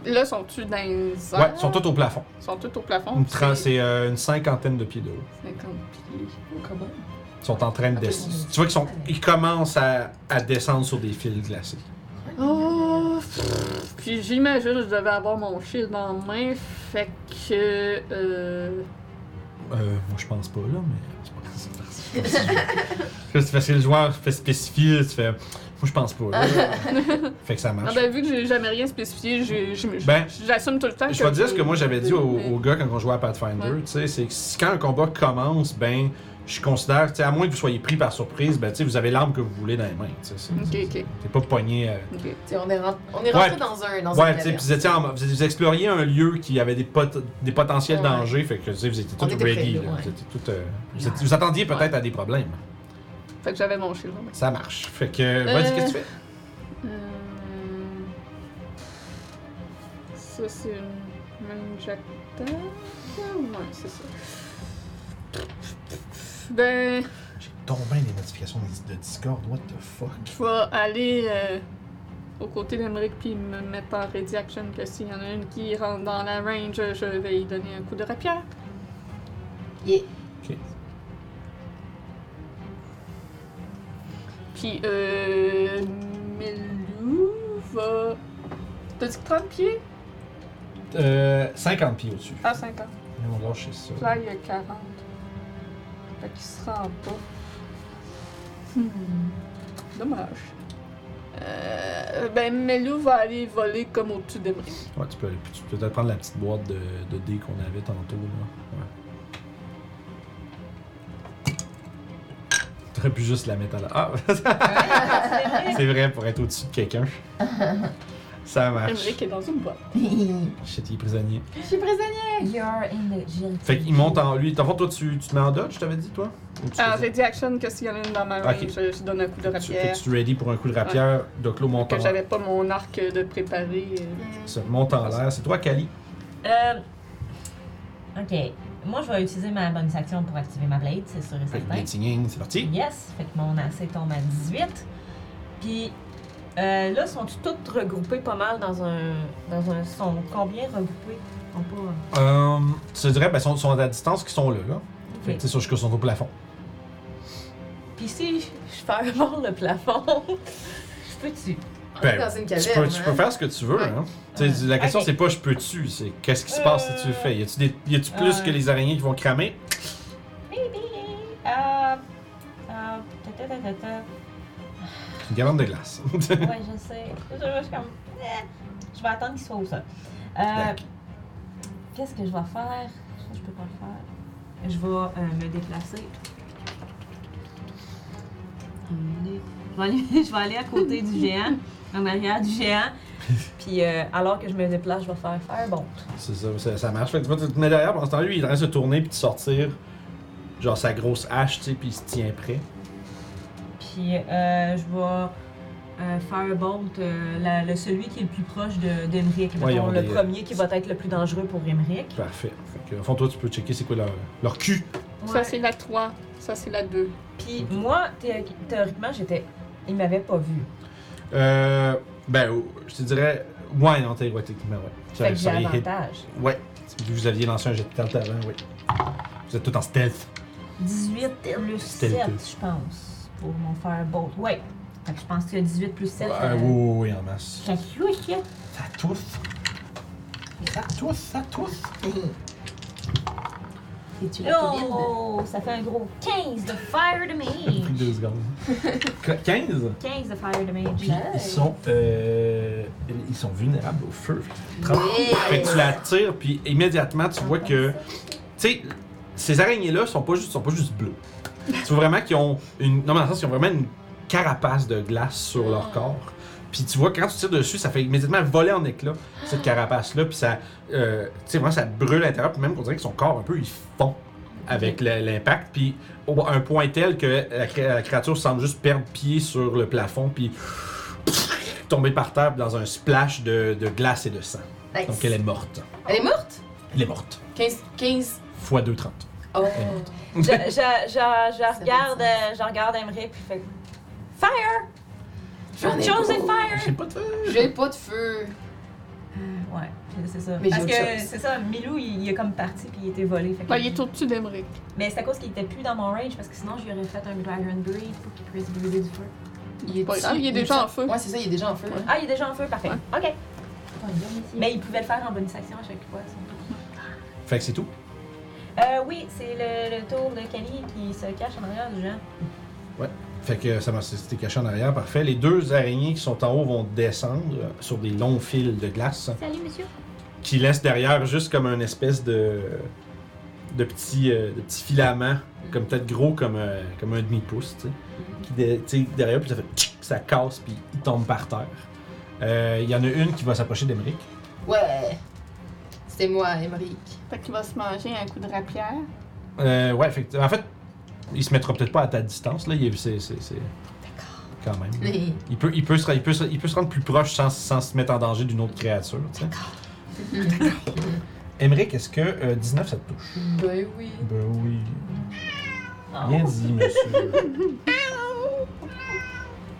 Là, sont-tu dans les
Ouais,
airs?
ils sont tous au plafond.
Ils sont tous au plafond.
Une tran- C'est euh, une cinquantaine de pieds de haut.
50 pieds. Oh, comment?
Ils sont en train de descendre. Tu vois qu'ils sont, ils commencent à, à descendre sur des fils glacés.
Oh! pff. Puis j'imagine que je devais avoir mon shield en main, fait que. Euh,
Euh, moi, je pense pas, là, mais c'est pas grave, c'est pas grave, c'est pas
(laughs)
grave. C'est parce que le joueur fait spécifier, tu fais. Moi, je pense pas,
(laughs)
là. fait que ça
ah
marche.
ben, vu que j'ai jamais rien spécifié, j'ai- j'ai-
Ben,
j'assume tout le temps.
Je vais te dire ce que moi j'avais dit au,
Mais-
au gars quand on jouait à Pathfinder,
Ouais.
tu sais, c'est que si- quand un combat commence, ben, je considère, tu sais, à moins que vous soyez pris par surprise, ben, tu sais, vous avez l'arme que vous voulez dans les mains, tu sais. c'est-
Ok, ok,
T'es pas pogné. euh,
ok.
Tu sais, on est rentré, on est rentré
Ouais.
dans un. Dans
Ouais,
une
tu sais, puis
caverne.
vous étiez en- vous, vous exploriez un lieu qui avait des, pot- des potentiels
Ouais.
dangers, fait que, tu sais, vous étiez tous
On était
ready,
prêts, là,
là.
ouais.
Vous étiez tous, euh, vous, étiez- vous attendiez peut-être à des problèmes.
Fait que j'avais mon shield en main.
Ça marche. Fait que, vas-y,
Euh,
qu'est-ce que tu fais?
Euh, Ça, c'est une range attack. Ouais, c'est ça. Ben,
J'ai tombé les notifications de Discord, what the fuck?
je vais aller euh, aux côtés d'Emeric puis me mettre en ready action que s'il y en a une qui rentre dans la range, je vais y donner un coup de rapière.
Yeah.
Ok.
Puis, euh. Melou va. T'as dit que 30 pieds?
Euh, 50 pieds au-dessus.
Ah, 50.
On va lâcher ça.
Là, il y a 40. Fait qu'il sera en bas. Hmm. Dommage. Euh, ben, Melou va aller voler comme au-dessus d'Emery.
Ouais, tu peux aller. Tu peux peut-être prendre la petite boîte de, de dés qu'on avait tantôt, là. Ouais. T'aurais pu juste la mettre à la. Ah! (laughs) C'est vrai, pour être au-dessus de
(laughs)
quelqu'un. Ça marche.
Emery qui est dans une boîte.
Shit, il est prisonnier.
Je suis prisonnière!
You're in the guilty.
Fait qu'il monte en lui. T'en fond, toi, tu, tu te mets en dodge, je t'avais dit, toi? Ou tu
Ah,
faisais-
j'ai dit action que s'il y en a une dans ma main,
Ok.
je, je donne un coup
tu,
de
fait
rapière.
que tu es ready pour un coup de rapière. Doclo monte
Que
en,
j'avais pas mon arc de préparé. euh.
se monte en l'air. C'est toi, Kali.
Euh, ok. Moi, je vais utiliser ma bonne action pour activer ma blade, c'est sûr et
Fait que
certain.
Blitzing, c'est parti.
Yes, fait que mon AC tombe à 18. Puis euh, là, sont toutes regroupées pas mal dans un. dans un. sont combien regroupées On peut.
Euh, tu dirais, ben, sont, sont à distance qui sont là, là. Fait
Ok.
que, tu sais, sont au plafond.
Puis si je je fais avoir le plafond, (laughs) je peux-tu
On est
Ben,
dans une
Tu
caverne.
peux, tu peux
hein?
faire ce que tu veux.
Ouais.
Hein. Tu sais, La question,
Ok.
c'est pas je peux-tu, c'est qu'est-ce qui se passe si tu le fais. Y a-tu, des, y a-tu plus
Ouais.
que les araignées qui vont cramer
Maybe. Euh. Euh. ta, ta, ta, ta, ta.
C'est Une galante de glace. (laughs)
Ouais, je sais. Je, je- je suis comme. eh, Je vais attendre qu'il soit au sol. Euh,
D'accord.
Qu'est-ce que je vais faire Ça, Je peux pas le faire. Je vais euh, me déplacer. Je vais, aller, (laughs) je vais aller à côté du géant, (laughs) en arrière du géant. Puis euh, alors que je me déplace, je vais faire faire bon.
c'est ça, ça, ça marche. Fait que tu vas te- te mets derrière, pendant ce temps-là, lui, il reste de tourner puis de sortir. Genre sa grosse hache, tu sais, puis il se tient prêt.
Puis euh, je vais euh, faire bolt, euh, la- le, celui qui est le plus proche de- d'Emeric.
Ouais, ils ont
Mettons, le
des-
premier qui va être le plus dangereux pour Emeric.
Parfait. Fait que, au fond, toi, tu peux checker c'est quoi leur, leur cul.
Ça, c'est la 3. Ça, c'est la 2.
Puis moi, théo- théoriquement, j'étais. Il m'avait pas vu.
Euh, ben, ou- je te dirais. Ouais, non, t'es ouais, techniquement, ouais. Ça-
Fait que j'ai
ça aurait hit.
avantage.
Ouais. Vous aviez lancé un jet de tarte avant, oui. Vous êtes tout en stealth.
18 plus
C'était le
7,
deux.
je pense, pour mon firebolt. Ouais. Fait que je pense que 18 plus euh, 7.
Ah, oui, oui, oui, en masse.
Ça touche, là.
Ça touffe. Ça touffe, ça touffe.
hein.
Et tu la COVID?
Oh, ça fait un gros 15 de
Plus
fire
de
(laughs)
damage.
deux secondes. Qu- 15?
15 de fire damage. hein?
Puis ils sont, euh, ils sont vulnérables au feu. Fait que tu la tires, puis immédiatement, tu vois que. Tu sais, ces araignées-là sont pas juste, sont pas juste bleues. Tu vois vraiment qu'ils ont une. Non, mais dans le sens, ils ont vraiment une carapace de glace sur leur corps. Puis tu vois, quand tu tires dessus, ça fait immédiatement voler en éclats, cette carapace-là. Puis ça. euh, tu sais, vraiment, ça brûle à l'intérieur. Puis même qu'on dirait que son corps, un peu, il fond avec le- l'impact. Puis au- à un point tel que la, cré- la créature semble juste perdre pied sur le plafond. Puis. tomber par terre dans un splash de, de glace et de sang.
Nice.
Donc elle est morte.
Elle est morte?
Elle est morte.
15. 15.
Fois 2,30. Elle
Oh.
est morte.
Je, je, je, je
fait
regarde,
du
euh, je regarde Emmerich, puis fait Fire!
J'en ai
Chosen
pas.
fire!
J'ai pas de feu.
J'ai pas de feu.
Ouais, c'est ça.
Mais
Parce
j'ai
que
autre chose.
c'est ça, Milou, il, il est comme parti puis il était volé. fait que-
Ben, il est au-dessus d'Emery.
Mais c'est à cause qu'il était plus dans mon range parce que sinon, je lui aurais fait un Dragon Breed pour qu'il puisse brûler du feu.
Il est,
Pas
dessus.
grave, il est déjà en feu.
Ouais, c'est ça, il est déjà en feu.
Ah, il est déjà en feu, parfait. Ok.
Oh,
Pas bien ici.
Mais il pouvait le faire en bonus action à chaque fois. ça.
Fait que c'est tout.
Euh, oui, c'est le, le tour de Kali qui se cache en arrière du géant.
Fait que ça m'a c'était caché en arrière. Parfait. Les deux araignées qui sont en haut vont descendre euh, sur des longs fils de glace
Salut, monsieur.
qui laissent derrière juste comme une espèce de de petits euh, de petits filaments comme peut-être gros comme euh, comme un demi pouce, tu sais, qui de- tu sais, derrière puis ça fait tchic, ça casse puis il tombe par terre. Euh, Il y en a une qui va s'approcher d'Emeric.
Ouais. C'était moi, Emmerich.
Fait qu'il va se manger un coup de rapière.
Euh, ouais, fait, que- en fait, il se mettra peut-être pas à ta distance, là. Il est, c'est, c'est, c'est... Quand même. Il peut, il, peut se, il, peut se, il peut se rendre plus proche sans, sans se mettre en danger d'une autre créature, tu sais. (laughs) Émeric, est-ce que euh, 19 ça te touche?
ben oui.
Ben oui.
Ah.
Ah.
Bien dit, monsieur.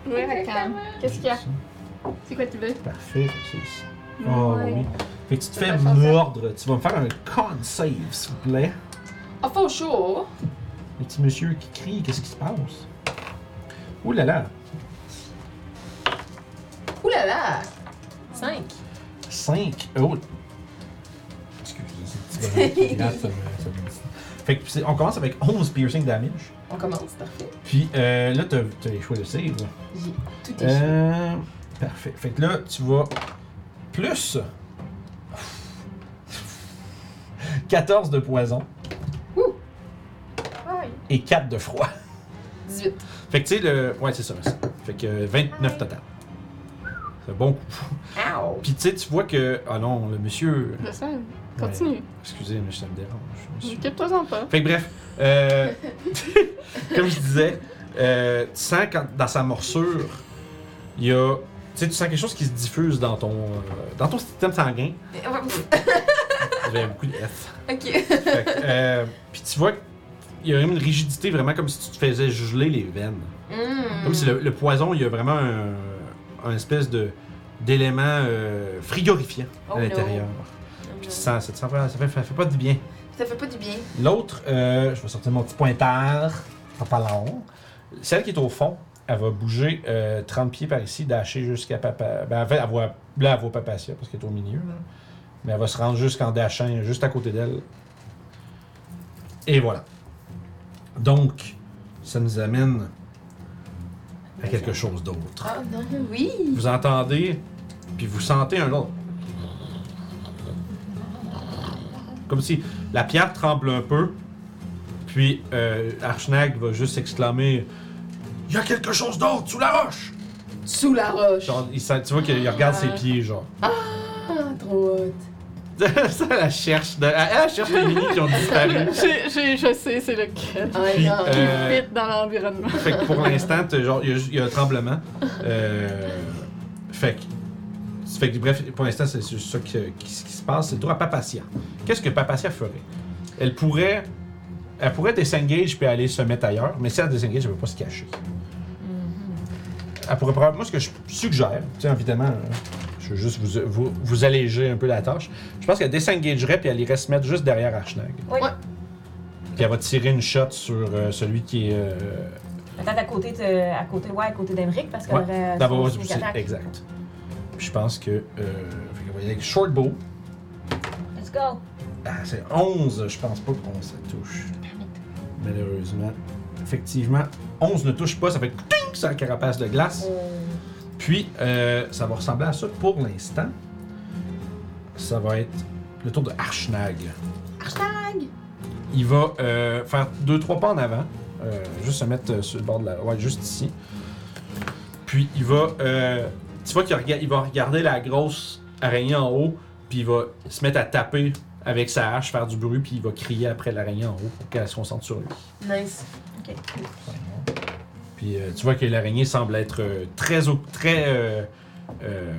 Oui, Rakan. (laughs) Qu'est-ce qu'il y a? C'est quoi tu veux?
Parfait, c'est ici. Oh oui. Fait que tu te
C'est
fais
pas hein. facile.
mordre. Tu vas me faire un con save, s'il vous plaît.
Enfin, au Ah, chaud.
Le petit monsieur qui crie, qu'est-ce qui se passe? Ouh là là!
Ouh là là.
5.
5. Oh! Excusez, c'est un petit bonhomme qui gratte, ça me- ça me dit. Fait que c'est- on commence avec 11 piercing damage.
On commence, parfait.
Puis euh, là, t'as t'as les choix de save.
J'ai tout échoué.
Euh, parfait. Fait que là, tu vas plus 14 de poison
Aïe.
et 4 de froid.
18.
Fait que tu sais, le. Ouais, c'est ça. c'est ça. Fait que euh, 29 total. C'est un bon coup.
Ow!
Puis tu sais, tu vois que. Ah non, le monsieur.
Le sel. Continue.
Excusez, mais ça me dérange. monsieur.
Occupe-toi en pas.
Fait que bref, euh, (laughs) comme je disais, euh, tu sens quand, dans sa morsure, il y a. Tu sais, tu sens quelque chose qui se diffuse dans ton, euh, dans ton système sanguin. J'avais beaucoup de F.
(laughs) ok.
Fait que, euh, Puis tu vois qu'il y a une rigidité vraiment comme si tu te faisais geler les veines.
Mm.
Comme si le, le poison, il y a vraiment un, un espèce de d'élément euh, frigorifiant
Oh
à
no.
l'intérieur. Puis tu sens, ça, te sent pas- ça fait- ça fait pas du bien.
Ça fait pas du bien.
L'autre, euh, je vais sortir mon petit pointeur, ça va pas long. Celle qui est au fond, elle va bouger euh, 30 pieds par ici, dasher jusqu'à Papa. Ben, en fait, elle voit, là, elle voit Papacia parce qu'elle est au milieu. là. Mais elle va se rendre jusqu'en dashant, juste à côté d'elle. Et voilà. Donc, ça nous amène à quelque chose d'autre.
Oh non, oui!
Vous entendez, puis vous sentez un autre. Comme si la pierre tremble un peu, puis euh, Archnag va juste exclamer Il y a quelque chose d'autre sous la roche
Sous la roche.
Genre, il sent- tu vois qu'il regarde ses pieds, genre. (laughs)
Ah, trop haute.
Ça, la cherche. de- elle, elle cherche les mini qui ont disparu.
J'ai- j'ai- Je sais, c'est lequel.
Ah
Puis,
non.
Qui
euh,
fit dans l'environnement.
Fait que pour l'instant, t'as genre, il y a ju- il y, a un tremblement. Euh, fait que. Fait que, bref, pour l'instant, c'est juste ça que- qui, ce qui se passe. C'est le tour à Papacia. Qu'est-ce que Papacia ferait? Elle pourrait. Elle pourrait disengage puis aller se mettre ailleurs, mais si elle disengage, elle ne peut pas se cacher. Elle pourrait probablement. Moi, ce que je suggère, tu sais, évidemment, euh, je veux juste vous, vous, vous alléger un peu la tâche. Je pense qu'elle désengagerait puis elle irait se mettre juste derrière Archnag.
Oui.
Ouais.
Puis elle va tirer une shot sur euh, celui qui est. euh,
Peut-être à côté de. à côté, ouais, à côté d'Emeric parce euh, qu'elle
Ouais,
aurait.
D'abord,
son sneak
c'est
attack.
exact. Puis je pense que. Euh, fait qu'on va y aller avec Short Bow.
Let's go.
Ah, c'est 11, je pense pas qu'on se touche. Malheureusement. Effectivement, 11 ne touche pas, ça fait ting sur la carapace de glace.
Euh,
Puis, euh, ça va ressembler à ça pour l'instant. Ça va être le tour de Archnag.
Hashtag!
Il va euh, faire 2-3 pas en avant. Euh, juste se mettre euh, sur le bord de la. Ouais, juste ici. Puis il va. euh, tu vois qu'il rega- il va regarder la grosse araignée en haut. Puis il va se mettre à taper avec sa hache, faire du bruit. Puis il va crier après l'araignée en haut pour qu'elle se concentre sur lui.
Nice.
Puis euh, tu vois que l'araignée semble être euh, très au. Très, euh, euh,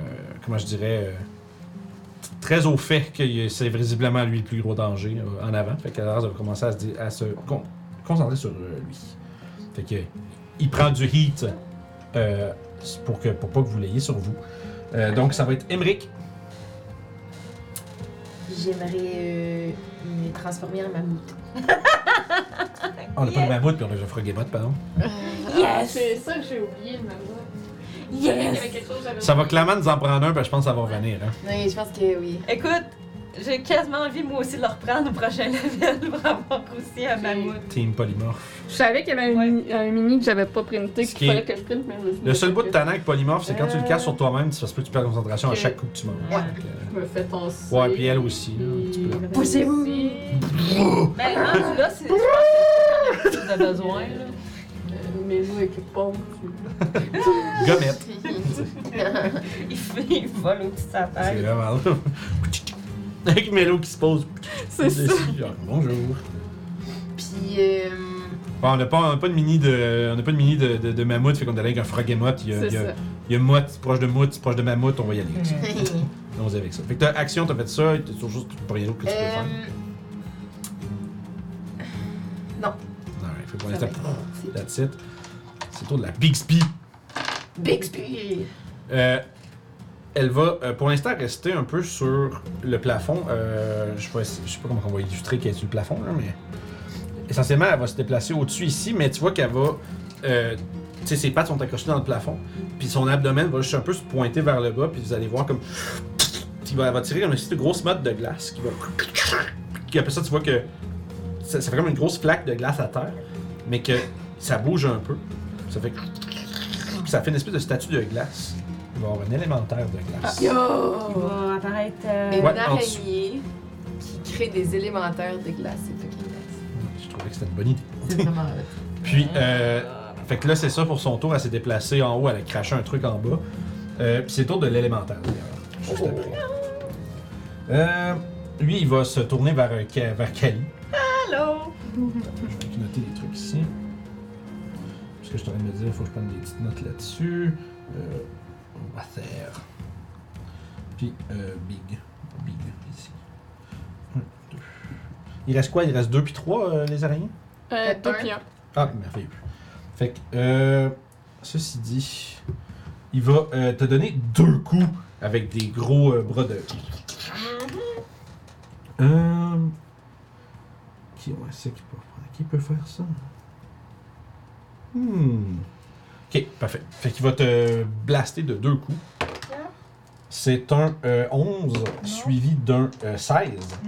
comment je dirais. euh, t- très au fait que y- c'est visiblement lui le plus gros danger euh, en avant. Fait qu'elle a l'air de commencer à se, di- à se con- concentrer sur euh, lui. Fait que. Il prend du heat euh, pour, que, pour pas que vous l'ayez sur vous. Euh, donc ça va être Emric.
J'aimerais euh, me transformer en mammouth.
On n'a pas de mammouth, puis on a un froguebot, pardon.
Ah, C'est ça que j'ai oublié de ma voix. Il y avait quelque chose, j'avais-
Ça va clairement nous en prendre un, parce que je pense que ça va revenir. Hein.
Oui, je pense que oui.
Écoute, j'ai quasiment envie moi aussi de le reprendre au prochain level (laughs) pour avoir aussi un mammouth.
Team polymorphe.
Je savais qu'il y avait un, mini, un mini que j'avais pas printé,
Ce
qu'il
qui
fallait
est-
que je printe, mais je me suis
Le seul
dit
bout de
que
tannant avec polymorphe, c'est quand tu le casses sur toi-même, ça se peut que tu perds concentration à
Ok.
chaque coup que tu manges.
Ouais.
Donc, euh,
Je me fais penser.
Ouais, puis elle aussi, là, un petit peu.
Poussez-vous.
Oh.
Mais rendu là, c'est. je pense que c'est tout qu'on a besoin, là.
Mais nous, euh, avec le pompe.
(laughs)
Gommette.
Il, fait, il vole au-dessus de sa
C'est
tête.
vraiment là. (laughs) Avec Melo qui se pose
C'est
dessus.
ça.
genre, bonjour.
Puis,
(laughs)
euh,
Bon, on n'a pas, on a pas de mini de, on a pas de, mini de, de, de mammouth, fait qu'on est allé avec un frog et motte. Il y a,
C'est
il y a-
ça. Euh,
il y a motte, proche de motte, proche de mammouth, on va y aller. avec ça.
Mhm.
Mm.
Allons-y avec ça. Fait que t'as action, t'as fait ça, et t'as toujours juste pour rien d'autre que tu peux faire.
euh, non,
Alright, fait que pour
ça va
l'instant,
être- c'est
that's it. C'est le tour de la Bixby.
Bixby.
Euh, elle va euh, pour l'instant rester un peu sur le plafond. Euh, je, vais essa- je sais pas comment on va illustrer qu'elle est sur le plafond, là, mais essentiellement, elle va se déplacer au-dessus ici, mais tu vois qu'elle va. euh, tu sais, ses pattes sont accrochées dans le plafond, puis son abdomen va juste un peu se pointer vers le bas, puis vous allez voir comme. Puis elle va tirer une petite grosse motte de glace qui va. Puis après ça, tu vois que ça, ça fait comme une grosse flaque de glace à terre, mais que ça bouge un peu. Ça fait. Puis ça fait une espèce de statue de glace. Il va y avoir un élémentaire de
Ah,
glace.
Il
Oh,
Yo!
va apparaître.
Et
euh,
Ouais, en
une araignée qui crée des élémentaires de glace. C'est fucking nice.
Je trouvais que c'était une bonne idée.
C'est vraiment hot. (laughs)
Puis, euh, fait que là, c'est ça pour son tour. Elle s'est déplacée en haut, elle a craché un truc en bas. Euh, puis c'est le tour de l'élémentaire, d'ailleurs, juste après. Euh, lui, il va se tourner vers, euh, Ka- vers Kali.
Allô?
Je vais noter des trucs ici. Parce que je suis en train de me dire, il faut que je prenne des petites notes là-dessus. Euh, on va faire. Puis, euh, big. Big, ici. Un, deux. Il reste quoi Il reste deux puis trois, euh, les araignées
Euh,
Pepper.
deux pions.
ah, merveilleux. Fait que, euh, ceci dit, il va euh, te donner deux coups avec des gros euh, bras de. Euh, qui, ouais, c'est qui, peut, qui peut faire ça? Hmm. Ok, parfait. Fait qu'il va te blaster de deux coups. C'est un euh, 11 suivi d'un euh, 16.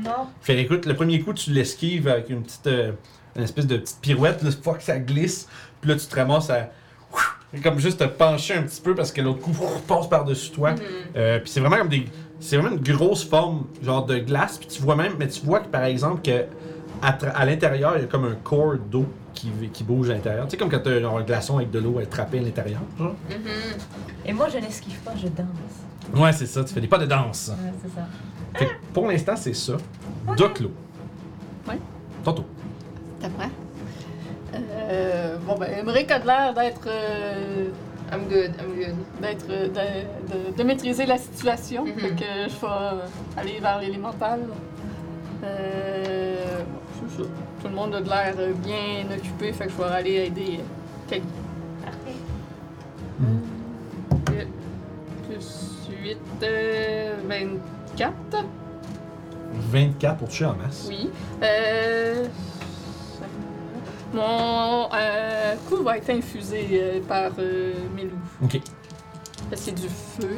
Non.
Fait écoute, le premier coup, tu l'esquives avec une petite. euh, une espèce de petite pirouette, là, fuck, ça glisse. Puis là, tu te ramasses à. Comme juste te pencher un petit peu parce que l'autre coup passe par-dessus toi. Euh, puis c'est vraiment comme des. C'est vraiment une grosse forme, genre de glace. Puis tu vois même, mais tu vois que par exemple, que à, tra- à l'intérieur, il y a comme un corps d'eau qui, qui bouge à l'intérieur. Tu sais, comme quand t'as genre, un glaçon avec de l'eau attrapée à l'intérieur. genre.
Mm-hmm.
Et moi, je n'esquive pas, je danse.
Ouais, c'est ça, tu fais des pas de danse.
Ouais, c'est ça.
Fait que pour l'instant, c'est ça. Doclo.
Ouais.
Tantôt.
T'as prêt?
Euh, bon, ben, Emmerich a l'air d'être. euh,
I'm good, I'm good.
d'être euh, de, de- de maîtriser la situation.
Mhm.
Fait que je vais euh, aller vers l'élémental. Euh, bon, c'est ça. Tout le monde a de l'air euh, bien occupé, fait que je vais aller aider euh, Kelly.
Mhm.
Euh, Plus 8, euh, 24.
24 pour tuer en masse.
Oui. Euh, mon euh, coup va être infusé euh, par euh, Milou.
Ok.
Parce que C'est du feu.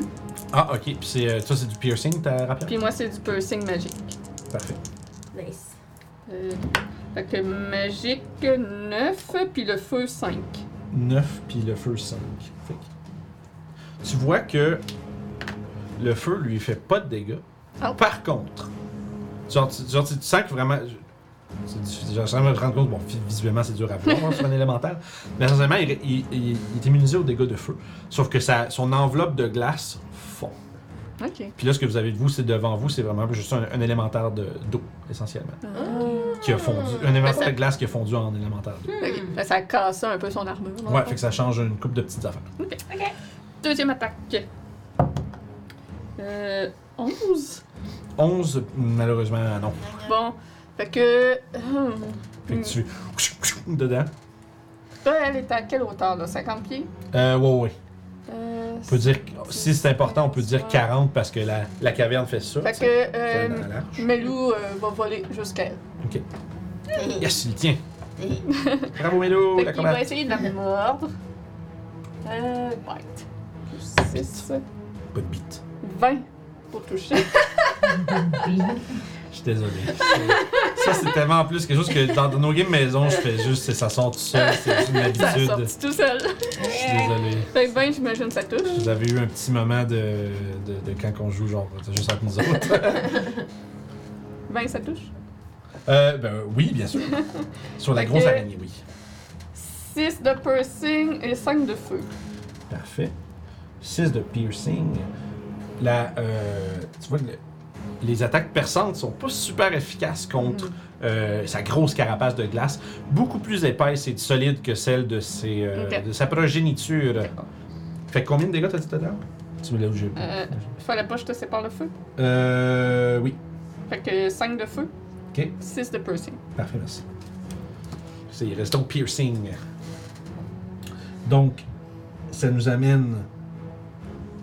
Ah, ok. Puis c'est, euh, ça, c'est du piercing, t'as rappelé?
Puis moi, c'est du piercing magique.
Parfait.
Nice.
Euh, fait que magique 9, puis le feu 5.
9, puis le feu 5. Fait que- Tu vois que le feu lui fait pas de dégâts.
Ah.
Par contre, genre, tu, genre, tu- tu sens que vraiment. je- c'est difficile, genre, je me rends compte, bon, vi- visuellement, c'est dur à voir hein, sur un élémentaire. Mais essentiellement, il, il- il- il est immunisé aux dégâts de feu. Sauf que sa, son enveloppe de glace fond.
Ok.
Puis là, ce que vous avez de vous, c'est devant vous, c'est vraiment juste un, un élémentaire de- d'eau, essentiellement. Qui a fondu. Un élémentaire de glace qui a fondu en élémentaire d'eau.
Ok. Ben, ça a cassé un peu son armure. dans le
Ouais,
fond.
fait que ça change une coupe de petites affaires.
Deuxième attaque. Euh, 11.
11, malheureusement, non.
Bon. Fait que. hum,
Fait que tu. dedans.
Là, hmm, elle est à quelle hauteur, là 50 pieds
Euh, ouais, ouais.
Euh,
On peut dire. que- Si c'est important, on peut dire 40 parce que la, la caverne fait ça.
Fait
tu sais.
que.
C'est dans
Euh,
la large.
Melou euh, va voler jusqu'à elle.
(laughs)
Yes, il
(laughs)
tient. Bravo, Melo,
Fait
Oh, la
qu'il va
combat.
essayer de la mordre. Euh. Bite. 6.
Pas de bite.
20 pour toucher.
Je suis désolé. (laughs) ça, c'est tellement plus quelque chose que dans nos games maison, je fais juste. c'est- Ça sort tout seul. C'est une
Ça a
habitude.
sorti tout seul.
Je suis désolé.
Fait que 20, Ben, j'imagine, ça touche.
Vous avez eu un petit moment de, de, de quand on joue, genre, juste avec nous autres.
20, ça touche.
Euh, ben oui, bien sûr. Sur la
Fait
grosse
que-
araignée, oui.
6 de piercing et 5 de feu.
Parfait. 6 de piercing. La, euh, tu vois que le- les attaques perçantes sont pas super efficaces contre
Mm.
euh, sa grosse carapace de glace, beaucoup plus épaisse et solide que celle de, ses, euh,
Ok.
de sa progéniture. Fait que combien de dégâts t'as dit tout à l'heure? Tu me l'as où j'ai-
Euh, Fallait pas que je te sépare le feu.
Euh, oui.
Fait que 5 de feu.
Ok.
6 de piercing.
Parfait, merci. C'est restons piercing. Donc, ça nous amène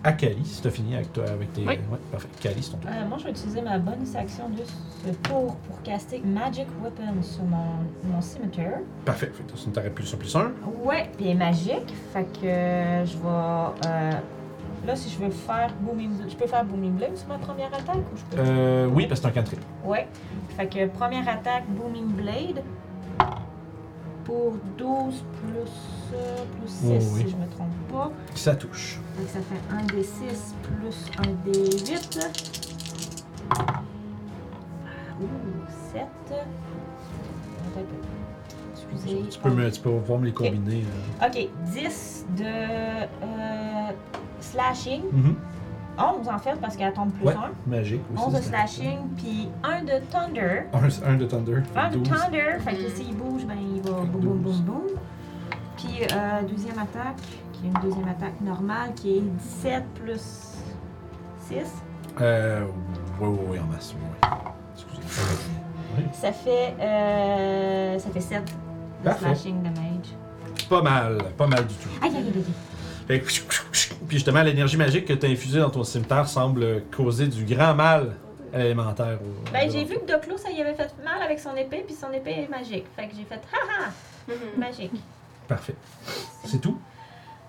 à Cali, si t'as fini avec toi, avec tes.
Oui.
Ouais, parfait. Cali, c'est ton tour.
Euh, moi, je vais utiliser ma bonus action de ce tour pour caster Magic Weapon sur mon, mon cimetière.
Parfait. Fait que ça nous t'aurait plus un plus un.
Ouais, puis elle est magique. Fait que euh, je vais. euh, là, si je veux faire Booming Blade, je peux faire Booming Blade sur ma première attaque ou je peux.
Euh, oui, parce Euh, que c'est un cantrip.
Ouais. Fait que première attaque, Booming Blade. Pour 12 plus, euh, plus 6,
Oh oui.
si je me trompe pas.
Ça touche.
Fait que ça fait 1 des 6 plus 1 des 8. Ouh, 7. Excusez.
Tu peux, me, tu peux pouvoir me les combiner. là.
Ok, 10 de euh, slashing.
Mhm.
11 en fait, parce qu'elle tombe plus
Ouais,
1.
magique aussi.
11 de
ça.
slashing, puis 1 de thunder.
Un, un de Thunder. fait
1 de
12.
thunder, fait que
Mhm.
s'il bouge, ben il va boum boum boum boum. Puis euh, deuxième attaque, qui est une deuxième attaque normale, qui est 17 plus 6.
Euh. Ouais, ouais, ouais, en masse. Ouais. Excusez.
Ça fait, euh, ça fait 7 de
Parfait.
slashing damage.
Pas mal, pas mal du tout.
Aïe, aïe, aïe, aïe.
Fait que Puis justement, l'énergie magique que tu as infusée dans ton cimetière semble causer du grand mal à l'élémentaire. au-
Ben, j'ai vu que Doclo, ça y avait fait mal avec son épée, puis son épée est magique. Fait que j'ai fait, haha, (laughs) magique.
Parfait. C'est tout?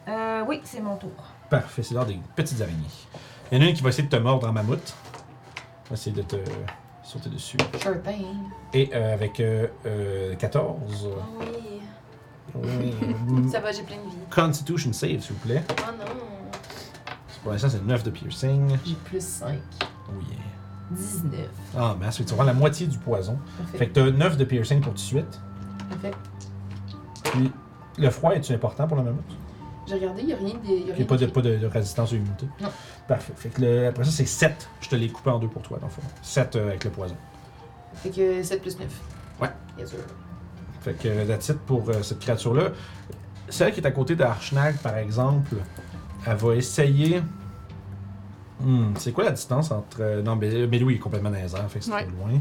Euh, oui, c'est mon tour.
Parfait. C'est l'heure des petites araignées. Il y en a une qui va essayer de te mordre en mammouth. Elle va essayer de te sauter dessus.
Sure thing.
Et euh, avec euh, euh, 14.
Oh Oui.
euh,
Ça va, j'ai plein de vie.
(laughs) Constitution save, s'il vous plaît.
Oh non.
Pour l'instant, c'est 9 de piercing.
J'ai plus 5.
Oh yeah.
19.
Ah, mais ensuite, tu prends la moitié du poison. Fait
Parfait.
que t'as 9 de piercing pour tout de suite.
Parfait.
Puis, le froid est-tu important pour la mammouth?
J'ai regardé, il n'y a rien de. y a
Il n'y
rien
a pas de, pas de, de résistance à l'humidité.
Non.
Parfait. Fait que le- après ça, c'est 7. Je te l'ai coupé en deux pour toi, dans le fond. 7 avec le poison.
Fait que 7 plus 9.
Ouais.
Bien sûr.
Fait que euh, that's it pour euh, cette créature-là. Celle qui est à côté d'Archnag, par exemple, elle va essayer. Hmm, c'est quoi la distance entre. euh, Non, mais, mais lui, il est complètement dans les airs, fait que c'est
Ouais.
trop loin.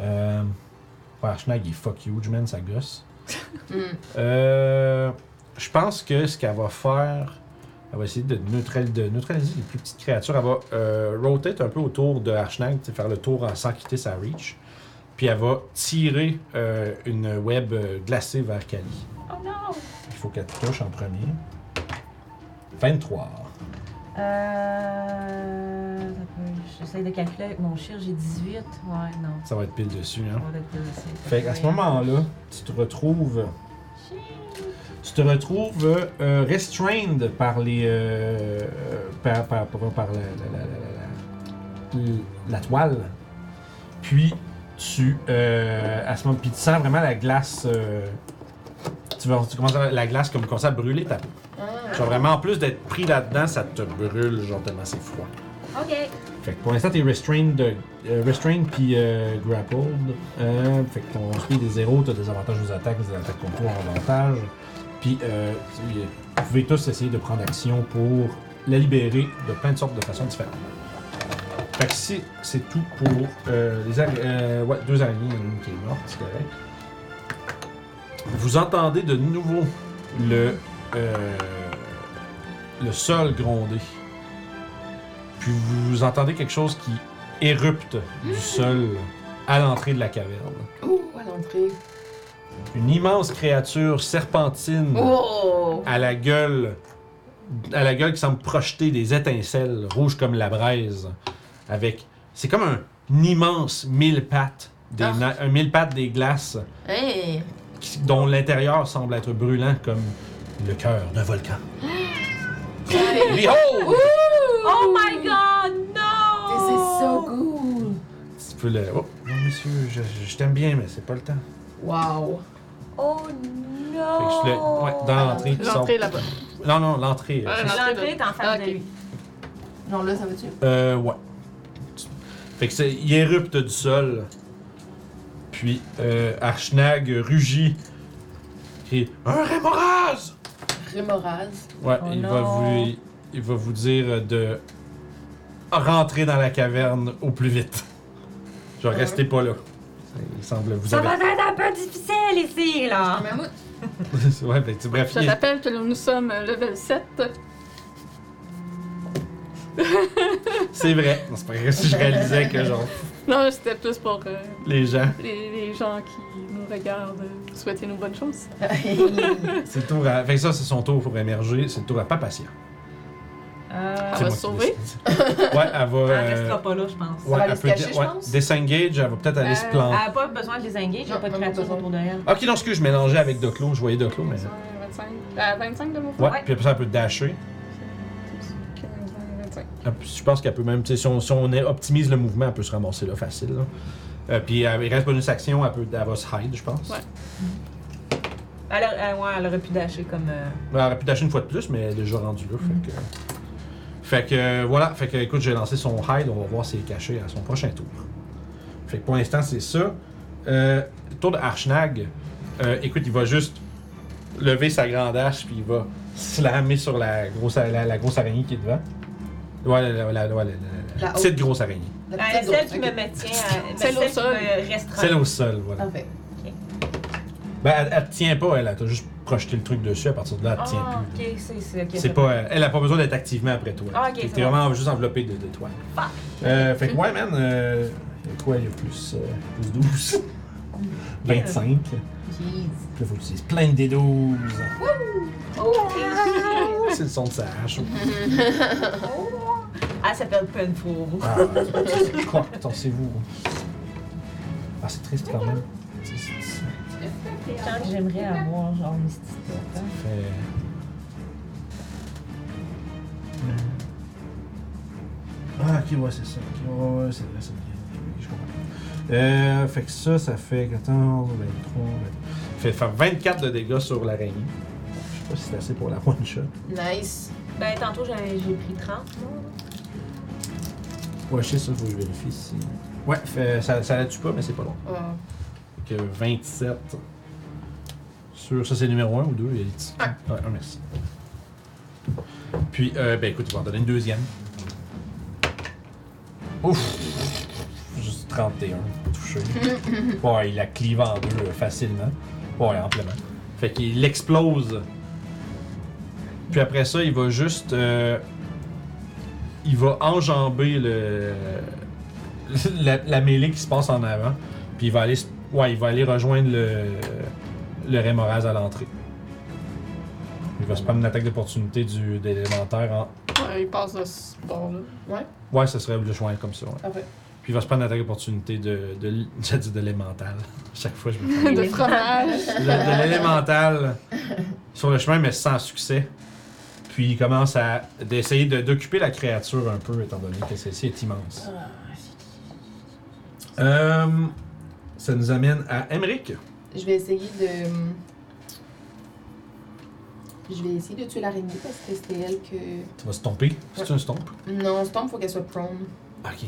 Euh... ouais, Archnag, il est fuck huge, man, ça gosse.
Hum.
Euh, je pense que ce qu'elle va faire, elle va essayer de, neutral- de neutraliser les plus petites créatures. Elle va euh, rotate un peu autour de Archnag, tu sais, faire le tour en- sans quitter sa reach. Puis elle va tirer euh, une web euh, glacée vers Kali.
Oh non!
Il faut qu'elle te touche en premier. 23.
Euh, ça peut- j'essaie de calculer avec mon chir, j'ai 18. Ouais, non.
Ça va être pile dessus.
ça
Hein?
va être plus, c'est-
Fait qu'à ce moment-là, tu te retrouves. Tu te retrouves euh, euh, restrained par les. euh, par, par, par- par la, la- la- la- la- la- la toile. Puis, tu. euh, à ce moment puis tu sens vraiment la glace. euh, tu, vas, tu commences à, la glace comme, commence à brûler ta peau. Genre vraiment, en plus d'être pris là-dedans, ça te brûle, genre tellement c'est froid.
Ok.
Fait que pour l'instant, t'es restrained, euh, restrained puis euh, grappled. Euh, fait que ton speed est zéro, t'as des avantages aux attaques, des attaques contre toi en avantage. Puis euh, tu- vous pouvez tous essayer de prendre action pour la libérer de plein de sortes de façons différentes. Fait que c'est, c'est tout pour euh, les ara- euh, ouais, deux araignées, il y en a une qui est morte, c'est correct. Vous entendez de nouveau le, euh, le sol gronder. Puis vous entendez quelque chose qui érupte
Mm.
du sol à l'entrée de la caverne.
Ouh, à l'entrée.
Une immense créature serpentine
Oh!
à la gueule à la gueule qui semble projeter des étincelles rouges comme la braise avec c'est comme un immense mille pattes des
Ah.
na- un mille pattes des glaces
Hey!
qui- dont l'intérieur semble être brûlant comme le cœur d'un volcan.
(gasps)
Behold!
Oh my god, no!
This is so cool!
Tu peux le oh, non monsieur, je, je t'aime bien mais c'est pas le temps.
Wow!
Oh
Fait que
no!
je le- ouais,
Oh.
dans l'entrée qui sort.
L'entrée là-bas.
Non non, l'entrée.
Ouais,
euh,
L'entrée est en face
Ok.
de lui.
Genre là, ça va-tu?
Euh, ouais. Fait que c'est. Il érupte du sol. Puis, euh, Archnag rugit. Et. Un rémoraz!
Rémoraz.
Ouais,
Oh
il, va
non.
vous, il va vous dire de. rentrer dans la caverne au plus vite. Genre, restez pas là. Il semble vous
Ça va
avoir.
être un peu difficile ici, là!
Ah, (laughs) Mammouth.
(laughs) ouais, fait que, bref,
Je
il-
rappelle que nous sommes level 7.
c'est vrai. Non, c'est pas vrai si je réalisais que, genre,
Non, c'était plus pour euh,
les gens.
les, les gens qui nous regardent. euh, Souhaiter nous bonnes choses.
C'est le tour à. Fait que ça, c'est son tour pour émerger. C'est le tour à Papatia.
Euh,
C'est
va
moi
se
qui
sauver?
décide. ouais, elle va.
elle
euh,
restera pas là, je pense.
Ça va aller se
elle peut
cacher,
dé-
je
ouais,
pense.
Disengage, elle va peut-être aller se
Euh,
Elle
planter.
n'a pas besoin de les engager, il n'y a
Non,
pas
elle
de
a pas
créature
besoin.
autour de elle.
Ok, non, excuse, je mélangeais avec Doclo, je voyais Doclo, mais.
25. À 25 Euh, de mon
Ouais,
Ouais.
puis après ça, elle peut dasher.
15, 25.
Elle peut- Je pense qu'elle peut même, tu sais, si on, si on optimise le mouvement, elle peut se ramasser là facile. Là. Euh, puis elle, il reste bonus action, elle, peut, elle va se hide, je pense.
Ouais.
Elle, a- elle- ouais, elle aurait pu dasher comme. euh,
Ben, Elle aurait pu dasher une fois de plus, mais elle est déjà rendue là. Fait que, fait que euh, voilà, fait que écoute, j'ai lancé son hide, on va voir s'il est caché à son prochain tour. Fait que pour l'instant, c'est ça. Euh, tour de Archnag, euh, écoute, il va juste lever sa grande hache, puis il va slammer sur la grosse, la, la grosse araignée qui est devant. Ouais, la, la- la- ouais, la- la- la
La
petite
haute.
grosse araignée.
La
euh,
petite
celle
zone, ok.
qui me maintient. à-
Celle au
qui
sol.
me restreint.
Celle au sol, voilà.
Parfait.
Ben, elle, elle te tient pas, elle, elle t'a juste projeté le truc dessus, à partir de là, elle te tient
Ah,
plus.
ok, c'est- c'est ok.
C'est pas, euh, elle a pas besoin d'être activement après toi.
Ah, ok,
T'es-
c'est
T'es
bon.
vraiment juste enveloppé de, de toi.
Fuck.
Euh, fait que ouais, man, euh, il y a quoi, il y a plus, euh, plus
(laughs)
12, 25. Puis
Jeez.
là, faut que tu dises plein de D12.
Oh,
C'est le son de sa hache.
(laughs) elle s'appelle Penfour.
Ah, je crois que c'est vous. Ah, c'est triste quand même. C'est- c'est- c'est-
Tant que j'aimerais avoir genre une petite tête, hein.
Fait- Ah, ok, ouais, c'est ça. Ok, ouais, ouais, c'est vrai, c'est bien. Je comprends. Euh, fait que ça, ça fait 14, 23, 24. Fait, fait 24 de dégâts sur l'araignée. Je sais pas si c'est assez pour la one shot.
Nice.
Ben, tantôt, j'ai j'ai pris 30.
Ouais, je sais ça, faut que je vérifie si. Ouais, fait- ça, ça la tue pas, mais c'est pas long.
Oh.
Fait que 27. Sur, ça c'est numéro 1 ou 2, il y a les petits.
Ah.
Ouais, ah, merci. Puis, euh, ben écoute, il va en donner une deuxième. Ouf! Juste 31, touché. ouais, il la clive en deux euh, facilement. Ouais, amplement. Fait qu'il explose. Puis après ça, il va juste. euh, il va enjamber le, (laughs) la, la mêlée qui se passe en avant. Puis il va aller, se- ouais, il va aller rejoindre le, le Rémoraz à l'entrée. Il va se prendre une attaque d'opportunité du- de l'élémentaire en.
Ouais, il passe de ce bord-là.
Ouais, ça serait le joint comme ça. ouais.
Parfait.
Puis il va se prendre une attaque d'opportunité de. de, l- (laughs) j'allais dire de l'élémental. Chaque fois, je me trompe.
de fromage.
de, de l'élémental sur le chemin, mais sans succès. Puis il commence à d'essayer de- d'occuper la créature un peu, étant donné que celle-ci est immense.
Ah.
Euh, ça nous amène à Emmerich.
Je vais essayer de. Je vais essayer de tuer l'araignée parce que c'était elle que.
Tu vas stomper. C'est un stomp.
Non, ce tombe, faut qu'elle soit prone.
Ok.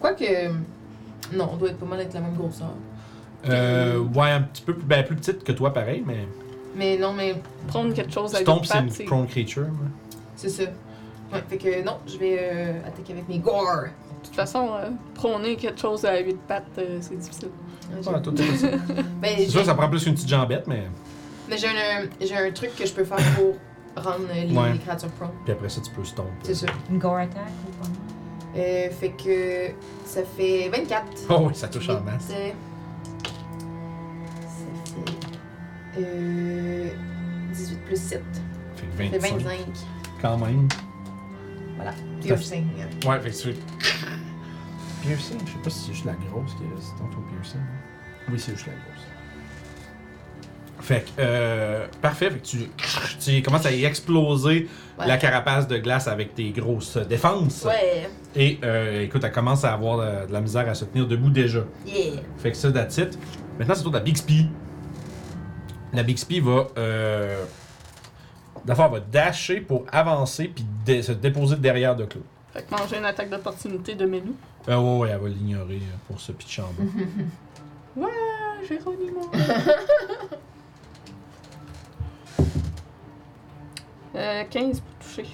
Quoique. Non, on doit être pas mal être la même grosseur.
Euh, ouais, un petit peu plus, ben, plus petite que toi, pareil, mais.
Mais non, mais
Prendre quelque chose avec
Stomp,
une
c'est
patte,
une
c'est-
prone creature. ouais.
c'est ça. Ouais, fait que non, je vais euh, attaquer avec mes gore.
De toute façon, euh, prôner quelque chose à huit pattes, euh, c'est difficile.
Ouais, toi, t'es pas ça.
Ben,
C'est
j'ai-
sûr, ça prend plus une petite jambette, mais.
mais j'ai un, j'ai un truc que je peux faire pour rendre les,
Ouais.
les créatures prone.
Puis après ça, tu peux euh. stomp.
C'est ça.
Une gore attack ou pas?
Euh, fait que ça fait 24.
Oh, oui, ça touche en masse.
Ça fait. Euh, 18 plus 7.
Fait que
Ça fait
25.
25.
Quand même.
Voilà. Piercing.
Ouais, fait que tu. Piercing, je sais pas si c'est juste la grosse qui est résistante au piercing. Oui, c'est juste la grosse. Fait que, euh, parfait, fait que tu, tu commences à y exploser
Ouais.
la carapace de glace avec tes grosses euh, défenses.
Ouais.
Et euh, écoute, elle commence à avoir euh, de la misère à se tenir debout déjà.
Yeah.
Fait que ça, that's it. Maintenant, c'est au tour de la Bixby. La Bixby va. Euh... D'abord, elle va dasher pour avancer puis dé- se déposer derrière de Claude.
Fait que manger une attaque d'opportunité de menu.
Euh, ouais, ouais, elle va l'ignorer euh, pour ce pitch en bas.
Ah, Géronimo! (laughs) euh, 15 pour toucher.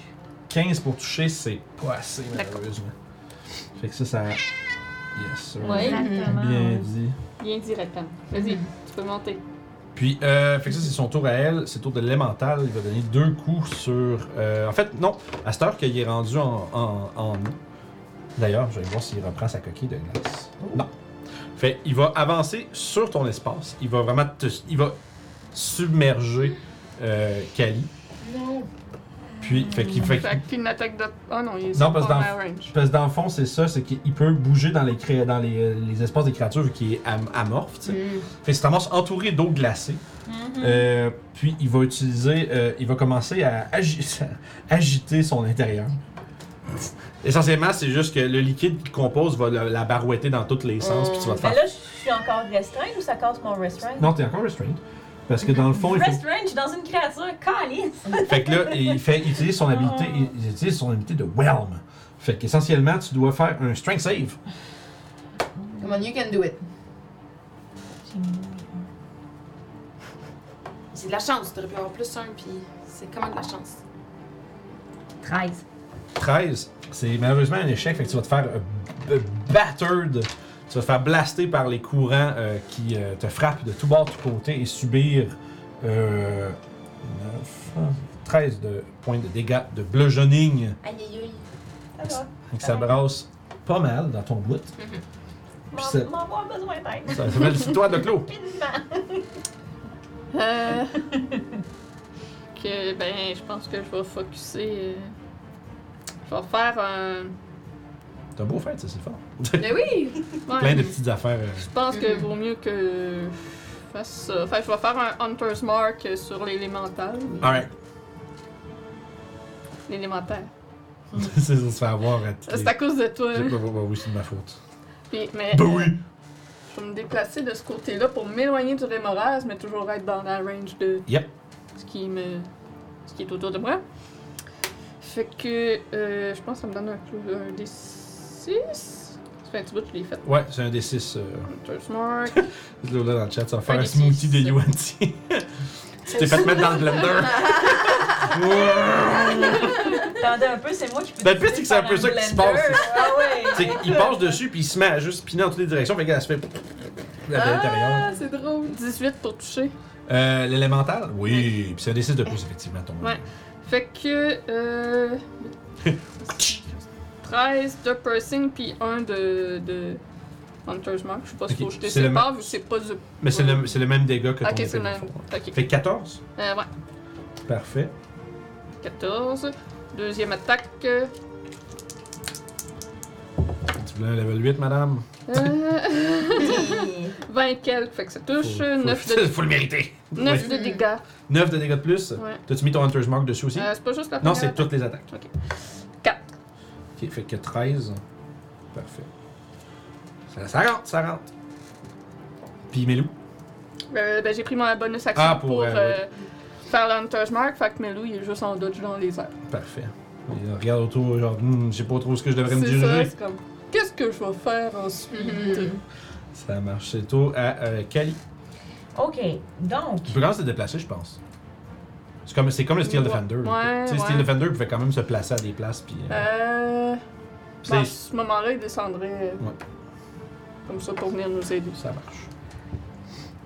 15 pour toucher, c'est pas assez, malheureusement. Fait que ça, ça. Yes, sir.
Ouais.
Exactement.
Bien dit.
Bien directement. Vas-y, hein. tu peux monter.
Puis, euh, fait que ça, c'est son tour à elle. C'est le tour de l'élémental. Il va donner deux coups sur. euh, en fait, non. À cette heure qu'il est rendu en, en, en eau. D'ailleurs, je vais voir s'il reprend sa coquille de glace. Non. Fait, il va avancer sur ton espace. Il va vraiment te. Il va submerger euh, Kali.
Non.
Puis, fait qu'il fait
Fait qu'une attaque de. Ah non, il est
Non,
non,
parce
pas
que dans-
dans la range.
Parce que dans le fond, c'est ça, c'est qu'il peut bouger dans les, cré- dans les, euh, les espaces des créatures vu qu'il est am- amorphe. tu sais. Fait que c'est amorphe entouré d'eau glacée. Euh, puis il va utiliser, euh, il va commencer à agi- (laughs) à agiter son intérieur. Essentiellement, c'est juste que le liquide qui compose va la, la barouetter dans tous les sens, puis tu vas te
Mm. Mais
faire.
Ben, là, je suis encore restreinte ou ça casse mon restraint?
Non, t'es encore restrained. Parce que dans le fond, il faut.
Restraint, je suis dans une créature calice!
Fait que là, il, fait, il utilise son habilité, il, il utilise son habilité de whelm. Fait qu'essentiellement, tu dois faire un strength save.
Come on, you can do it. C'est de la chance, t'aurais pu avoir plus un, puis c'est comment de la chance.
13.
13, c'est malheureusement un échec, fait que tu vas te faire euh, b- battered, tu vas te faire blaster par les courants euh, qui euh, te frappent de tous bords, de tous côtés et subir euh, 9, 13 de points de dégâts de bludgeoning.
Aïe aïe aïe.
Ça va.
Fait
Ah
que ça brasse pas mal dans ton bout. Puis c'est-
M'en- M'en avoir besoin d'aide.
Ça s'appelle sur toi de clos.
Euh. (laughs) que, ben, je pense que je vais focusser. euh, Je vais faire un.
T'as beau faire, ça, c'est
(laughs)
fort.
Mais oui! Mm-hmm. Ouais.
Plein de petites affaires. euh.
Je pense que vaut mieux que je fasse ça. Fait que je vais faire un Hunter's Mark sur l'élémental.
Alright, (laughs)
L'élémentaire.
c'est ça, se fait avoir. à toutes
C'est
les-
à cause de toi.
J'ai pas- bah, bah, oui, c'est de ma faute.
Puis, mais,
Bah
euh,
oui!
Je vais me déplacer de ce côté-là pour m'éloigner du rémorage, mais toujours être dans la range de
Yep.
ce qui me. ce qui est autour de moi. Fait que euh, je pense que ça me donne un peu un D6. Ça fait un petit bout que je l'ai fait.
Ouais, c'est un des 6.
Hunter's Mark.
Là, dans le chat, ça va faire
Un
un
des
smoothie de
six.
Yuan-Ti. (laughs) tu t'es fait mettre dans le
(laughs)
blender.
Attendez un peu, c'est moi qui peux.
Ben, le pire, c'est que c'est un peu ça qui se passe.
Ah ouais!
C'est qu'il passe dessus, puis il se met à juste piner dans toutes les directions, fait qu'elle se fait. à l'intérieur.
Ah, c'est drôle. 18 pour toucher.
Euh, L'élémental Oui, puis c'est un des 6 de plus, effectivement, ton.
Ouais. Fait que. Euh, 13 de piercing puis 1 de, de Hunter's Mark. Je sais pas si
Ok,
faut que je te
c'est le
sépare vu que c'est pas du.
Mais c'est le, c'est le même dégât que ton.
Ok,
épée,
c'est
dans
le
le
même.
fond.
Ok.
Fait que 14,
Euh, ouais.
parfait.
14. Deuxième attaque. euh,
Tu voulais un level 8, madame
euh,
(laughs)
20 et quelques, fait que ça touche. 9
faut, (laughs)
de,
faut le mériter.
neuf de dégâts.
9 de dégâts de plus.
Ouais.
T'as-tu mis ton Hunter's Mark dessus aussi
Euh, c'est pas juste la
Non,
première
c'est
attaque.
toutes les attaques.
Ok. Quatre.
Ok, fait que 13. Parfait. Ça, ça rentre, ça rentre. Puis Melou.
Euh, ben, j'ai pris mon bonus action
Ah, pour,
pour,
euh,
euh, faire le Hunter's Mark, fait que Melou, il est juste en dodge dans les airs.
Parfait. Il regarde autour, genre, Hmm, je sais pas trop ce que je devrais me
C'est ça,
diriger.
c'est comme, qu'est-ce que je vais faire ensuite?
Mm-hmm.
Ça marche, c'est tout à euh, Cali.
(laughs) Ok, donc.
Tu peux quand même se déplacer, je pense. C'est comme, c'est comme le Steel
Ouais,
Defender.
ouais,
tu sais, Steel
ouais.
Defender pouvait quand même se placer à des places. Puis, euh,
Euh,
puis
ben, à
c'est-
ce moment-là, il descendrait euh,
Ouais.
comme ça pour venir nous aider.
Ça marche.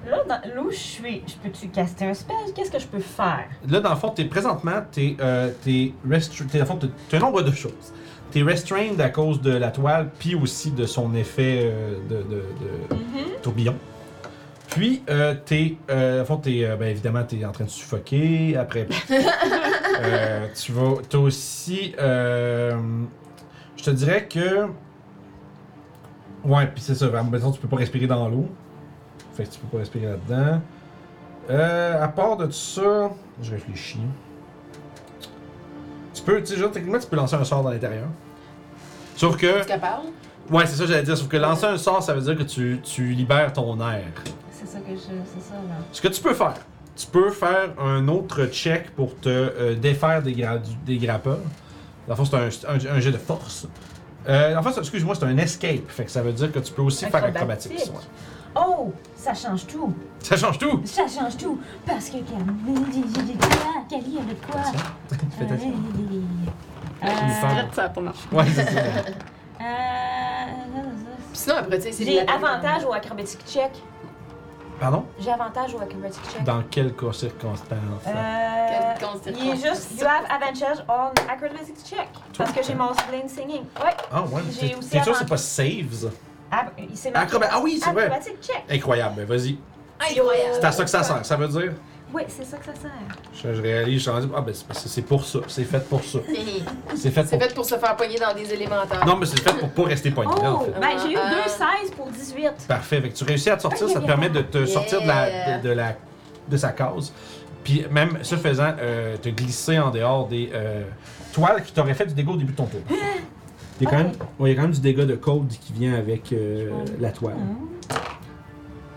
Là, dans, là où je suis, je peux-tu caster un spell? Qu'est-ce que je peux faire?
Là, dans le fond, t'es présentement, t'es, euh, t'es restra- t'es, dans le fond, t'es- t'as un nombre de choses. T'es restrained à cause de la toile, puis aussi de son effet euh, de, de- de
Mm-hmm.
tourbillon. Puis, euh, t'es, euh, dans le fond, t'es, euh, ben, évidemment, t'es en train de suffoquer. Après, euh, tu vas, t'as aussi, euh, je te dirais que, ouais, puis c'est ça. En même temps, tu peux pas respirer dans l'eau. Fait que tu peux pas respirer là-dedans. Euh, à part de ça, je réfléchis. Tu peux, tu sais, genre, techniquement, tu peux lancer un sort dans l'intérieur. Sauf que.
Tu capable?
Ouais, c'est ça que j'allais dire. Sauf que lancer un sort, ça veut dire que tu, tu libères ton air.
C'est ça que je. C'est ça là.
Ce que tu peux faire, tu peux faire un autre check pour te euh, défaire des, gra- du- des grappeurs. Dans le fond, c'est un, un, un jet de force. Euh, en fait, c'est- excuse-moi, c'est un escape. Fait que ça veut dire que tu peux aussi
Acrobatique.
faire acrobatique. ouais.
Oh! Ça change tout!
Ça change
(laughs)
tout!
Ça change tout! Parce que Camille, Camille avec quoi?
Fais attention. Ah.
Euh,
Drette, ça a pas marché.
Ouais, c'est ça.
Puis sinon, après, tu sais, c'est de
euh, J'ai
l'attaque.
avantage au acrobatic check.
Pardon?
J'ai avantage au acrobatic check.
Dans quelles co- circonstances?
Euh,
Quelle conséquence.
il est juste you have advantage on acrobatic check parce que j'ai mon sling singing. Ouais.
Ah ouais, mais
j'ai
c'est-
aussi
t'es sûr que
avant-
c'est pas saves?
Ah, il s'est marqué
Acrobat. Ah oui, c'est vrai!
acrobatic check.
Incroyable, ben vas-y.
Incroyable.
C'est à ça que ça sert, ça veut dire?
Oui, c'est ça que ça sert.
Je, je réalise, je suis rendu. Ah, ben, c'est parce que c'est pour ça. C'est fait pour ça. C'est fait
C'est
pour.
fait pour se faire pogner dans des élémentaires.
Non, mais c'est fait pour pas rester
Oh!
poigné, là, en fait.
Ben, j'ai eu
Ah, ah.
2,16 pour 18.
Parfait. Fait que tu réussis à te sortir,
Ah,
ça te permet de te
yeah.
sortir de la, de, de la, de sa case. Puis même, ce faisant, euh, te glisser en dehors des euh, toiles qui t'auraient fait du dégât au début de ton
(gasps)
tour.
Ah!
Il y a quand même, ouais, il y a quand même du dégât de cold qui vient avec euh, la toile.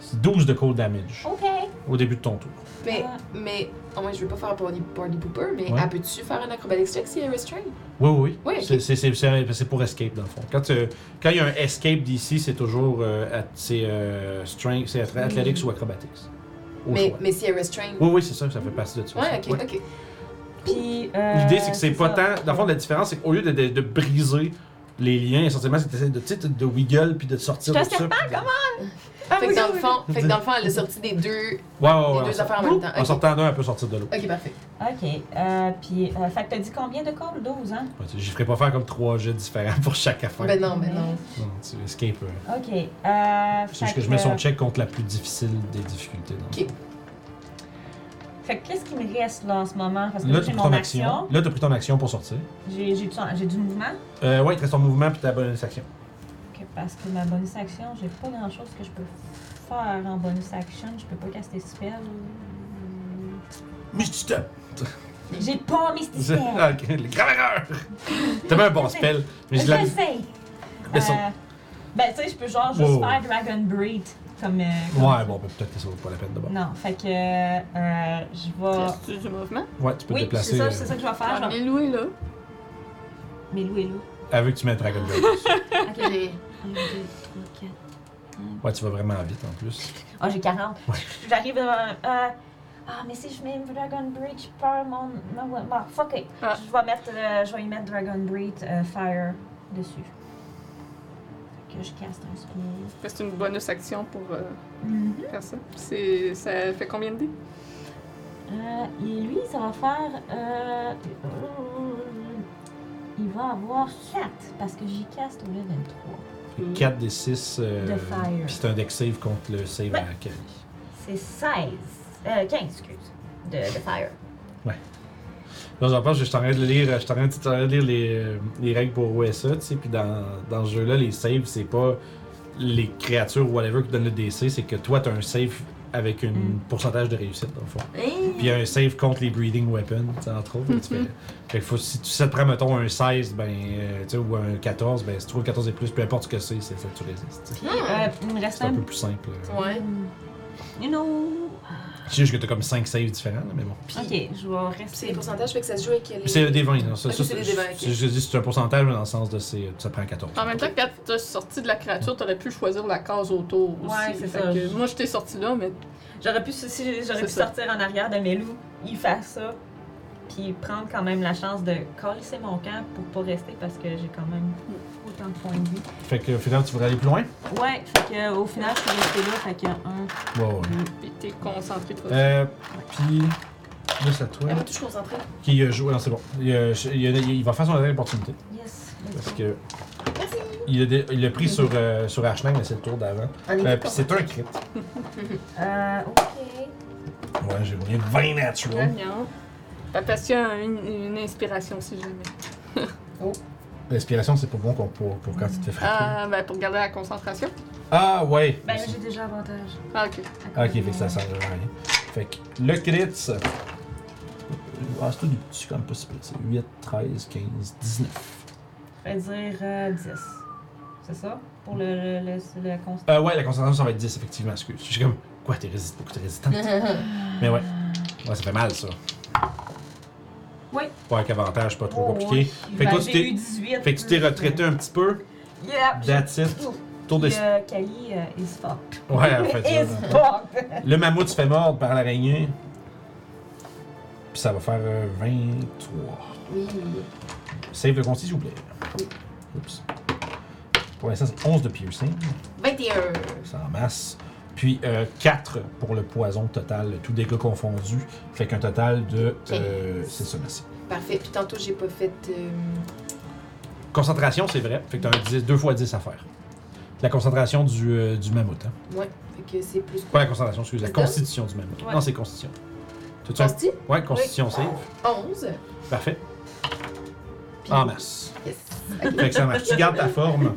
C'est 12 de cold damage
Oh!
OK.
au début de ton tour.
Mais, mais, au moins, je veux pas faire party, party pooper, mais
Ouais.
ah, peux-tu faire un acrobatics check si elle restrain?
Oui, oui, oui.
Oui, ok.
C'est- c'est- C'est c'est- c'est pour escape, dans le fond. Quand tu- quand il y a un escape d'ici, c'est toujours euh, at- c'est euh, strength, c'est ath- athletics ou acrobatics. Au
Mm. Mais,
choix.
mais si elle restrain.
Oui, oui, c'est ça, ça fait partie de ça.
Ouais,
ça.
ok,
Ouais.
ok.
Puis. euh,
L'idée, c'est que c'est pas
ça.
tant. Dans le fond, la différence, c'est qu'au lieu de, de- de briser les liens, essentiellement, c'est d'essayer de, tu sais, de wiggle puis de sortir
Je
de
te
ça.
serpent,
puis de-
Ah,
Fait que, dans le fond, fait que dans le fond, elle a sorti des deux.
Ouais, ouais, ouais.
Les deux
en sort-
affaires en même temps,
En
ok.
sortant d'un, elle peut sortir de l'autre.
Ok, parfait.
OK. Euh, puis, euh, fait que t'as dit combien de corps? 12, hein?
Ouais, tu- J'y ferai pas faire comme trois jets différents pour chaque affaire.
Ben non, ben (laughs) non.
Non, tu escape. euh,
OK. Euh,
c'est
fait
juste que je mets son
que-
check contre la plus difficile des difficultés. dans le
Ok.
Fait que qu'est-ce qui me reste là en ce moment? Parce que
Là,
là,
t'as
j'ai
pris
mon
ton action.
action.
Là, t'as pris ton action pour sortir.
J'ai j'ai du, j'ai du mouvement.
Euh, ouais, il te reste ton mouvement puis ta bonus action.
Ok, parce que ma bonus action, j'ai pas grand chose que je peux faire en bonus action. Je peux pas caster spell.
Mais tu te.
J'ai pas
(laughs)
mes spells.
Ok, le grave erreur! T'as même un
(laughs)
bon spell, mais
Je
je l'ai.
le sais.
Mais son-
Euh, ben, tu sais, je peux genre juste
Wow.
faire Dragon Breed comme. euh, comme-
Ouais, bon, ben, peut-être que ça vaut pas la peine d'abord.
Non, fait que euh, je vais.
Reste-tu du mouvement?
Ouais, tu peux te
Oui,
déplacer.
c'est ça,
euh,
c'est ça que je vais faire.
Ah,
je vais-
est loué, là.
Mais Lou est Lou.
Elle veut que tu mettes Dragon
(laughs)
Ball.
Ok, j'ai-
1, 2, 3, 4.
Ouais, tu vas vraiment vite en plus.
Ah, j'ai 40.
Ouais.
J'arrive devant. un- euh, ah, mais si je mets Dragon Breed, je perds mon. ma- ma- ma- fuck it.
Ah.
Je, vais mettre, euh, je vais y mettre Dragon Breed euh, Fire dessus. Fait que je casse un spell.
Reste une bonus action pour euh, faire ça. C'est- Ça fait combien de dés?
Euh, et lui, ça va faire. euh, il va avoir 4 parce que j'y caste au lieu de 23.
4 des 6.
Mm. De fire. Ben,
Puis c'est un deck save contre le save à Kelly.
C'est 16. Euh, 15, excuse. De, de Fire.
Là, j'en pense, je suis en train de lire, je suis en train de, je suis en train de lire les, euh, les règles pour OSA, tu sais. Puis dans, dans ce jeu-là, les saves, c'est pas les créatures ou whatever qui donnent le DC, c'est que toi, t'as un save avec un
Mm.
pourcentage de réussite, dans le fond. Puis euh, il y a un save contre les breathing weapons, tu sais, entre autres.
Mm-hmm.
tu fais- Fait que faut- si tu sais, te prends, mettons, un 16, ben, euh, tu sais, ou un 14, ben, si tu trouves 14 et plus, peu importe ce que c'est, c'est ça que tu résistes. tu sais.
Euh, il me reste
C'est un
un.
peu plus simple. euh.
Hmm. Ouais.
Mm. You know.
C'est juste que t'as comme 5 saves différents, là, mais bon.
Ok, je vais rester.
Puis c'est les pourcentages, fait que ça se joue avec les.
C'est des 20, non? Ça,
Ok,
ça,
c'est des vingt, ok. Ah,
c'est- Je dis c'est un pourcentage, mais dans le sens de c'est, ça prend 14.
En même temps, quand t'as sorti de la créature, t'aurais pu choisir la case autour aussi.
Ouais, c'est
Fait
ça.
que moi, je t'ai sorti là, mais
J'aurais pu, si j'aurais
C'est
pu
ça.
sortir en arrière de mes loups, y faire ça, puis prendre quand même la chance de colisser mon camp pour pas rester parce que j'ai quand même Mm. autant de points de vie.
Fait que finalement, tu voudrais aller plus loin?
Ouais, fait que au final, je suis restée là, fait que un.
Ouais, ouais.
puis t'es concentré trop.
Euh, puis, là, c'est à toi.
Elle va toujours concentrée.
Qui a joué. Non, c'est bon. Il, a- il a- il va faire son dernière opportunité.
Yes.
Parce que. Il a, dé- il l'a pris sur, euh, sur Ashling, mais c'est le tour d'avant. Euh, puis c'est un crit.
Euh, ok.
Ouais, j'ai roulé 20 natural.
Gagnant. Fait Parce qu'il y a une, une inspiration, si jamais.
L'inspiration, c'est pas bon qu'on- pour, pour quand tu te fais frapper.
Ah, ben pour garder la concentration.
Ah, ouais!
Ben là, j'ai déjà avantage.
Ah, ok.
à
Ah, ok,
cause de
fait que ça
mon-
sert à rien. Fait que le crit, ça. Ah, c'est tout du petit, quand même pas si petit. C'est 8, 13, 15, 19.
Fait dire euh, 10. C'est ça? Pour le, le, le, le constat.
Euh, ouais, la concentration, ça va être 10, effectivement, excuse. Je suis comme, quoi, t'es résistante, beaucoup t'es résistante. Mais ouais. Ouais, ça fait mal, ça.
Oui.
Pas avec avantage, pas trop
Oh,
compliqué.
oui.
Fait que
Ben,
toi, tu
j'ai
t'es-
eu 18,
Fait que tu t'es
plus,
retraité un petit peu.
euh, Yep.
That's it. Tour de.
Puis, euh, Kali euh, is fucked.
Ouais, en fait.
(laughs)
ouais.
Is fucked!
Le mammouth se fait mordre par l'araignée. Puis ça va faire euh, 23.
Oui.
Save le consti, s'il vous plaît. Oups. Pour l'instant, c'est 11 de piercing.
21.
Ça en masse. Puis 4 pour le poison total, tout dégâts confondus. Fait qu'un total de. euh, c'est ça, merci.
Parfait. Puis tantôt, j'ai pas fait. euh,
Concentration, c'est vrai. Fait que t'as un 10, 2 fois 10 à faire. La concentration du, euh, du mammouth. Hein.
Ouais. Fait que c'est plus.
Pas la concentration, excuse, la
C'est ça?
constitution du mammouth.
Ouais.
Non, c'est constitution. Tout ça?
Consti?
Ouais, constitution save.
11.
Parfait.
Puis-
En masse.
Yes.
Fait que ça marche. Tu gardes ta
(laughs)
forme.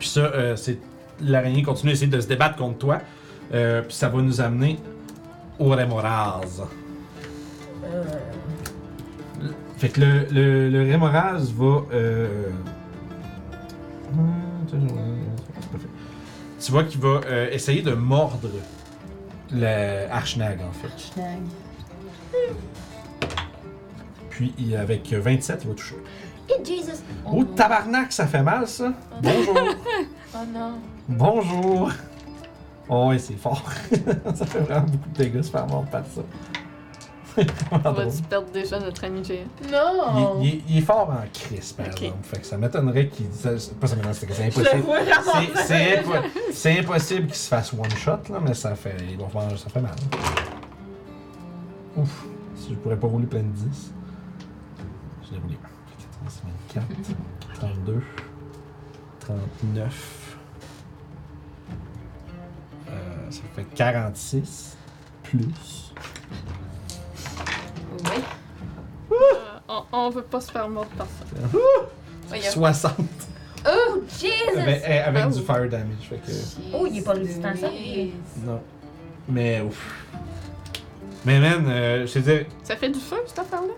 Puis ça, euh, c'est l'araignée continue à essayer de se débattre contre toi. Euh, puis ça va nous amener au Remoraz. Fait que le, le, le Remoraz va. euh, Parfait. Tu vois qu'il va euh, essayer de mordre le Archnag en fait.
Schnag.
Puis il- avec 27, il va toucher.
Et Jesus!
Oh tabarnak, ça fait mal ça! Bonjour!
Oh non.
Bonjour! Oh, ouais, c'est fort. (laughs) ça fait vraiment beaucoup de dégâts se faire mordre par ça. (laughs) C'est vraiment
On
Ah, drôle.
va-tu perdre déjà notre ami GM?
Il,
Oh.
Non!
il- il est fort en crise, par
Ok.
exemple. Fait que ça m'étonnerait qu'il. ça- c'est- Pas ça m'étonnerait, c'est que c'est
Je le
impossible.
vois
C'est-
ramasser.
C'est impo- c'est impossible qu'il se fasse one shot, là, mais ça fait, il va faire- ça fait mal. Ouf, si je pourrais pas rouler plein de 10. Je l'ai roulé. 14, 24, 32, 39. Euh, ça fait 46 plus.
Oui.
Ah!
Euh, on, on veut pas se faire mordre par ça.
Voyons.
60
Oh, Jesus!
avec, Ben, eh,
Ah
avec du
Oh.
fire damage. Fait que.
Oh, il est pas résistant à ça, lui.
Non. Mais ouf. Mais man, euh, je te dis.
Ça fait du feu, cette affaire-là?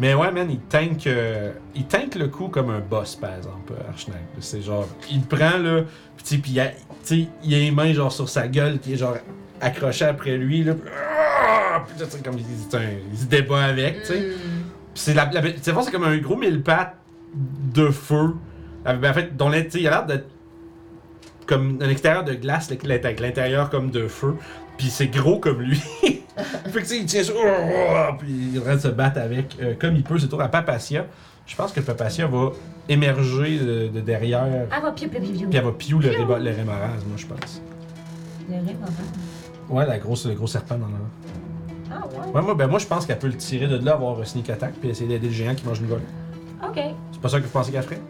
Mais ouais, man, il tank, euh, il tank le coup comme un boss, par exemple, euh, Archnag. C'est genre, il le prend là, pis tu sais, pis il a, tu sais, il a les mains genre sur sa gueule qui est genre accrochée après lui, là. Pis, Ah! Pis là, tu sais, comme il, c'est un- il se débat avec, tu sais.
Hmm.
Pis c'est la, la, tu sais, c'est comme un gros mille pattes de feu. Ah, ben, en fait, dont l'int- tu sais, il a l'air d'être comme un extérieur de glace, l'int- l'int- l'intérieur comme de feu. Puis c'est gros comme lui. (laughs) fait que tu sais, il tient sur. (laughs) Puis il est en train de se battre avec euh, comme il peut. C'est tour à Papacia. Je pense que Papacia va émerger de, de derrière.
Ah, va piou, piou, piou, piou.
Puis elle va piou le, réba- le rémoraz, moi, je pense.
Le rythme, hein?
Ouais, la grosse, le gros serpent dans la.
Ah, ouais.
Ouais, moi, ben, moi je pense qu'elle peut le tirer de là, avoir un sneak attack, puis essayer d'aider le géant qui mange une gueule.
OK.
C'est pas ça que vous pensez qu'elle ferait?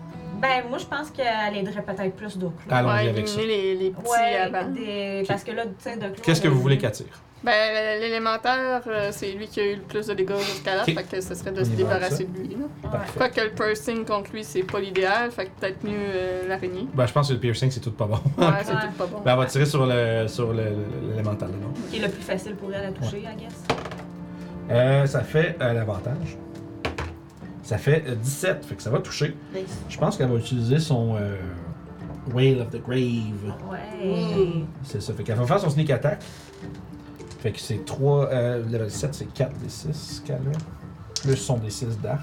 Ben, moi, je pense qu'elle aiderait peut-être plus d'autres.
Allons-y
ouais,
avec ça.
éliminer les, les petits avant.
Ouais, des... parce que là, tu sais, Doc
Qu'est-ce que vous voulez
qu'elle...
qu'elle tire?
Ben, l'élémentaire, euh, c'est lui qui a eu le plus de dégâts jusqu'à là,
Ok.
fait que ce serait
On
de se
y va
débarrasser de lui. Là.
Parfait.
Quoique le piercing contre lui, c'est pas l'idéal, fait que peut-être mieux euh, l'araignée.
Ben, je pense que le piercing, c'est tout pas bon.
Ouais, c'est
Ouais.
tout pas bon.
ben, on va tirer sur le sur le- le- l'élémental, là, non?
Qui est le plus facile pour elle à toucher, I guess.
Euh, ça fait euh, l'avantage. Ça fait euh, 17, fait que ça va toucher.
Nice.
Je pense qu'elle va utiliser son euh, Whale of the Grave.
Hmm. Mm.
Ouais.
C'est ça, fait qu'elle va faire son sneak attack. Fait que c'est 3, euh, level 7, c'est 4 des 6 qu'elle a. Plus son des 6 d'arc.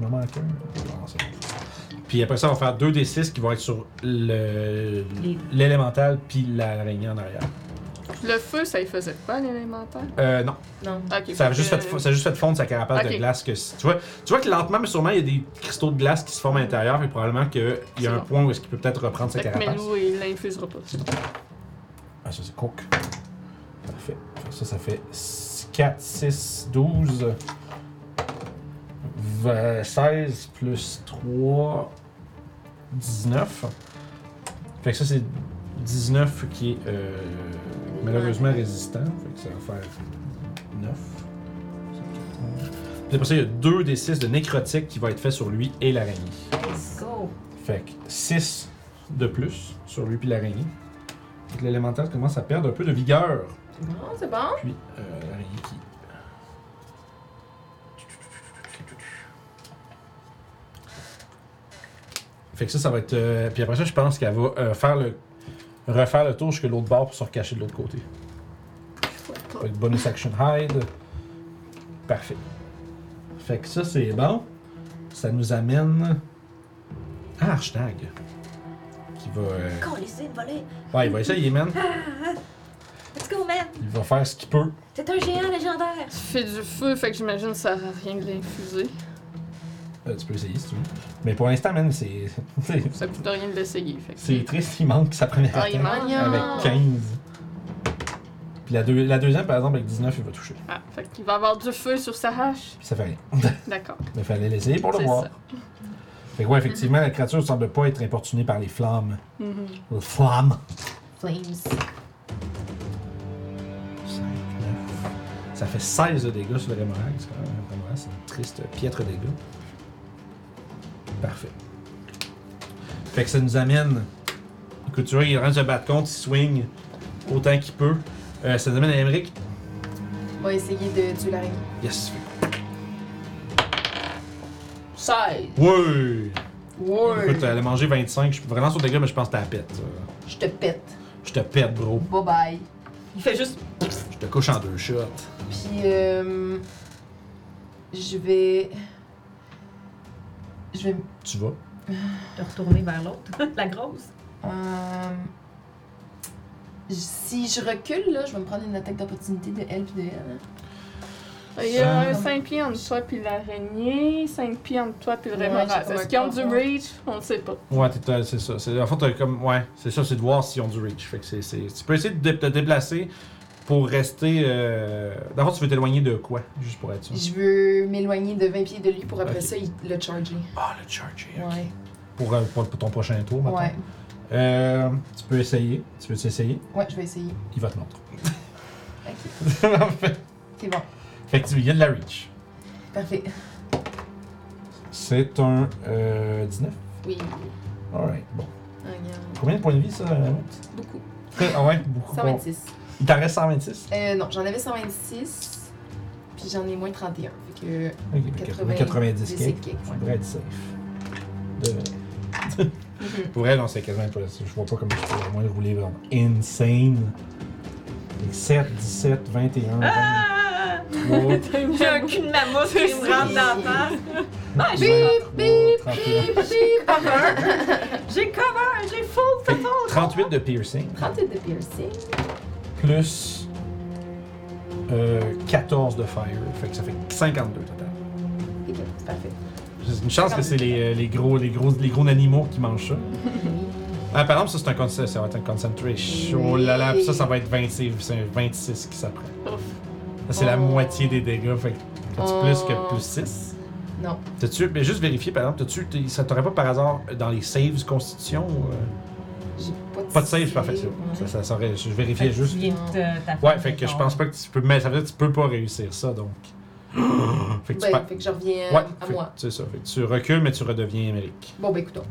Il me manque un. Non, c'est bon. Puis après ça, on va faire 2 des 6 qui vont être sur le-
Les-
l'élémental puis l'araignée en arrière.
Le feu, ça y faisait pas l'élémentaire?
Euh, non.
Non.
Ok,
Ça a,
fait
juste
que-
fait, fo- ça a juste fait fondre sa carapace de
Ok.
glace. Que, si- tu, vois, tu vois que lentement, mais sûrement, il y a des cristaux de glace qui se forment à l'intérieur. Et probablement qu'il y
C'est
a un
bon.
point où est-ce qu'il peut peut-être reprendre sa
Fait que
carapace.
Melou, il l'infusera pas.
Ah, ça, c'est coke. Parfait. Fait que Ça, ça fait 4, 6, 12, 16 plus 3, 19. Fait que ça, c'est 19 qui est euh, malheureusement résistant. Fait que ça va faire 9. Puis après ça, il y a 2 des 6 de nécrotique qui va être fait sur lui et l'araignée.
Let's go.
Fait que 6 de plus sur lui puis l'araignée. Fait que l'élémental commence à perdre un peu de vigueur.
Non, c'est bon.
Puis euh, l'araignée qui. Fait que ça, ça va être. euh, Puis après ça, je pense qu'elle va euh, faire le. refaire le tour jusqu'à l'autre bord pour se recacher de l'autre côté. Ça va être bonus action hide. Parfait. Fait que ça, c'est bon. Ça nous amène à Archnag. Qui va. euh,
Qu'on essaie de voler.
Ouais, il va essayer, man.
Let's go, man.
Il va faire ce qu'il peut.
C'est un géant légendaire.
Tu fais du feu, fait que j'imagine que ça sert à rien de l'infuser.
Euh, tu peux essayer si tu veux. Mais pour l'instant, man, c'est. c'est-
Ça coûte rien de l'essayer. Fait que-
C'est triste, il manque sa première
Ah, il
attaque
manque.
avec 15. Puis la, deux- la deuxième, par exemple, avec 19, il va toucher.
Ah, fait qu'il va avoir du feu sur sa hache.
Puis ça fait rien.
D'accord.
Mais fallait l'essayer pour le
C'est
voir.
ça.
Fait que ouais, effectivement, la créature ne semble pas être importunée par les flammes.
Mhm.
Les flammes.
Flames.
Ça Ça fait 16 de dégâts sur le Remorac. C'est quand même un Remorac, c'est un triste, piètre dégât. Parfait. Fait que ça nous amène. Le couturier il est en train de se battre contre, il swing autant qu'il peut. Euh, ça nous amène à Emmerich.
On va essayer de tuer l'araignée.
Yes.
16!
Oui!
Ouais!
Écoute, hein. elle a mangé 25. Je suis vraiment sur le dégât, mais je pense que t'as la pète. ça.
Je te pète.
Je te pète, bro.
Bye bye.
Il fait juste.
Je te couche en deux shots.
Puis, euh, je vais. Je vais.
Tu vas.
te retourner vers l'autre. (laughs) la grosse.
euh, si je recule, là, je vais me prendre une attaque d'opportunité de elle puis de elle. hein.
Il y a
Ça-
5 pieds entre toi puis l'araignée, 5 pieds entre toi puis le
Ouais,
rémoras.
j'ai comme
Est-ce
un
qu'ils ont du
corps.
reach? On ne
(laughs)
sait pas.
Ouais, t'es- t'as- c'est ça. C'est- En fait, t'as comme. Ouais, c'est ça, c'est de voir s'ils ont du reach. Fait que c'est, c'est- Tu peux essayer de te déplacer pour rester. Euh... Dans le fond, tu veux t'éloigner de quoi Juste pour être sûr.
Je veux m'éloigner de 20 pieds de lui pour après
Ok.
ça il- le charger.
Ah, le charger. ok.
Ouais.
Pour, euh, pour- pour ton prochain tour, maintenant.
Ouais.
Euh, tu peux essayer. Tu veux essayer
Ouais, je vais essayer.
Il va te montrer.
Ok.
(laughs) Parfait.
C'est bon.
fait que tu il y a de la reach.
Parfait.
C'est un euh, 19.
Oui. Ah,
Alright, bon.
Regarde.
Combien de points de vie ça Raymond?
Beaucoup.
Ah ouais, beaucoup. Bon.
126.
Il t'en reste 126.
Euh, non, j'en avais 126. Puis j'en ai moins 31. Fait
Ok,
que.
90,
90
90
kick.
cake.
kick.
Ça devrait être safe. De vrai.
Mhm.
Pour elle, on sait quasiment pas là-dessus. Je vois pas comment je pourrais au moins rouler vraiment insane. Fait que 7, 17, 21,
Ah!
23,
J'ai un cul de mammouth qui me rentre dans la face. Ah, j'ai-
23,
J'ai cover! J'ai cover! J'ai full
31. 38 de piercing,
38 de piercing.
plus euh, 14 de fire. Fait que ça fait 52 total.
Ok, parfait.
C'est une chance que c'est les, euh, les gros, les, gros, les gros animaux qui mangent ça. Ah, par exemple, ça, c'est un conce- ça va être un concentration. Oh là là, puis ça, ça va être 26, c'est 26 qui s'apprête.
Ouf.
Ça, c'est la
Oh.
moitié des dégâts. Fait que t'as-tu
Oh.
plus que plus 6?
Non.
T'as-tu, mais juste vérifier, par exemple, t'as-tu, t'es- ça t'aurait pas par hasard dans les saves constitution? ou, euh,
J'ai pas de
pas de save, c'est parfait.
Ouais.
Ça, ça, ça serait- je vérifiais juste. Ouais, fait que je pense pas que tu peux, mais ça veut dire que tu peux pas réussir ça,
(gasps)
donc. fait que tu
Ben,
perds-
fait que je reviens
Ouais,
à
fait que
moi.
c'est ça. Fait que tu recules, mais tu redeviens Amérique.
Bon, ben écoutons,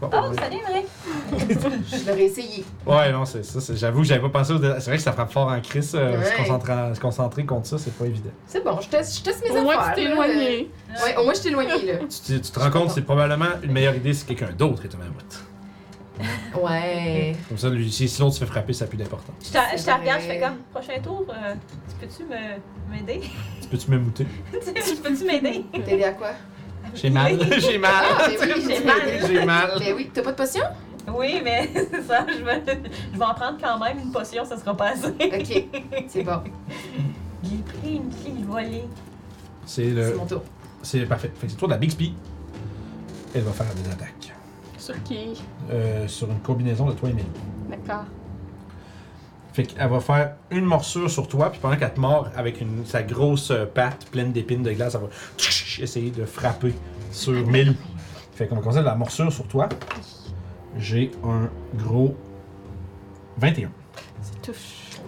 Bon,
Oh, salut, Marie!
je l'aurais essayé.
Ouais, non, c'est ça. c'est- J'avoue que j'avais pas pensé. Au... dé- C'est vrai que ça frappe fort en crise. euh, se,
Ouais.
concentrer, en- se concentrer contre ça, c'est pas évident.
C'est bon, je teste, je teste mes
Au moins,
affaires.
tu t'es
là.
éloigné.
Euh, oh,
Ouais, au moins, je t'ai éloigné, là.
Tu, te- tu te rends compte, c'est probablement une meilleure idée si quelqu'un d'autre est un mammouth.
Ouais.
Comme ça, lui, si sinon tu fais frapper, ça n'a plus d'importance.
Je te je te
C'est
regarde, je
vrai.
fais comme, prochain tour, euh, tu peux-tu me- m'aider? (laughs)
Tu peux-tu me mouter?
Tu sais, (laughs) peux-tu m'aider?
T'aider à quoi?
J'ai mal, (laughs) j'ai mal.
Ah, ben oui,
J'ai
tu
mal.
(laughs)
m'aides.
J'ai mal.
Ben oui, t'as pas de potion?
Oui, mais (laughs) c'est ça, je vais, je vais en prendre quand même une potion, ça sera pas assez.
Ok, c'est bon,
(laughs) J'ai pris une fille volée.
C'est
c'est
le.
mon tour.
C'est parfait. Fait que c'est le tour de la Bixby. Elle va faire des attaques.
Sur qui?
Euh, sur une combinaison de toi et Mélie.
D'accord.
Fait qu'elle va faire une morsure sur toi, puis pendant qu'elle te mord avec une, sa grosse euh, patte pleine d'épines de glace, elle va essayer de frapper sur Mélie. Fait qu'on va commencer avec la morsure sur toi. J'ai un gros 21.
Ça touche.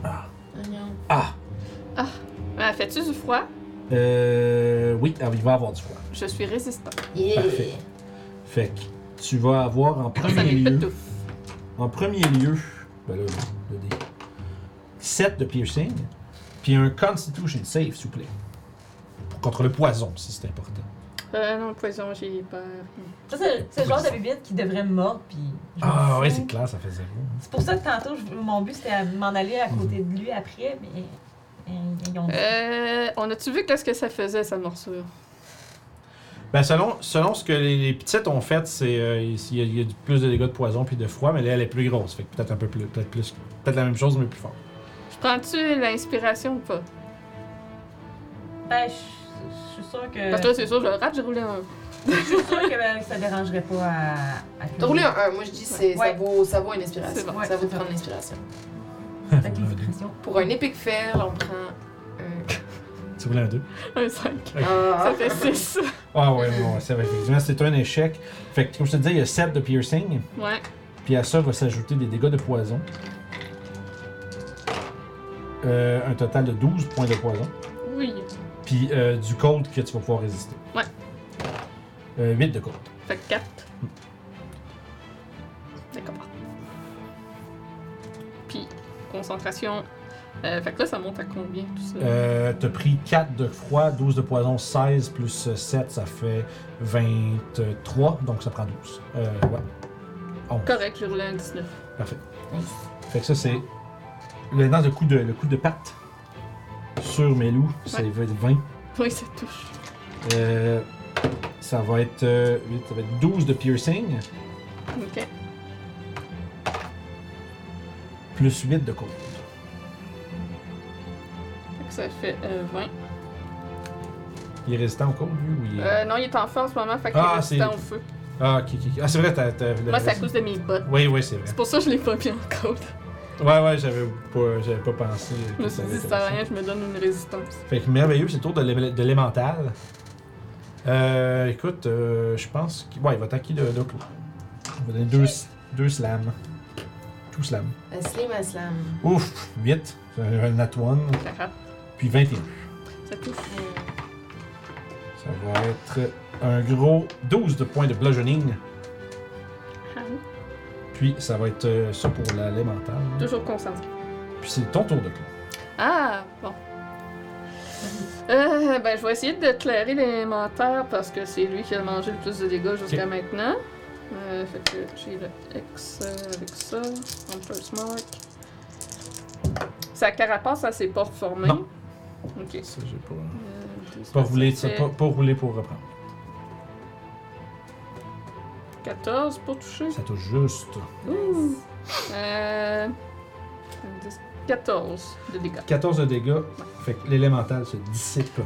Oignon.
Ah!
Ah, Fais-tu du froid?
Euh, oui, elle- il va avoir du froid.
Je suis résistant.
Yeah.
Parfait. Fait que tu vas avoir en
Ça
premier lieu.
m'épitouffe.
En premier lieu, ben là, le dé. 7 de piercing, puis un Constitution save, s'il vous plaît. Contre le poison, si c'est important.
Euh, non, poison, j'ai peur.
Ça, c'est c'est le genre de bibite qui devrait me mordre, puis. je m'en
Ah
fous.
ouais, c'est clair, ça fait zéro.
C'est pour ça que tantôt, je- mon but c'était de m'en aller à côté de lui après, mais. euh, Ils ont dit.
Euh, on a-tu vu qu'est-ce que ça faisait, sa morsure?
Ben selon, selon ce que les, les petites ont fait, c'est euh, il il y, a- il y a du- plus de dégâts de poison puis de froid, mais là, elle est plus grosse. Fait que peut-être un peu plus, peut-être plus, peut-être la même chose, mais plus fort.
Je prends-tu l'inspiration ou pas?
Ben, je- je suis sûre que.
Parce que là, c'est sûr, je le rate, j'ai roulé un.
Je suis sûre que euh, ça dérangerait pas à. à
T'as roulé un 1, moi je dis c'est ça,
Ouais.
vaut, ça vaut une
C'est
inspiration.
bon.
Ça vaut
Ouais.
de prendre l'inspiration.
Avec les expressions.
Pour un épic fail, on prend un.
Tu voulais un 2?
Un 5.
Ah. (laughs)
Ça fait 6.
Ah ouais, ouais, ouais, c'est vrai. Effectivement, c'est un échec. Fait que comme je te disais, il y a 7 de piercing,
Ouais.
puis à ça va s'ajouter des dégâts de poison. Euh, un total de 12 points de poison.
Oui.
Puis euh, du cold que tu vas pouvoir résister.
Ouais.
Euh, 8 de cold.
Fait que 4. D'accord. Puis, concentration. Euh, fait que là, ça monte à combien tout ça?
Euh, T'as pris 4 de froid, 12 de poison, 16 plus 7, ça fait 23, donc ça prend 12. Euh, ouais.
Correct, j'ai roulé un 19.
Fait que ça, c'est. Le, dans le coup de, le coup de patte sur mes loups, ça
Ouais.
va être 20.
Oui, ça touche.
Euh, ça va être euh, huit, ça va être 12 de piercing,
Ok.
plus 8 de cold.
Fait que ça fait euh, 20.
Il est résistant au cold, lui, ou il est-
Euh, non, il est en feu en ce moment, fait qu'il
Ah,
est restant
c'est-
au feu.
Ah, ok, ok, ok. Ah, c'est vrai, t'as. t'as-
Moi, c'est à cause de mes bottes.
Oui, oui, c'est vrai.
C'est pour ça que je l'ai pas mis en code.
Ouais, ouais, j'avais pas, j'avais pas pensé.
Je
que
me suis
ça
dit,
allait
ça sert à
être
rien, je me donne une résistance.
Fait que merveilleux, c'est le tour de l'é- de l'élémental. Euh, écoute, euh, je pense qu'il ouais, il va attaquer de, de clou. Il va donner deux, deux slams. Tout slam.
Un slim, un slam.
Ouf, 8. C'est un un nat one.
Ça rate.
Puis 21.
Ça touche.
Ça va être un gros 12 de points de bludgeoning.
Ah,
Puis ça va être euh, ça pour la- l'élémental.
toujours concentré.
Puis c'est ton tour de clou.
Ah, bon. Euh, ben, je vais essayer d'éclairer l'élémentaire parce que c'est lui qui a mangé le plus de dégâts jusqu'à maintenant. Euh, fait que j'ai le X euh, avec ça. On peut se mark. Sa carapace, elle s'est pas reformée.
Non.
Ok.
Ça, j'ai pas.
Euh,
Pas rouler, ça,
ça fait
pas, pas rouler pour reprendre.
14 pour toucher.
Ça touche juste.
Mmh.
Ouh. Euh, 10, 14 de dégâts.
14 de dégâts. Fait que l'élémental se dissipe.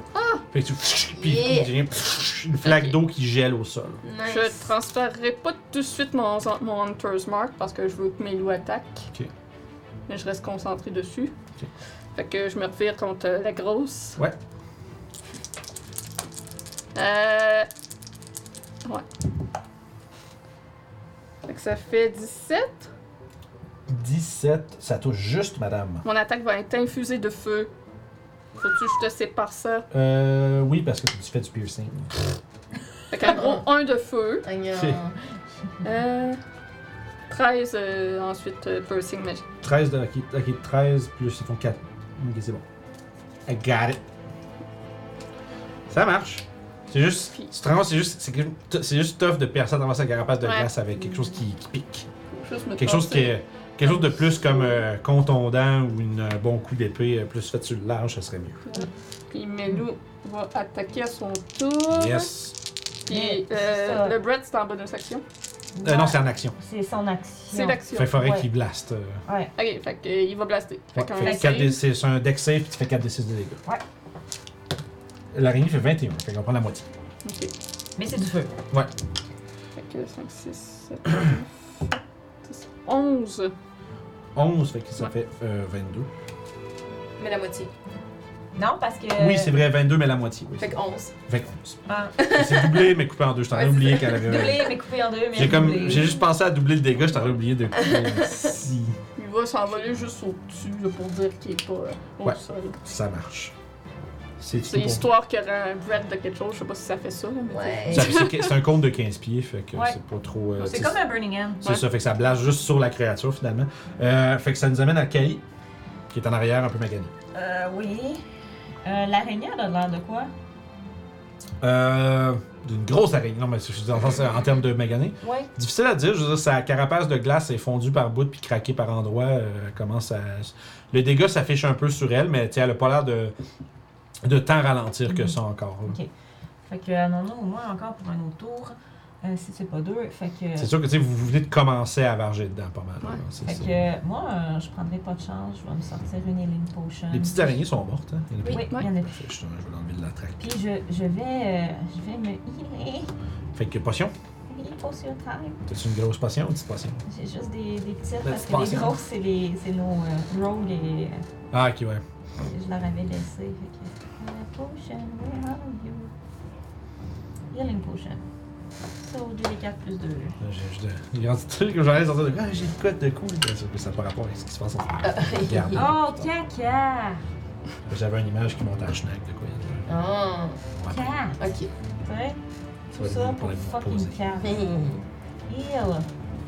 Fait que tu. (laughs) Puis
Yeah.
il devient (laughs) une flaque
Ah! Ok.
d'eau qui gèle au sol.
Nice.
Je transférerai pas tout de suite mon, mon Hunter's Mark parce que je veux que mes loups attaquent.
Ok.
Mais je reste concentré dessus.
Ok.
Fait que je me retire contre la grosse.
Ouais.
Euh. Ouais. Fait que ça fait 17.
17, ça touche juste, madame.
Mon attaque va être infusée de feu. Faut-tu que je te sépare ça?
Euh, oui, parce que tu fais du piercing.
Fait qu'en gros, un de feu.
Agnon.
C'est-
Euh, 13 euh, ensuite euh, piercing magique.
13 de. Ok, ok, 13 plus ils font 4. Ok, c'est bon. I got it. Ça marche. C'est juste.
Puis-
Tu te rends, c'est juste. C'est que- c'est juste tough de percer à travers sa carapace de
Ouais.
glace avec quelque chose qui, qui pique.
Juste me
Quelque chose qui
tasser.
est. Quelque chose de plus comme euh, contondant ou un bon coup d'épée euh, plus fait sur le large, ça serait mieux.
Puis Melou va attaquer à son tour.
Yes.
Puis
Mais
euh,
c'est ça.
le bread, c'est en bonus action.
Euh, non, c'est en action.
C'est son action.
C'est l'action.
Fait
Ok,
qu'il faudrait
Ouais.
qu'il blaste. euh,
fait qu'il va blaster.
Ouais,
Fait qu'un
fait que
save.
quatre des- c'est c'est un deck safe, puis tu fais 4 des 6 de dégâts.
Ouais.
L'araignée fait 21, fait qu'on prend la moitié.
Ok.
Mais c'est du feu.
Fait que 5, 6, 7, 10, 11.
11, fait que ça
Ouais.
fait euh, 22.
Mais la moitié.
Non, parce que.
Oui, c'est vrai, 22, mais la moitié. Oui.
Fait que 11.
Fait que 11.
Ah,
C'est doublé, mais coupé en deux. Je t'en ai
Ouais,
oublié qu'elle avait.
doublé, mais coupé en deux. mais
J'ai comme,
doublé.
j'ai juste pensé à doubler le dégât, je t'aurais oublié de couper. (laughs) si
Il va s'envoler juste au-dessus là, pour dire qu'il est pas euh, au
Ouais.
sol.
ça marche. C'est tout
C'est
pour-
histoire qu'il y aurait un bread de quelque chose. Je sais pas si ça fait ça. là, mais
Ouais.
Ça- c'est- C'est un compte de 15 pieds, fait que
Ouais.
c'est pas trop. euh,
C'est comme un Burning Hand.
C'est
Ouais.
ça, fait que ça blase juste sur la créature finalement. Euh, fait que ça nous amène à Kali, qui est en arrière un peu magané.
Euh, oui. Euh, L'araignée, elle a l'air de quoi
Euh, d'une grosse araignée. Non, mais je veux dire, en, sens- en termes de magané.
Ouais.
Difficile à dire, je veux dire, sa carapace de glace est fondue par bout puis craquée par endroits. euh, elle commence à. Le dégât s'affiche un peu sur elle, mais tu sais, elle a pas l'air de. de tant ralentir que ça encore. là.
Mm-hmm. Ok. Fait euh, qu'elle en a au moins encore pour un autre tour. Euh, si c'est pas deux. Fait que.
C'est sûr que tu sais, vous vous venez de commencer à varger dedans pas mal. là,
Ouais.
c'est
Fait
ça.
que euh, moi, euh, je prendrai pas de chance. Je vais me sortir une healing potion.
Les petites araignées sont mortes, hein? Il y en a
Oui,
pas.
il y en a
Fait
plus.
que je, je vais l'enlever de la traque.
Puis je, je vais. euh, je vais me healer.
Fait que potion.
Healing potion time.
T'as-tu une grosse potion ou une petite potion?
J'ai juste des, des petites
Ben,
parce
c'est
que
pas
les
ça.
grosses, c'est les- c'est nos euh, rogues et euh,
Ah, ok, ouais.
je leur avais laissé. Fait que. Euh, potion, where are you? Healing potion. Ça au 2d4 plus 2.
J'ai j'ai des grands trucs que j'allais sortir de Ah, j'ai de quoi de cool. Bien sûr que ça n'a pas rapport avec ce qui se passe en ce moment. Regarde.
Oh, caca!
J'avais une image qui monte à Schnack de quoi. il
Ah,
y a de- Ouais.
Cave!
ok.
Tu sais? hein? Tout
Ouais,
ça
vous
pour
pourrez vous
fucking
poser.
cave. Heal!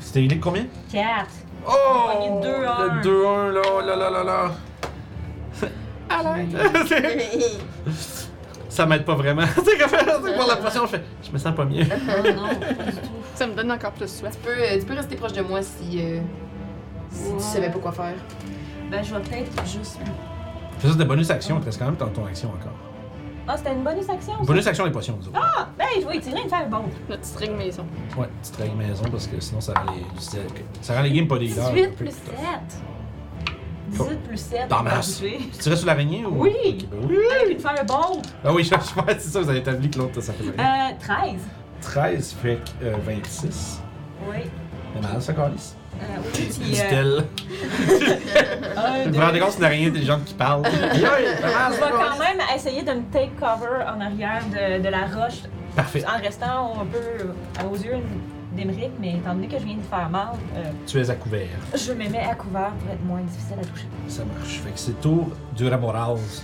C'était il est combien
4!
Oh
Pogné 2-1.
Le 2-1 là, oh là là là là. Alerte (laughs) Ça m'aide pas vraiment. (laughs) c'est comme c'est pour la pression, je fais. Je me sens pas mieux.
Oh non, pas (laughs) du tout.
Ça me donne encore plus soif.
Tu peux, euh, tu peux rester proche de moi si, euh, si tu savais pas quoi faire.
Ben, je vais peut-être juste.
Fais ça de bonus action, il te reste quand même ton, ton action encore.
Ah, c'était une bonus action? ça?
Bonus action les potions, disons.
Ah, ben, je vais tirer une faire bon.
Notre petite règle maison.
Ouais, petite règle maison parce que sinon ça rend les, ça rend les games pas des heures.
18 plus 7. 18 plus 7.
Dans masse. Tu tirais sur l'araignée ou.
Oui.
Ok, ben oui.
Avec une faire bon.
Ah oui, je je pense que c'est ça, vous avez établi que l'autre ça fait rien.
Euh, 13.
13 fait que, euh, 26.
Oui.
C'est mal ça, Carlis.
Euh, oui, puis. Euh,
Dit-elle.
un,
Vous
deux.
vous rendez compte, c'est une araignée intelligente qui
(laughs)
parle. Yeah, pas mal,
Je
ça,
vais quand
Carlis.
même essayer de me take cover en arrière de, de la roche
Parfait.
en restant un peu aux yeux d'Emeric, mais étant donné que je viens de faire mal, euh,
Tu es à couvert.
je me mets à couvert pour être moins difficile à toucher.
Ça marche. Fait que c'est tour du Ramoraz.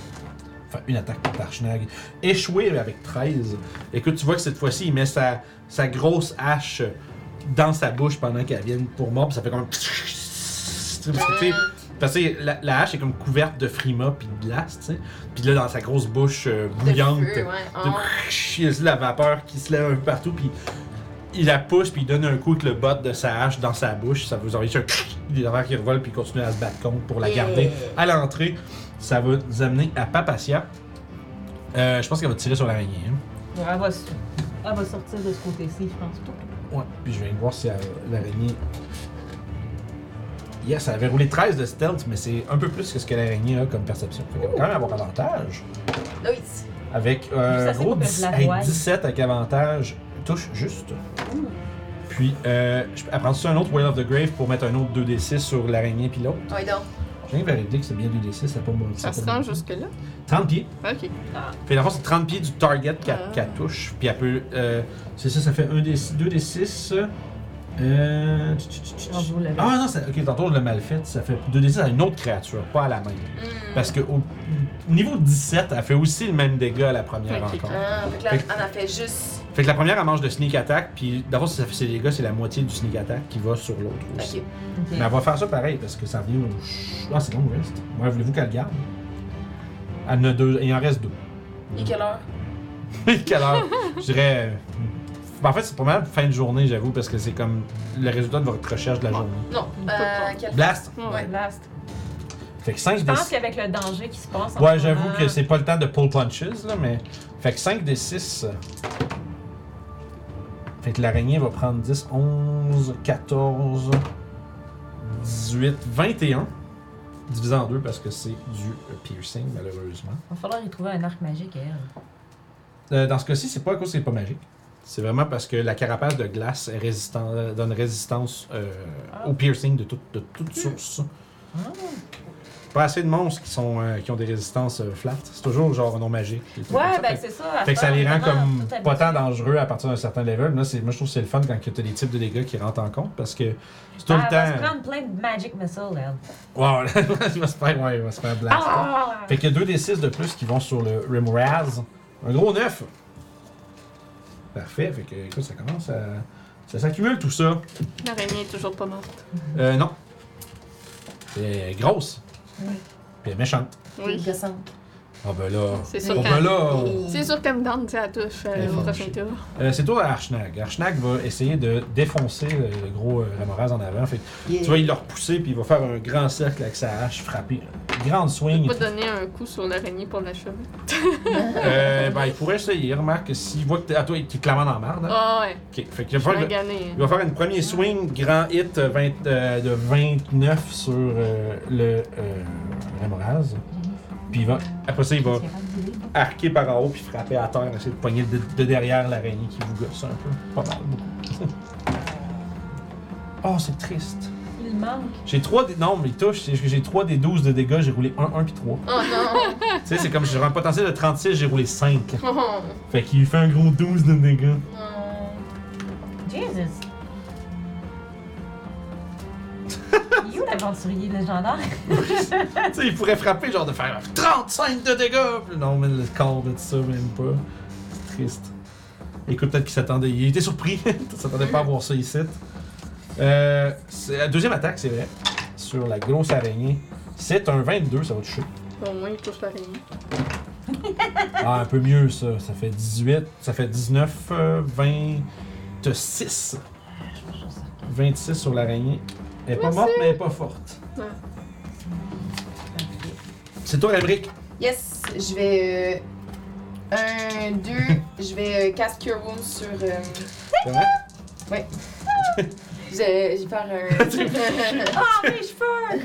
Enfin, une attaque contre Archnag. Échoué avec 13. Écoute, tu vois que cette fois-ci, il met sa, sa grosse hache dans sa bouche pendant qu'elle vient pour mordre. puis Ça fait comme. un Parce que, tu sais, parce que la, la hache est comme couverte de frima puis de glace, tu sais. Puis là, dans sa grosse bouche euh,
De
bouillante,
feu, ouais.
de-
Ah.
il y a juste la vapeur qui se lève un peu partout, puis il la pousse, puis il donne un coup avec le bot de sa hache dans sa bouche. Ça (sniffs) vous envoie un des affaires qui revolent, puis il continue à se battre contre pour la garder à l'entrée. Ça va nous amener à Papacia. Euh, je pense qu'elle va tirer sur l'araignée. hein.
Ouais, Elle va, se- elle va sortir de ce côté-ci, je pense pas.
Ouais, puis je vais voir si elle- l'araignée. Yes, elle avait roulé 13 de stealth, mais c'est un peu plus que ce que l'araignée a comme perception. Fait qu'elle va quand même avoir avantage.
Nice.
Avec euh,
Ça,
un
c'est
gros
pour que je
10
la
hey,
voie.
17 avec avantage, touche juste. Puis, euh, je peux apprendre ça un autre Whale of the Grave pour mettre un autre 2d6 sur l'araignée puis l'autre.
Ouais, donc.
Je viens de valider que c'est bien 2d6, ça pas mort.
Ça se rend jusque-là.
30 pieds.
Ah, Ok.
Fait dans le fond, c'est 30 pieds du target qu'elle
Ah.
qu'elle touche. Puis elle peut. euh, c'est ça, ça fait 1d6, 2d6. Euh. tch, tch, tch, tch.
On vous le
Ah non, ça- ok, tantôt je l'ai mal fait. Ça fait 2d6 à une autre créature, pas à la même.
Hmm.
Parce que au niveau 17, elle fait aussi le même dégât à la première
Ok. Euh,
rencontre.
Ah, fait que là, on a fait juste.
Fait que la première, elle mange de sneak attack, puis d'abord, si ça fait ses dégâts, c'est la moitié du sneak attack qui va sur l'autre aussi.
Ok.
Ok.
Mais elle va faire ça pareil, parce que ça vient au. Ah, c'est long rest. Ouais, voulez-vous qu'elle le garde Elle en a deux, il en reste deux. (laughs)
Et quelle heure?
Quelle heure Je dirais. euh, ben, En fait, c'est pas mal fin de journée, j'avoue, parce que c'est comme le résultat de votre recherche de la journée.
Non.
On peut
Euh,
prendre.
quelle
Blast
Ouais.
Blast.
Fait que 5
Je
des
pense qu'avec le danger qui se passe en
Ouais,
ce
j'avoue
moment,
que c'est pas le temps de pull punches, là, mais. Fait que 5 des 6. Fait que l'araignée va prendre 10, 11, 14, 18, 21. Divisé en deux parce que c'est du piercing, malheureusement.
Il va falloir y trouver un arc magique, elle.
Euh, dans ce cas-ci, c'est pas à cause que c'est pas magique. C'est vraiment parce que la carapace de glace est résistant- euh, donne résistance euh,
Ah.
au piercing de, tout- de toute source. Pas assez de monstres qui, sont, euh, qui ont des résistances euh, flat. C'est toujours genre non magique. puis tout comme
Ouais,
ça.
ben
Fait-
c'est ça. à
Fait que ça les rend
faire,
comme
vraiment, tout
pas tant
habitué.
dangereux à partir d'un certain level. Là, c'est- moi, je trouve que c'est le fun quand tu as des types de dégâts qui rentrent en compte parce que c'est tout
Ah, Elle
le
va se
temps.
prendre plein de magic missiles, elle.
Wow, (laughs) il va se faire, ouais, il va se faire blast.
Ah!
Fait qu'il y a 2d6 de plus qui vont sur le Rimraz. Un gros 9. Parfait. Fait que, écoute, ça commence à. Ça s'accumule tout ça.
L'araignée est toujours pas morte.
Euh, non. C'est grosse. Puis elle est méchante.
Oui.
Intéressante.
Ah ben là.
C'est
Ah ben
sûr qu'elle
là.
c'est sûr qu'elle me donne tu sais, elle touche euh,
Elle est
au
fâchée.
prochain tour.
Euh, c'est toi, Archnag. Archnag va essayer de défoncer le le gros euh, Ramoraz en avant. Fait que tu vas il le repousser, puis il va faire un grand cercle avec sa hache, frapper. Grande
Je
swing.
peux pas donner un coup sur l'araignée pour l'achever.
Euh, ben, il pourrait essayer. Remarque que s'il voit que t'es- à toi, il est clairement dans la merde. hein.
Ah ouais,
Ok. Fait que le
je
fait
vais
que-
gagner. (laughs)
Il va faire une premier swing, grand hit euh, 20, euh, de 29 sur euh, le euh, Ramoraz. Puis il va, après ça, il va arquer par en haut puis frapper à terre, essayer de poigner de, de derrière l'araignée qui vous gosse un peu. Pas mal, beaucoup. (laughs) oh, c'est triste.
Il manque.
J'ai 3 des. Non, mais il touche, c'est juste que j'ai 3 des 12 de dégâts, j'ai roulé 1, 1 puis 3.
Oh non!
(laughs) tu sais, c'est comme j'ai un potentiel de 36, j'ai roulé 5.
Oh,
Fait qu'il fait un gros 12 de dégâts.
non.
(laughs)
Jesus. you the aventurier légendaire.
Ah, Tu sais, il pourrait frapper, genre de faire 35 de dégâts! Puis non, mais le corps de ça, même pas. C'est triste. Écoute, peut-être qu'il s'attendait. Il était surpris. (laughs) Il s'attendait pas à voir ça ici. Euh, c'est la deuxième attaque, c'est vrai. Sur la grosse araignée. C'est un 22, ça va toucher.
Au moins, il touche l'araignée.
Ah, un peu mieux ça. Ça fait 18, ça fait 19, euh, 26. 26 sur l'araignée. Elle est pas
Merci.
morte, mais elle est pas forte.
Ouais.
C'est toi, Emric.
(laughs)
Yes, je vais. euh, un, deux, je vais euh, cast Cure Wounds sur. euh,
C'est vrai?
j'ai j'ai peur. euh,
Ah, mes cheveux!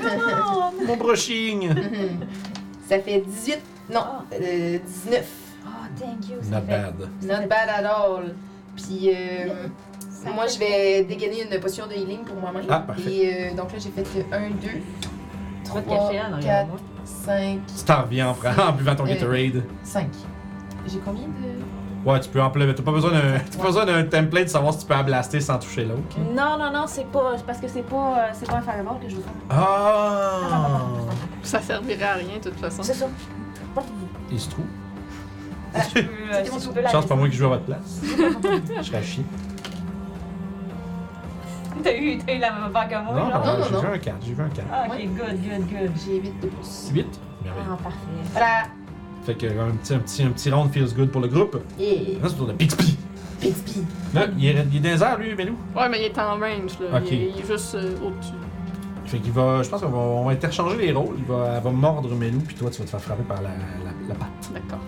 (laughs)
Come on!
Mon brushing! (laughs)
(laughs) ça fait 18. Non, euh, 19.
Oh, thank you. ça
Not
fait-
bad.
Not bad at all. Puis. euh,
ça
Moi,
fait-
je vais dégainer une potion de healing pour moi-même.
Ah, parfait.
Et euh, donc là, j'ai fait 1, 2,
Trop de
3,
café, Anne,
4,
regarde-moi.
5,
Tu t'en reviens en, prenant- en buvant ton
Euh.
Gatorade.
5. J'ai combien de.
Ouais, tu peux en plein, mais t'as pas besoin d'un t'as pas besoin d'un template de savoir si tu peux en blaster sans toucher l'autre.
Non, non, non, c'est pas. Parce que c'est pas, euh, c'est pas un fireball que je veux faire.
Ah!
Ça servirait à rien, de toute façon.
C'est ça.
Il se trouve.
Ah,
(laughs)
je peux, euh,
C'était mon
si
tour.
je peux la
Chance, c'est pas moi qui joue à votre place. Je serais chier.
T'as eu, t'as eu la même affaire que moi,
Non,
genre?
non,
non,
j'ai
non.
vu un 4, j'ai vu un 4.
Ah, ok, good, good, good.
J'ai 8 de plus.
8? Merveilleux.
Ah, parfait.
Voilà!
Fait que un petit, un petit, un petit round feels good pour le groupe.
Et.
Là, c'est pour le Pixpi.
Pixpie.
Là, il est, il est désert, lui, Melou.
Ouais, mais il est en range, là.
Ok.
Il, est, il est juste euh, au-dessus.
Fait qu'il va. Je pense qu'on va, on va interchanger les rôles. Il va, elle va mordre Melou, puis toi, tu vas te faire frapper par la, la, la patte.
D'accord.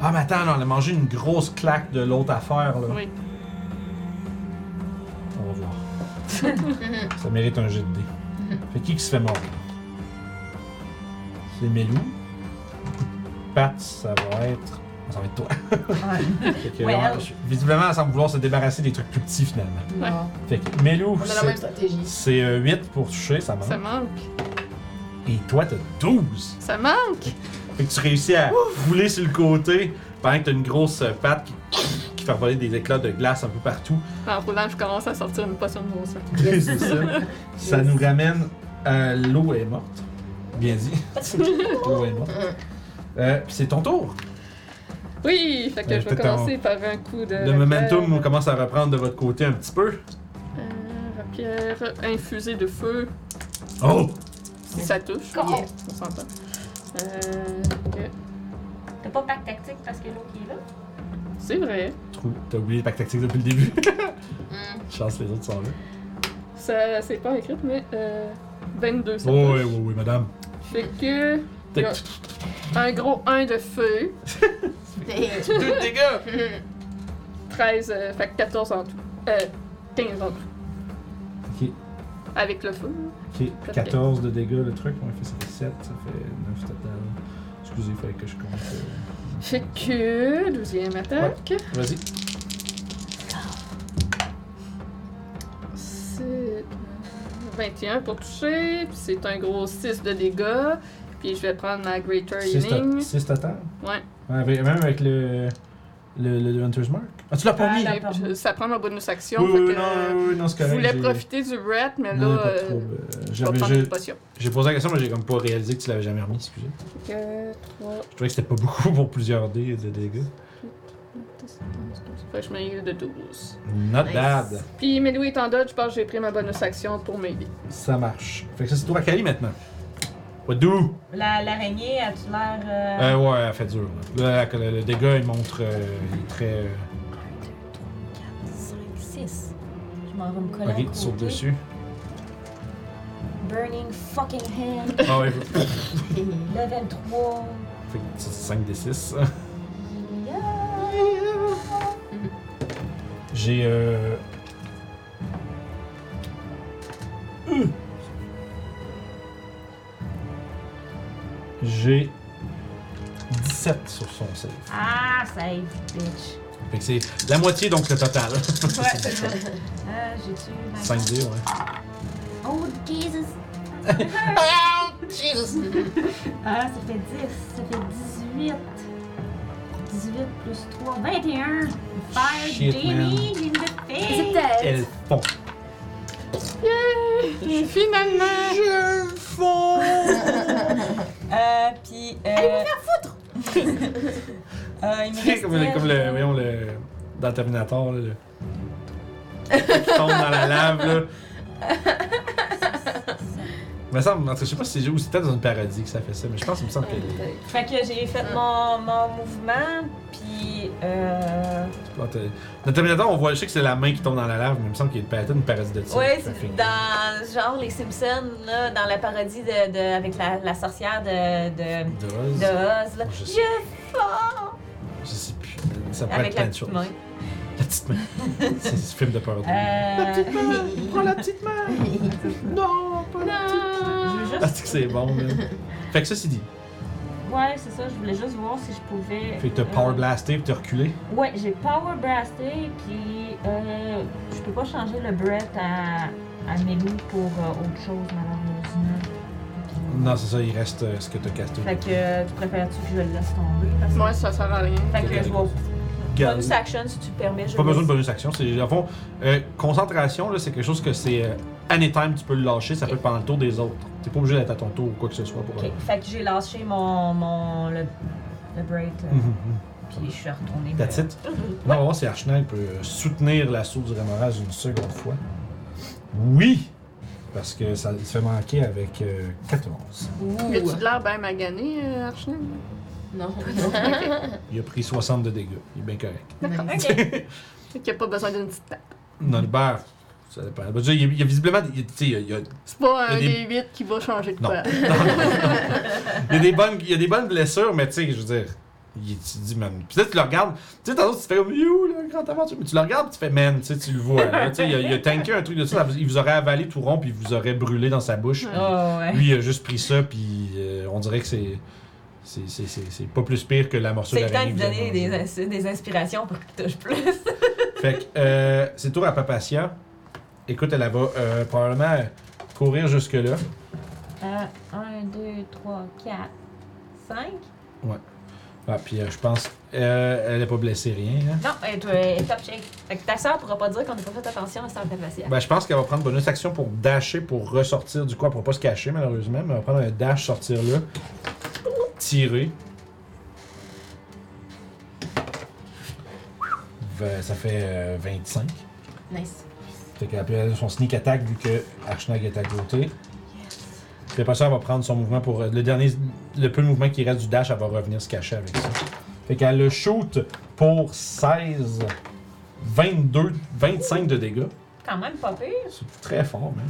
Ah, mais attends, non, elle a mangé une grosse claque de l'autre affaire, là.
Oui.
On va
(laughs)
voir. Ça mérite un jet de dés. Fait qui qui se fait mordre? C'est Melou. Pat, ça va être. Ah, Ça va être toi. Fait que,
Well.
ouais, visiblement, elle semble vouloir se débarrasser des trucs plus petits finalement.
Ouais.
Non.
Fait que Melou,
On a la
c'est-
(laughs)
même stratégie.
c'est euh, 8 pour toucher, ça manque.
Ça manque.
Et toi, t'as 12.
Ça manque!
Fait que tu réussis à rouler sur le côté pendant que t'as une grosse euh, patte qui, qui fait voler des éclats de glace un peu partout.
En roulant, je commence à sortir une potion de mon sang.
Yes.
C'est ça. Ça nous ramène à l'eau est morte. Bien
(laughs)
dit. l'eau est morte. Euh, puis c'est ton tour.
Oui! Fait que
Euh,
je vais
peut-être en-
commencer par un coup de.
Le momentum commence à reprendre de votre côté un petit peu.
Euh, rapière infusée de feu,
Oh!
si ça touche.
Con.
Yeah, on s'entend. Euh, ok.
T'as pas pack tactique parce que l'autre il est là?
C'est vrai.
Trou, T'as oublié le pack tactique depuis le
(laughs)
début.
Mm.
Chance, les autres sont là.
Ça, c'est pas écrit, mais euh, 22, ça
Oh, oui,
touche.
oui, oui, madame.
Fait que.
T'as-
y a Un gros 1 de feu,
Deux dégâts!
(laughs)
13, euh, fait que 14 en tout. Euh, 15 en tout.
Ok,
Avec le feu.
ok. 14 de dégâts le truc. On fait ça fait 7, ça fait 9 total. Excusez, il fallait que je compte. euh.
Fait que. Deuxième attaque.
Vas-y.
C'est euh, 21 pour toucher, puis c'est un gros 6 de dégâts. Puis je vais prendre ma Greater Healing.
6 total?
Ouais.
Ouais, avec- même avec le, le, le Hunter's Mark. Ah, tu l'as pas
Ah,
mis?
là,
J'ai-
pardon.
je- ça prend ma bonus action.
Oui,
fait
oui,
que,
non,
euh,
oui, oui, non, c'est
je
correct.
voulais
j'ai-
profiter du breath, mais là,
Non, pas de
euh,
trouble. Euh,
je vais
j'avais-
prendre
j'ai-
une potion.
J'ai posé la question, mais j'ai comme pas réalisé que tu l'avais jamais remis, excusez.
Fait que 3,
Je trouvais que c'était pas beaucoup pour plusieurs dés de dégâts.
10, 11, 12. Fait que je me heal de 12.
Not
Nice.
bad.
Puis Melou est en dodge, je pense que j'ai pris ma bonus action pour m'aider.
Ça marche. Fait que ça, c'est toi, Kali, maintenant. What do?
La- L'araignée, as-tu l'air. euh,
Euh, ouais, elle fait dur. Là, Là, le, le dégât, il montre. euh, il est très. euh,
5, 6. Je m'en vais me coller.
ok,
à
tu sautes
côté.
dessus.
Burning fucking hand.
Ah ouais,
Level 3.
fait que c'est 5 des 6. J'ai. Euh... euh, J'ai 17 sur son save.
Ah, save, bitch.
Fait que c'est la moitié donc le total. (laughs)
Ouais, c'est ça. Euh, J'ai-tu ma.
5 d ouais.
Oh, Jesus. Ah, ça fait 10. Ça fait 18. 18 plus 3. 21. Fire
Shit, man.
Jamie, j'ai une belle fille.
Elles font.
Et (laughs) Finalement!
Je fonds! euh, puis. Euh... Allez vous faire foutre! (laughs) euh, il me
C'est
reste euh,
comme, le- comme le. Voyons le. Dans Terminator, là. Le... qui tombe dans la lave, là. Il me semble, en tout cas, je sais pas si c'est ou c'est peut-être dans une parodie que ça fait ça, mais je pense qu'il me semble que
Peut-être.
Fait que j'ai fait mon, mon mouvement, puis. Euh...
Bon, Ah, t'es- Dans Terminator, on voit, je sais que c'est la main qui tombe dans la lave, mais il me semble qu'il y a peut-être une parodie de ça.
Ouais,
qui fait
c'est
finir.
dans genre les Simpsons, là, dans la parodie de, de- avec la, la sorcière de, de,
De Oz.
de Oz. Là.
Je
Je
sais-
fonds!
Je sais plus. Ça pourrait
Avec
être
la
plein de
petite
choses.
main.
La petite
(laughs)
main. c'est ce film de peur.
Euh...
Prends la petite main! non, pas la petite main!
Je veux juste
Ah, c'est que c'est bon, man. Fait que ceci dit,
Ouais, c'est ça, je voulais juste voir si je pouvais.
fait que t'as power blasté puis t'as reculé.
Euh, Ouais, j'ai power blasté, puis euh, je peux pas changer le breath à, à Melou pour euh, autre chose, malheureusement.
Non, c'est ça, il reste euh, ce que t'as casté.
Fait que euh, tu préfères-tu que je le laisse tomber? Parce que...
Moi, ça sert à rien.
Fait que je vais.
Garde-
Bonus action, si tu le permets. Je
Pas
vais-
besoin de bonus action. C'est, en fond, euh, concentration, là, c'est quelque chose que c'est euh, anytime, tu peux le lâcher, ça peut être pendant le tour des autres. T'es pas obligé d'être à ton tour ou quoi que ce soit pour. euh,
Ok, fait que j'ai lâché mon. mon le, le break,
Mhm,
euh,
Mm.
puis je suis retournée.
Ta
vers-
titre. Non, on va voir si Archenal peut euh, soutenir l'assaut du Ramorage une seconde fois. Oui! Parce que ça il se fait manquer avec euh, 14.
Mais tu de l'air bien magané, euh, (laughs) Archie?
Non.
Il a pris 60 de dégâts. Il est bien correct.
D'accord.
Ok,
Fait qu'il n'y a pas besoin d'une petite tape.
Non, le beurre, ça dépend. Je veux dire, il y a- il y a visiblement. des- il y a- Tu sais, il y a- il y a
C'est pas
Il
un
y a
des huit qui va changer de
Non.
quoi.
il, y a des bonnes, il y a des bonnes blessures, mais tu sais, je veux dire, il, tu te dis, man. Puis là, tu le regardes, tu sais, tantôt, tu fais comme, you, le grand aventure, mais tu le regardes, tu fais, man, tu sais, tu le vois. là. Tu sais, il, a- il a tanké un truc de ça, ça vous- il vous aurait avalé tout rond, puis il vous aurait brûlé dans sa bouche. Ah,
Oh,
Ouais.
ouais.
Lui, il a juste pris ça, puis euh, on dirait que c'est. C'est, c'est, c'est, c'est pas plus pire que la morceau
C'est le temps
d'araignée.
de vous
que vous avez
donner des,
mangée.
ins- des inspirations pour qu'il touche (laughs) plus.
Fait que, euh, c'est tour à Papatia. Écoute, elle va euh, probablement courir jusque-là.
Euh, 1, 2, 3, 4, 5.
Ah, puis euh, je pense. euh, elle est pas blessée, rien. hein.
Non, elle est- elle est top shape. Fait que ta soeur pourra pas dire qu'on n'a pas fait attention à sa faciale.
Ben, je pense qu'elle va prendre bonus action pour dasher, pour ressortir du coin, pour pas se cacher malheureusement, mais elle va prendre un dash, sortir là, tirer. Ben, ça fait euh, 25.
Nice.
Fait qu'elle peut aller son sneak attack vu que Archnag est à côté. Puis après ça, elle va prendre son mouvement pour. Le dernier. Le peu de mouvement qui reste du dash, elle va revenir se cacher avec ça. Fait qu'elle le shoot pour 16, 22, 25 de dégâts.
Quand même pas pire.
C'est très fort, même.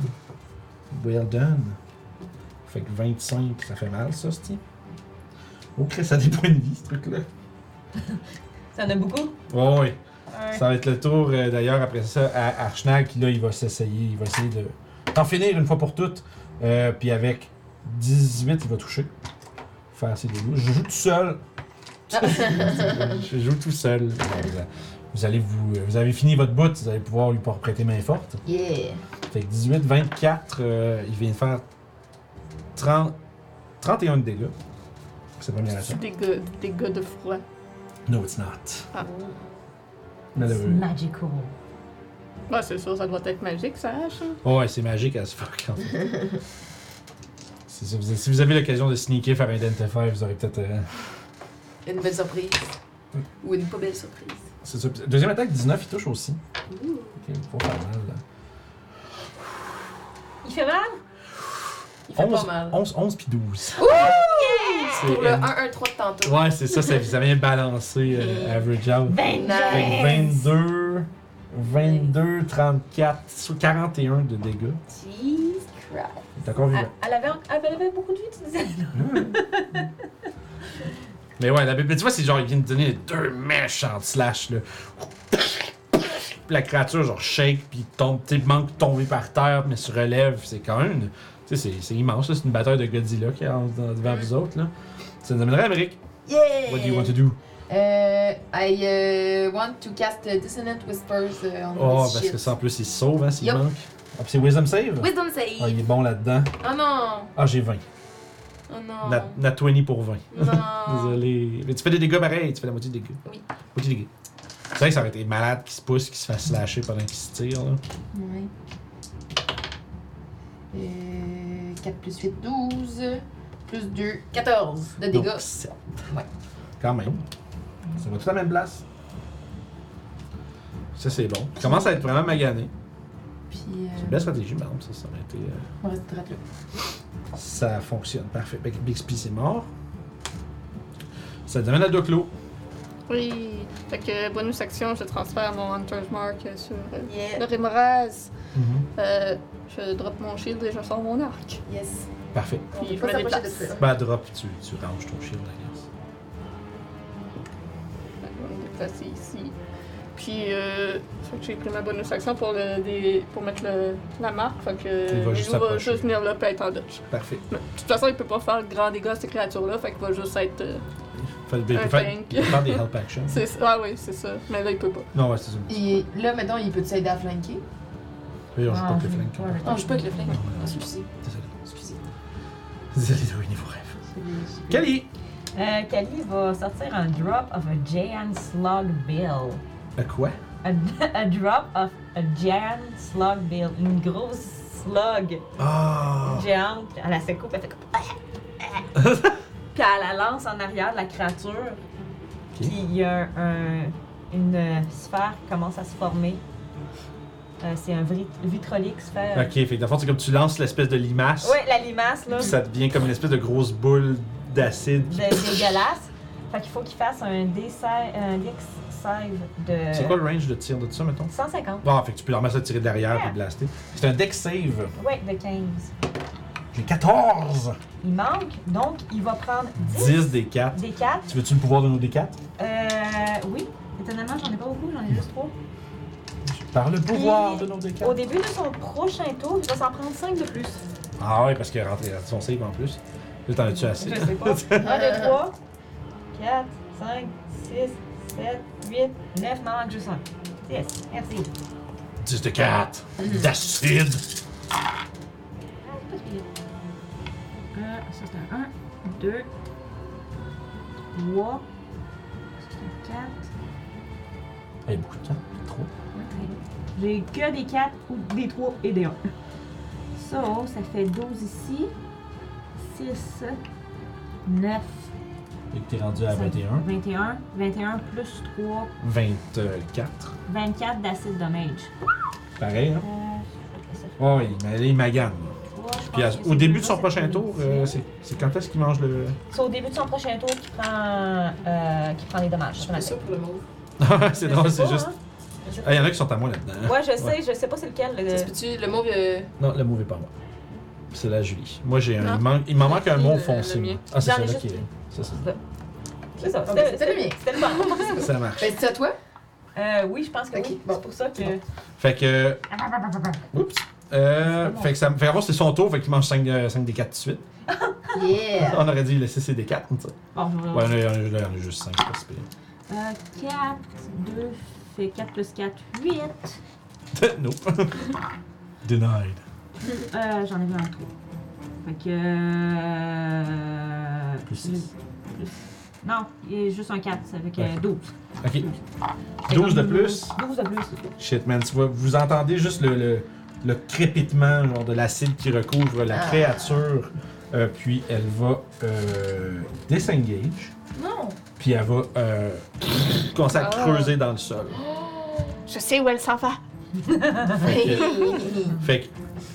Well done. Fait que 25, ça fait mal, ça, ce Oh, Chris, ça a des points de vie, ce truc-là.
Ça en a beaucoup.
Ouais, ouais.
Un.
Ça va être le tour, euh, d'ailleurs, après ça, à Archnag, qui là, il va s'essayer. Il va essayer de d'en finir une fois pour toutes. Euh, puis avec 18, il va toucher. Faire ses dégâts. Je joue tout seul. Je joue tout seul. Vous allez vous, euh, vous avez fini votre bout, vous allez pouvoir lui prêter main forte.
Yeah.
Fait que 18, 24, euh, il vient de faire 30, 31 de dégâts. C'est la première attaque.
Des gars, des gars de froid.
No, it's not.
Ah.
C'est
Malheureux.
magical.
Ouais, c'est sûr, ça doit être magique, ça, H.
Oh, ouais, c'est magique à se faire quand même. C'est ça, vous- Si vous avez l'occasion de sneaker, faire un identifier, vous aurez peut-être. euh,
Une belle surprise. Ou une pas belle surprise.
C'est ça. Deuxième attaque, 19, il touche aussi.
Ouh.
Ok, faut faire mal. là.
Il fait mal?
Il fait
11,
pas mal.
11, 11 puis 12. C'est,
Pour le
euh,
1-1-3 de tantôt.
Ouais, c'est ça, ça, ça vient balancer euh, average out.
Ben,
Fait que 22, 22, 34, sous 41 de dégâts.
Jesus Christ.
T'es encore vivant.
Elle, elle avait, elle avait beaucoup de vie, tu disais.
Mais ouais, la bébé, tu vois, c'est genre, il vient de donner les deux méchantes slash, là. Puis la créature, genre, shake, puis tombe, tu sais, manque de tomber par terre, mais se relève. C'est quand même. une- Tu sais, c'est- c'est immense, là. C'est une bataille de Godzilla qui est en- dans- devant
Mm.
vous autres, là. Ça nous amènerait à Amérique.
Yeah!
What do you want to do?
Euh, I euh, want to cast uh, Dissonant Whispers euh, on
Oh,
this
parce
shit.
que ça, en plus, il se sauve, hein, s'il
Yup.
manque. Ah, puis c'est Wisdom Save?
Wisdom save!
Ah, il est bon là-dedans.
Oh non!
Ah, j'ai 20.
Oh non!
Nat, nat 20 pour 20.
Non!
(laughs) Désolé. Mais tu fais des dégâts pareil, tu fais la moitié des dégâts.
Oui.
Moitié des dégâts. C'est vrai que ça aurait été malade qu'il se pousse, qu'il se fasse slasher pendant qu'il se tire, là.
Ouais. Euh, 4 plus 8, 12. Plus 2, 14 de
Donc,
dégâts.
sept.
Ouais.
Quand même. Ça va tout à la même place. Ça, c'est bon. Tu commences à être vraiment magané.
Puis,
C'est une
euh,
belle stratégie, par exemple, ça. Ça, aurait été, euh,
on reste droite là.
ça fonctionne. Parfait. Fait que Bixby, c'est mort. Ça te amène à Doclo.
Oui. Fait que bonus action, je transfère mon Hunter's Mark euh, sur euh,
Yeah.
le Remoraz. Euh, je drop mon shield et je sors mon arc.
Yes.
Parfait.
On
Puis
peut
je
pas
me
s'approcher de
déplace.
ça.
Bad drop, tu, tu ranges ton shield, I guess.
Fait que Je vais me déplacer ici. Puis, euh, fait que j'ai pris ma bonus action pour, le, des- pour mettre le- la marque. Fait que
Il va
Ryu
juste
va
s'approcher.
juste venir là et être en dodge.
Parfait.
Mais, De toute façon, il peut pas faire de grand dégât à cette créature-là, fait qu'il va juste être. euh,
Fait, le-
Un
fait-
tank.
il peut faire des help actions.
c'est ça. Ah oui, c'est ça. Mais là, il peut pas.
Non, ouais, c'est ça.
Et là, maintenant, il peut-tu aider à flanquer?
Oui, on joue
Ah,
pas avec le
je-
flank.
ouais,
Non, je joue pas avec Ah, le flank.
Non, non, non.
Excusez.
Désolé.
Excusez.
Désolé de ruiner vos rêves.
Excusez.
Kali!
Euh, Kali va sortir un drop of a giant slug bill.
À quoi?
A, (laughs) a drop of a giant slug bill. Une grosse slug
Ah!
géante. Elle la secoue, puis elle fait comme. (laughs) puis elle la lance en arrière de la créature. Puis il y a un- un- une euh, sphère qui commence à se former. Euh, c'est un vrit- vitrolique sphère.
Ok, fait que dans le fond, c'est comme tu lances l'espèce de limace.
Ouais, la limace, là.
Puis ça devient comme une espèce de grosse boule d'acide.
de Ben, dégueulasse. Fait qu'il faut qu'il fasse un D16 un save de.
C'est quoi le range de tir de ça, mettons?
150.
Bon, fait que tu peux normalement ça tirer derrière
Ouais.
puis blaster. C'est un deck save.
Ouais, de 15.
J'ai 14!
Il manque, donc il va prendre 10,
10 des 4.
des 4.
Tu veux-tu le pouvoir de nos D4?
Euh. Oui, étonnamment, j'en ai pas beaucoup, j'en ai juste 3.
Par le pouvoir
Puis,
de nos
Au
D4.
début de son prochain tour, il va s'en prendre 5 de plus.
Ah ouais, parce qu'il est rentré dans son save en plus. Là, t'en as-tu assez?
Je
(laughs)
sais pas. 1, 2, 3, 4, 5, 6, 7, 8, 9, non, manque juste 1. 10, merci.
10 de 4. D'acide!
Ah, c'est pas fini. Euh, ça c'est un 1, 2, 3, ça c'est un 4.
Il y a Eh, beaucoup de temps. Trop.
J'ai que des 4 ou des 3 et des 1. Ça, ça fait 12 ici, 6, 9,
Euh, Fait que t'es rendu à 21.
21, 21 plus 3,
24.
24 d'acide damage.
Pareil, hein?
Euh, je sais pas
Oh, il, mais là, il magane.
ce que ça fait. Trois, je
Puis à-
pense que
au
Ah, c'est
début de
deux,
son
c'est
prochain
deux,
tour,
dix-neuf.
euh, c'est c'est quand est-ce qu'il mange le.
C'est au début de son prochain tour qu'il prend, euh, qu'il prend les dommages.
Je fais ça pour le move.
Ah, c'est
Je
drôle, c'est
sais pas,
juste.
hein. Je sais
Ah, Il y en a qui sont à moi là-dedans. hein.
Ouais, je sais, je sais pas c'est lequel. le-
Ça se peut-tu? Le mauve, euh,
Non, le mauvais pas moi. C'est la Julie. Moi, j'ai un.
Non.
Il m'en il m'en manque un
Le-
mot
le
foncé.
mien.
moi. Ah, c'est
J'en ai
celui-là
juste
qui est. C'est ça.
C'est ça,
Donc,
c'était-
c'était le mien.
C'était le bon.
Ça marche.
Ben, c'est à toi?
Euh, oui, je pense que
Ok,
oui.
bon.
C'est pour ça que.
Fait que. Oups. Euh, fait que ça me fait avoir, c'est son tour, fait qu'il mange 5, des 4 de suite.
Yeah!
On aurait dit laisser ses des 4, ça.
Bon, je vais-
Ouais, là, il y en a- là, il y en a juste 5, pas si pire.
Euh, 4, 2, fait 4 plus 4, 8.
(laughs) Nope. Denied.
Euh, J'en ai vu un trou. Fait que. euh,
Plus six.
plus- Non, il y a juste un 4, ça fait que
Ouais.
12.
Ok. 12 de plus.
12 de plus. c'est ça.
Shit, man, tu vois, vous entendez juste le, le, le crépitement genre, de l'acide qui recouvre la
Ah.
créature. Euh, puis elle va euh, disengage.
Non!
Puis elle va euh, commencer à
Ah.
creuser dans le sol.
(gasps) Je sais où elle s'en va.
Fait que, fait que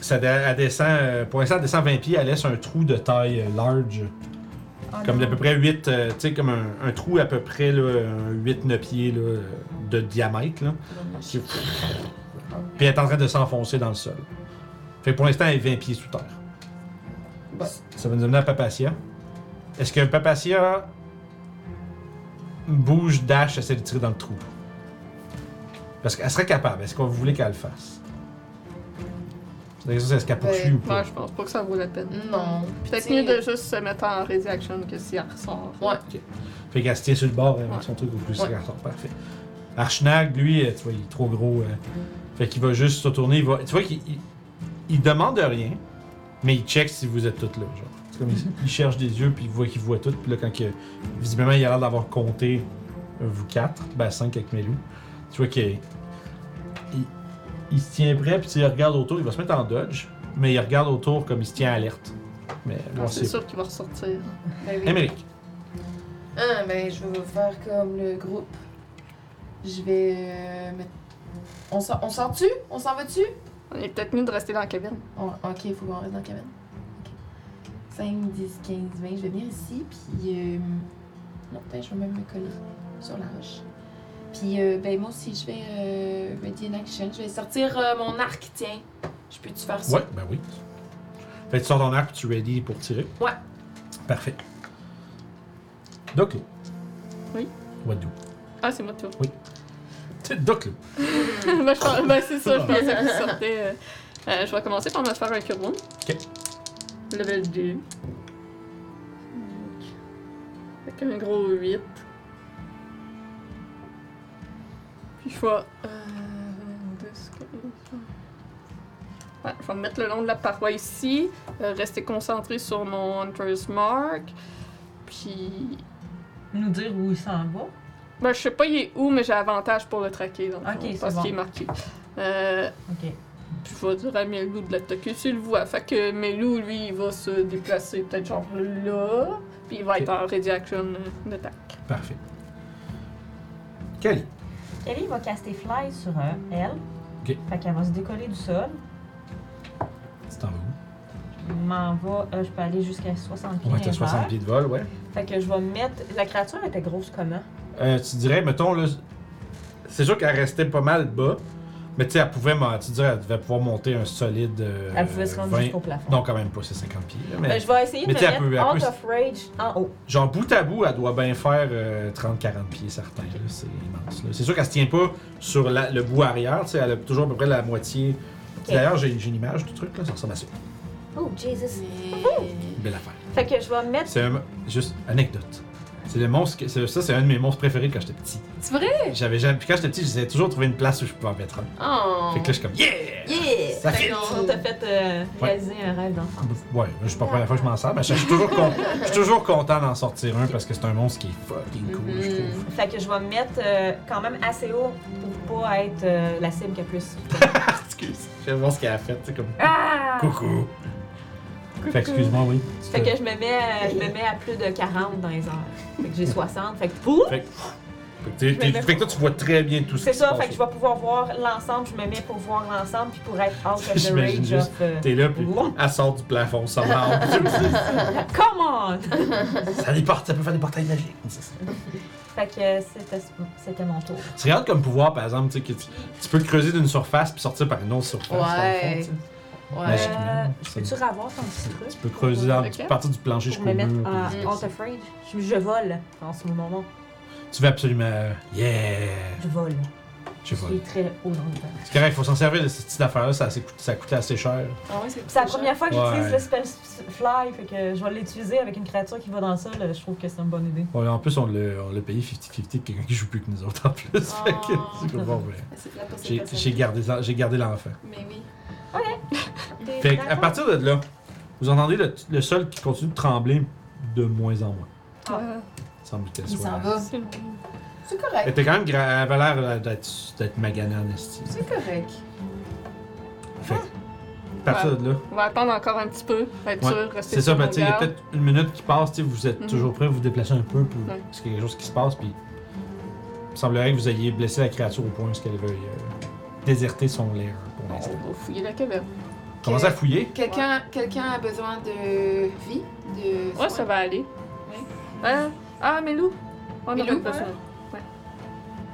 ça, dé- elle descend, euh, pour l'instant, elle descend 20 pieds, elle laisse un trou de taille euh, large. comme d'à peu près 8, tu sais, comme un, un trou à peu près 8-9 pieds là, euh, de diamètre. Là, qui- Puis elle est en train de s'enfoncer dans le sol. Fait que pour l'instant, elle est 20 pieds sous terre.
Bon.
Ça va nous amener à Papacia. Est-ce que Papacia bouge, dash, essaie de tirer dans le trou? Parce qu'elle serait capable. Est-ce qu'on voulait qu'elle le fasse? C'est la question, c'est est-ce qu'elle
Ben,
poursuit ou pas?
Moi, je pense pas que ça vaut la peine.
(laughs) Non.
Peut-être mieux de juste se mettre en ready action que si elle ressort.
Ouais.
Fait qu'elle se tient sur le bord hein, avec
Ouais.
son truc au plus
Ouais.
qu'elle sort. Parfait. Archnag, lui, euh, tu vois, il est trop gros. euh, Fait qu'il va juste se tourner. Il va... Tu vois qu'il il, il demande rien, mais il check si vous êtes toutes là. Genre. C'est comme il, il cherche des yeux, puis il voit qu'il voit tout. Puis là, quand que, visiblement, il a l'air d'avoir compté euh, vous quatre, ben cinq avec Melou. Tu vois qu'il il, il se tient prêt, puis il regarde autour, il va se mettre en dodge. mais il regarde autour comme il se tient alerte. Mais bon,
Ah, c'est
c'est.
sûr qu'il va ressortir.
Ben oui.
Émeric.
Ah, ben, je vais faire comme le groupe. Je vais. euh, me- On s'en on s'en tue? On s'en va-tu?
On est peut-être mieux de rester dans la cabine.
On- ok, il faut qu'on reste dans la cabine. Ok. 5, 10, 15, 20. Je vais venir ici, puis. euh, Non, ben, je vais même me coller sur la roche. Puis, euh, ben, moi aussi, je vais. Euh... Ready in action. Je vais sortir euh, mon arc, tiens. Je peux-tu faire ça?
Ouais, ben oui. Fait que tu sors ton arc, tu es ready pour tirer.
Ouais.
Parfait. Doclo.
Oui.
What do?
Ah, c'est moi tout.
Doclo.
(laughs) ben, je pense- ben, c'est ça, je pensais que vous sortez. euh. Euh, je vais commencer par me faire un cure wound.
Ok.
Level 2. Avec un gros 8. Puis je vais. euh, deux secondes. Ouais, je vais me mettre le long de la paroi ici. euh, rester concentré sur mon Hunter's Mark. Puis.
Nous dire où il s'en va.
Ben, je sais pas il est où, mais j'ai avantage pour le traquer. Donc,
Ok, c'est
parce
bon.
qu'il est marqué. Euh,
Ok.
puis je vais dire à Melou de l'attaquer s'il le voit. Fait que Melou, lui, il va se déplacer peut-être genre là. Puis il va
Ok.
être en ready action euh, d'attaque.
Parfait. Cali.
Ellie va caster Fly sur euh, elle.
Ok.
Fait qu'elle va se décoller du sol.
Tu t'en vas où?
Je M'en va, euh, je peux aller jusqu'à 60 pieds.
Ouais,
dans
t'as
les
60
airs.
pieds de vol, ouais.
Fait que je vais mettre. La créature était grosse comment
Euh, tu dirais, mettons, là, c'est sûr qu'elle restait pas mal bas, mais tu sais, elle pouvait, mon- tu dirais, elle devait pouvoir monter un solide. euh,
Elle pouvait se rendre
20.
jusqu'au plafond.
Non, quand même pas, c'est 50 pieds. là, mais
Ben, je vais essayer de
mais
me
t'sais, elle
mettre
peut- elle
out
peut-
of rage en haut.
Genre, bout à bout, elle doit bien faire euh, 30-40 pieds, certain. là. C'est immense. là. C'est sûr qu'elle se tient pas sur la- le bout arrière, tu sais, elle a toujours à peu près la moitié. D'ailleurs, j'ai j'ai une image du truc, là, ça ressemble à ça.
Oh, Jesus.
Mais-
Belle affaire.
Fait que je vais mettre.
C'est un- juste anecdote. C'est le monstre. que- c'est- Ça, c'est un de mes monstres préférés quand j'étais petit.
C'est vrai?
J'avais jamais. Puis quand j'étais petit, j'essayais toujours de trouver une place où je pouvais en mettre un.
Oh!
Fait que là, je suis comme Yeah!
Yeah!
Ça
Fait
fait-
qu'on-
On t'a fait euh, réaliser un rêve d'enfant.
Ouais, je pas la première fois que je m'en sers, mais je suis toujours, con- je suis toujours content d'en sortir un parce que c'est un monstre qui est fucking cool, je trouve.
Fait que je vais mettre euh, quand même assez haut pour pas être euh, la cible qu'elle puisse.
Excuse. Je vais voir ce qu'elle a fait, c'est comme
Ah!
coucou. Fait que, excuse-moi, oui.
Fait que je me, mets, euh, je me mets à plus de 40 dans les heures. Fait
(laughs)
que j'ai 60. Fait que pouf!
Fait que- Fait que t'es-
je me
t'es-
mets-
fait que toi, tu vois très bien tout ce
C'est
qui se
ça,
passe.
fait que je vais pouvoir voir l'ensemble. Je me mets pour voir l'ensemble puis pour être out of the
J'imagine
rage
juste,
of. euh,
T'es là, puis
Ouh.
elle sort du plafond, ça marche.
(laughs) Come on!
ça, déporte, ça peut faire des portails magiques. C'est ça.
Fait que c'était, c'était mon tour.
Tu regardes comme pouvoir, par exemple, tu sais, que tu, tu peux creuser d'une surface puis sortir par une autre surface. dans le
Ouais.
fond, tu sais.
Ouais.
Magiquement,
Euh,
ça-
Peux-tu revoir ton petit truc?
Tu peux creuser, dans,
Ok.
tu peux partir du plancher
Pour
jusqu'au
me mettre
mur. puis-
en out of rage. Je, je vole en ce moment.
Tu veux absolument. euh, Yeah!
Je vole.
Je
Je
sais pas.
suis très haut dans le temps.
C'est correct, faut s'en servir de cette petite affaire-là, ça, s'est coûté- ça coûtait assez cher.
Ah ouais, c'est
C'est la première fois que
Ouais.
j'utilise le spell s- fly, fait que je vais l'utiliser avec une créature qui va dans le sol. Je trouve que c'est une bonne idée.
Ouais, en plus, on l'a on l'a payé 50-50 quelqu'un qui joue plus que nous autres en plus.
Oh.
Fait que, c'est comme, bon, ben,
C'est de la possible
j'ai-
personne.
J'ai gardé, ça- j'ai gardé l'enfant.
Mais oui.
Fait que, à partir de là, vous entendez le, le sol qui continue de trembler de moins en moins.
Ah,
Semble qu'elle
Il
soit.
s'en va.
c'est bon.
C'est
Elle
correct.
était quand même gra- elle avait l'air euh, d'être d'être maganée en esti.
C'est correct.
Fait que, à partir de là.
On va attendre encore un petit peu, être
Ouais,
sûr, rester
C'est ça,
sur
ben,
nos
tu sais, il y a
gardes.
peut-être une minute qui passe, tu sais, vous êtes
Mhm.
toujours prêt, vous vous déplacez un peu pour
Ouais.
parce qu'il y a quelque chose qui se passe, puis il semblerait que vous ayez blessé la créature au point où qu'elle veuille euh, déserter son lair pour l'instant.
On va fouiller la caverne.
Commencez à fouiller.
Quelqu'un quelqu'un a besoin de vie? De
Ouais, ça va aller. Hein? Ah, Melou! On
Melou,
aurait
ouais.
besoin.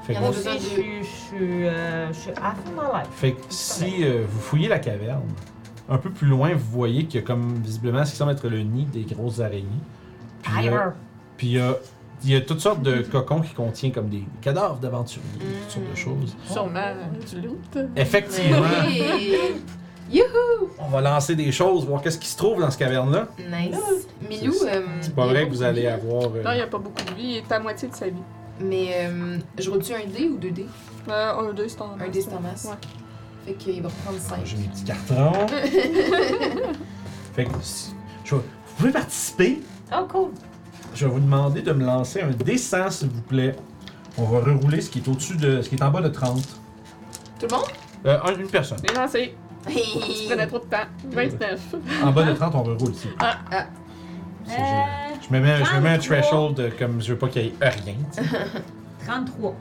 Fait que,
Il y en a
Moi
vous-
besoin
aussi, je suis, je suis, euh, je suis à fond dans l'air.
fait que si euh, vous fouillez la caverne, un peu plus loin, vous voyez qu'il y a comme visiblement ce qui semble être le nid des grosses araignées. Puis il y a- puis il y a, il y a toutes sortes de cocons qui contiennent comme des cadavres d'aventuriers, toutes sortes de choses.
Sûrement euh,
Oh.
du loot.
Effectivement.
Oui.
On va lancer des choses, voir qu'est-ce qui se trouve dans cette caverne-là.
(laughs) Nice. Milou, euh,
C'est pas
il y a
vrai que
beaucoup
vous
de
allez
vie,
avoir. euh,
Non, il n'y a pas beaucoup de vie, il est à moitié de sa vie.
Mais euh, je roule-tu un dé ou deux dés?
Euh, un, deux, c'est en
Un dé, c'est en masse.
Ouais.
Fait qu'il va reprendre cinq.
J'ai mes petits cartons. fait que si- je vais- vous pouvez participer.
Oh, cool.
Je vais vous demander de me lancer un dessin, s'il vous plaît. On va rerouler ce qui est au-dessus de. ce qui est en bas de 30.
Tout le monde?
Euh, un- une personne.
J'ai lancé. (laughs) Tu prenais trop de temps. 29.
En bas de 30, on reroule ici.
Ah,
ah.
Euh,
C'est gênant. Je me mets, je me mets un
33.
threshold euh, comme je veux pas qu'il y ait rien. tu sais.
Euh, 33.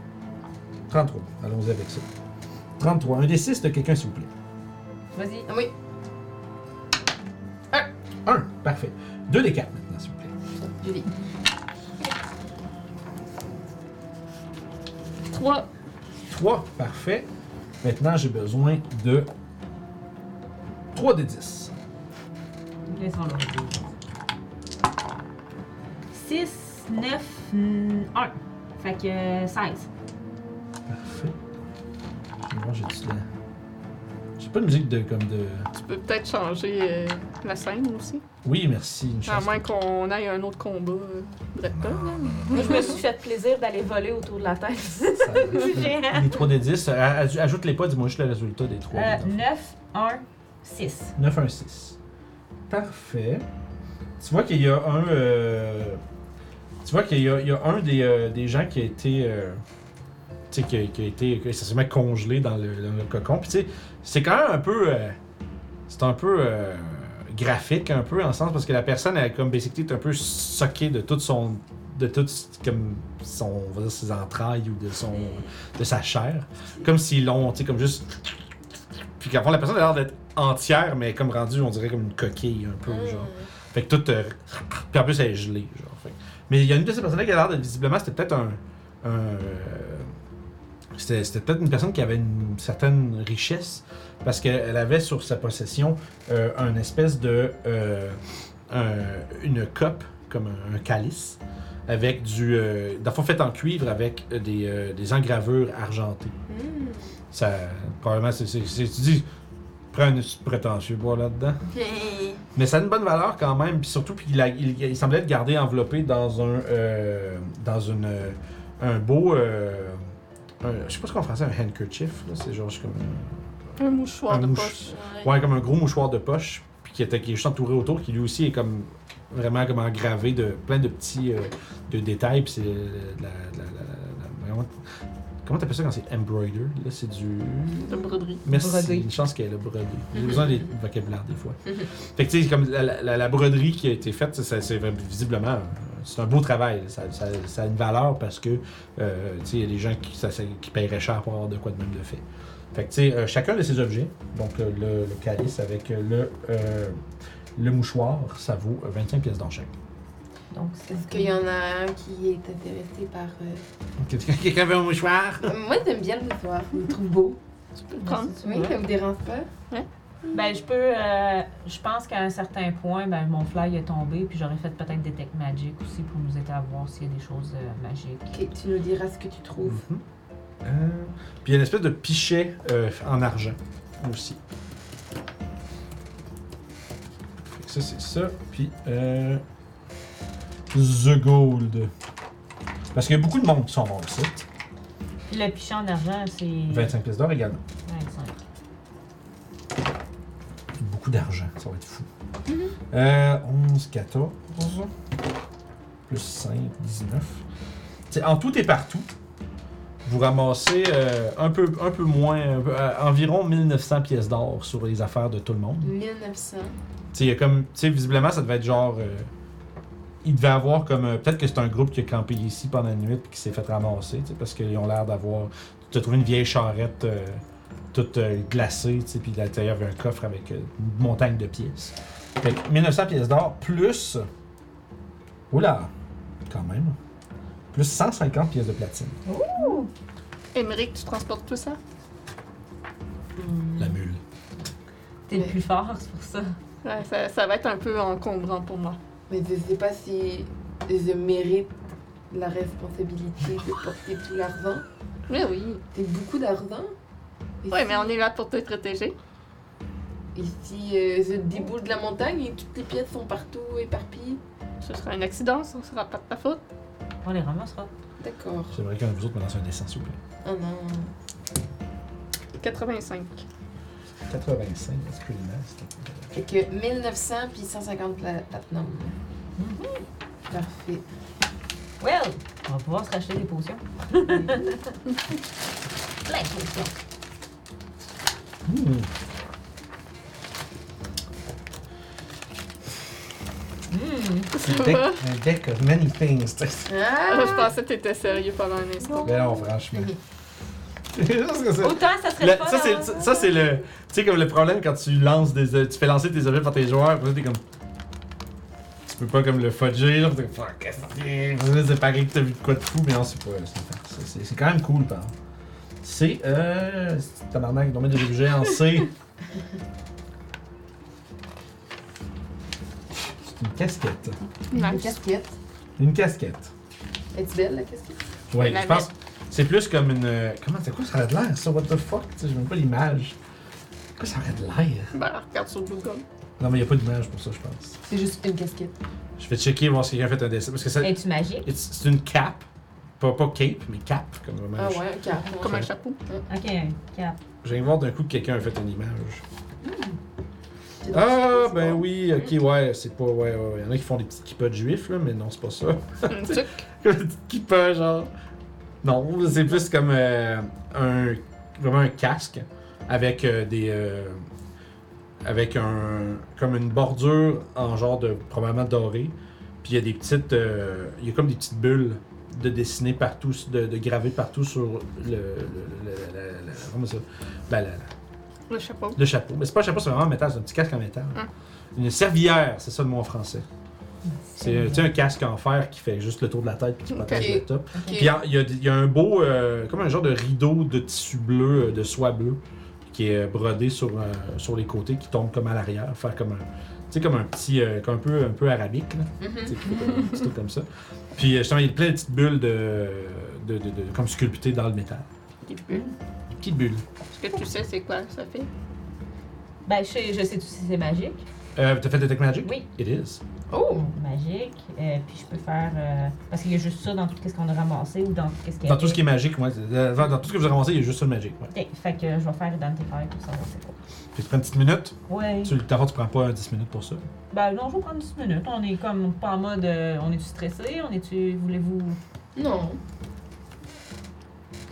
33. Allons-y avec ça. 33. Un des 6 de quelqu'un, s'il vous plaît.
Vas-y.
Oui.
1. Parfait. 2 des 4 maintenant, s'il vous plaît.
Julie.
3.
3. Parfait. Maintenant, j'ai besoin de 3 des 10.
Laissons-le. 6, 9, 1. mm, Fait que euh, 16.
Parfait. Moi, j'ai du la... J'ai pas de musique de comme de.
Tu peux peut-être changer euh, la scène aussi.
Oui, merci. Une
À
chance.
moins qu'on aille à un autre combat. euh, Drepton, là.
Moi, je me suis fait plaisir d'aller voler autour de la tête.
Ça va.
Géant.
les 3 des 10. euh, aj- Ajoute-les pas, dis-moi juste le résultat des 3.
Euh, 9, 1, 6.
9, 1, 6. Parfait. Tu vois qu'il y a un. euh, Tu vois qu'il y, a- il y a un des, euh, des gens qui a été. euh, Tu sais, qui, a- qui a été essentiellement congelé dans le, dans le cocon. Puis tu sais, c'est quand même un peu. euh, c'est un peu. euh, graphique un peu en sens parce que la personne elle comme basically est un peu soquée de toute son de toute comme son on va dire ses entrailles ou de son de sa chair comme s'ils l'ont tu sais comme juste puis qu'avant la personne a l'air d'être entière mais comme rendue on dirait comme une coquille un peu genre fait que tout euh, puis en plus elle est gelée genre Fait que- mais il y a une de ces personnes là qui a l'air de visiblement c'était peut-être un, un, euh, c'était c'était peut-être une personne qui avait une certaine richesse parce qu'elle avait sur sa possession euh, un espèce de euh, un- une cope comme un, un calice avec du euh, d'enfant fait en cuivre avec euh, des, euh, des engravures argentées
Hmm.
ça probablement c'est c'est- c'est- tu dis prends une prétentieux bois là dedans mais ça a une bonne valeur quand même, puis surtout, puis il, a- il- il semblait être gardé enveloppé dans un, euh, dans une, euh, un beau, euh, un- je sais pas ce qu'on français, un handkerchief, là, c'est genre juste comme, un-
Un mouchoir
Ah. Un
de
mouch-
poche.
ouais, comme un gros mouchoir de poche, puis qui était, qui est juste entouré autour, qui lui aussi est comme vraiment comme engravé de plein de petits euh, de détails, puis c'est la, la- la- la- la- la- comment t'appelles ça quand c'est embroider, là, c'est du
De broderie. Mm-hmm.
Merci.
Brodé.
Une chance qu'elle a brodé. J'ai besoin des vocabulaire des fois. fait que tu sais, comme la, la- la broderie qui a été faite, ça- c'est visiblement euh, c'est un beau travail. Ça, ça- ça a une valeur parce que euh, tu sais, il y a des gens qui, ça- ça- qui paieraient cher pour avoir de quoi de même de fait. Fait que tu sais, euh, chacun de ces objets, donc euh, le, le calice avec euh, le, euh, le mouchoir, ça vaut euh, 25 pièces d'or chaque.
Donc, c'est
Est-ce qu'il y en a un qui est intéressé par. euh,
Quelqu'un quelqu'un veut un mouchoir?
Moi, j'aime bien le mouchoir. Je le trouve beau.
Tu peux le prendre.
Oui, ça vous dérange pas?
Ben, je peux. euh, je pense qu'à un certain point, ben, mon fly est tombé, puis j'aurais fait peut-être Detect Magic aussi pour nous aider à voir s'il y a des choses euh, magiques.
Ok, tu nous diras ce que tu trouves.
Mhm. Euh, puis il y a une espèce de pichet euh, en argent aussi. Fait que ça, c'est ça. Puis euh, The Gold. Parce qu'il y a beaucoup de monde qui sont bons ici.
Puis le pichet en argent, c'est.
25 pièces d'or également.
25.
Beaucoup d'argent, ça va être fou. Euh, 11, 14. Plus 5, 19. T'sais, en tout et partout, vous ramassez euh, un, peu, un peu moins, un peu- euh, environ 1900 pièces d'or sur les affaires de tout le monde.
1900.
T'sais, il y a comme, t'sais, visiblement, ça devait être genre. euh, il devait avoir comme. euh, Peut-être que c'est un groupe qui a campé ici pendant la nuit et qui s'est fait ramasser, t'sais, parce qu'ils ont l'air d'avoir. Tu as trouvé une vieille charrette euh, toute euh, glacée, t'sais, puis à l'intérieur, il y avait un coffre avec euh, une montagne de pièces. Fait que 1900 pièces d'or plus. Oula! Quand même. Plus 150 pièces de platine.
Émeric, tu transportes tout ça?
La mule.
T'es le plus fort, c'est pour ça.
Ouais, ça? Ça va être un peu encombrant pour moi.
Mais je sais pas si je mérite la responsabilité de porter tout l'argent.
Mais oui.
C'est beaucoup d'argent. Et
Oui,
si-
mais on est là pour te protéger.
Et si euh, je déboule de la montagne et toutes les pièces sont partout éparpillées?
Ce sera un accident, ce sera pas de ta faute.
On les ramassera.
D'accord.
J'aimerais qu'un de vous autres me lance un dessin, s'il vous plaît.
Ah non.
85.
85, est-ce que les masses, c'est-
Fait que 1900 puis 150 pla- platinum. Mhm. Parfait.
Well, on va pouvoir se racheter des potions. Plein de potions.
Hmm.
ça
deck,
va?
un
(laughs)
deck of many things. tu sais.
Ah, je pensais que t'étais sérieux pendant un instant.
Ben
Mais non, franchement.
(laughs)
Juste que ça-
Autant ça serait hein?
Le-
pas
ça, c'est,
d'avoir-
ça, c'est le. Tu sais, comme le problème quand tu lances des. euh, Tu fais lancer tes objets par tes joueurs, après, t'es comme. Tu peux pas comme le fudger, là. T'es fuck, qu'est-ce que c'est? Parce que là, c'est pareil que t'as vu de quoi de fou, mais non, c'est pas. C'est, pas- c'est- c'est- c'est quand même cool, par exemple. C'est. Euh. c'est- Tabarnak, ils ont mis des objets en C. c'est une casquette.
Une
Nice.
casquette.
Une casquette.
Es-tu belle, la casquette?
Ouais,
La
je pense. C'est plus comme une. euh, Comment, c'est quoi ça aurait de l'air, ça? What the fuck? Tu sais, j'ai même pas l'image. Quoi ça aurait de l'air?
Ben, regarde sur Google.
Non, mais il n'y a pas d'image pour ça, je pense.
C'est juste une casquette.
Je vais checker voir si quelqu'un a fait un dessin. Parce que ça,
Es-tu magique?
it's- c'est une cape. Pas, pas cape, mais cape, comme vraiment.
Ah ouais, un carton.
Comme
(laughs)
un chapeau.
Ok, cap.
J'ai voir d'un coup que quelqu'un a fait une image.
C'est drôle,
Ah,
c'est
ben
bon.
oui, ok, ouais, c'est pas. Ouais, ouais, ouais. Il y en a qui font des petits kippas de juifs, là, mais non, c'est pas ça.
Une tuque.
Comme des petits (laughs) kippas, genre. Non, c'est plus comme euh, un. Vraiment un casque avec euh, des. euh, avec un. Comme une bordure en genre de. Probablement doré. Puis il y a des petites. euh, il y a comme des petites bulles de dessiner partout, de, de graver partout sur le. le, le- la- la- la- comment ça Ben, la- la-
Le chapeau.
le chapeau. Mais c'est pas un chapeau, c'est vraiment en métal, c'est un petit casque en métal.
Ah.
Une servière, c'est ça le mot en français. C'est
Mm-hmm.
euh, tu sais, un casque en fer qui fait juste le tour de la tête et qui protège
Ok.
le top.
Ok.
Puis il y a- il y, a- il y a un beau, euh, comme un genre de rideau de tissu bleu, euh, de soie bleue, qui est euh, brodé sur, euh, sur les côtés, qui tombe comme à l'arrière, faire comme un, tu sais, comme un petit, euh, comme un peu, un peu arabique, là.
Mhm.
Tu sais, qui fait comme un petit truc comme ça. Puis euh, justement, il y a plein de petites bulles de, de, de- de- comme sculptées dans le métal.
Des bulles.
Des petites bulles.
Est-ce que tu sais c'est quoi ça fait?
Ben, je sais, je sais tout si c'est magique.
Euh, T'as fait Detect Magic?
Oui.
It is.
Oh!
Magique. euh, puis je peux faire. euh, parce qu'il y a juste ça dans tout ce qu'on a ramassé ou dans tout ce qui
Dans tout ce qui est magique, ouais. Euh, Dans tout ce que vous avez ramassé, il y a juste ça le magique. Ouais.
Ok, fait que je vais faire Identify pour savoir c'est quoi.
Puis tu prends une petite minute.
Ouais.
Tu, dans le fond, tu prends pas euh, 10 minutes pour ça.
Ben non, je vais prendre 10 minutes. On est comme pas en mode. euh, on est-tu stressé? On est-tu. Voulez-vous.
Non.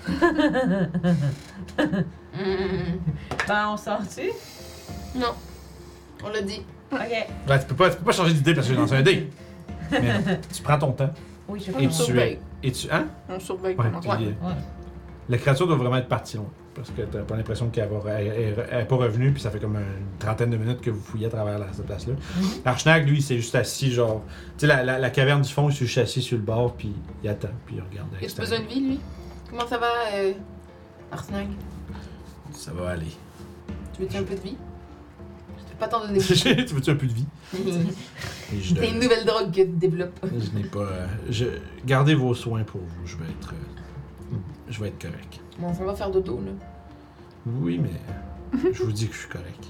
(laughs) Hmm.
Ben, on sort-tu?
Non. On l'a dit.
Ok.
Ouais, Ben, tu, peux pas, tu peux pas changer d'idée parce que dans un dé. Mais non, (laughs) tu prends ton temps.
Oui, je
Et
vais
tu es. Et tu. Hein?
On surveille
Ouais,
comment
puis,
ça
euh,
Ouais.
La créature doit vraiment être partie loin. Parce que t'as pas l'impression qu'elle va, elle, elle- elle est pas revenue, puis ça fait comme une trentaine de minutes que vous fouillez à travers la- cette place-là. L'archenag, lui, il s'est juste assis, genre. Tu sais, la, la- la caverne du fond, il s'est juste assis sur le bord, puis il attend, puis il regarde. à
As-tu
l'extérieur.
besoin de vie, lui? Comment ça va, euh, Arsenal?
Ça va (laughs) aller.
Tu veux-tu un peu de vie? Je peux pas t'en
(laughs)
donner plus.
tu veux-tu un peu de vie?
C'est
Et je donne-
une nouvelle drogue que tu développes.
Je n'ai pas. euh, je, gardez vos soins pour vous. Je vais être. euh, je vais être correct.
Bon, ça va faire dodo, là.
Oui, mais je vous dis que je suis correct.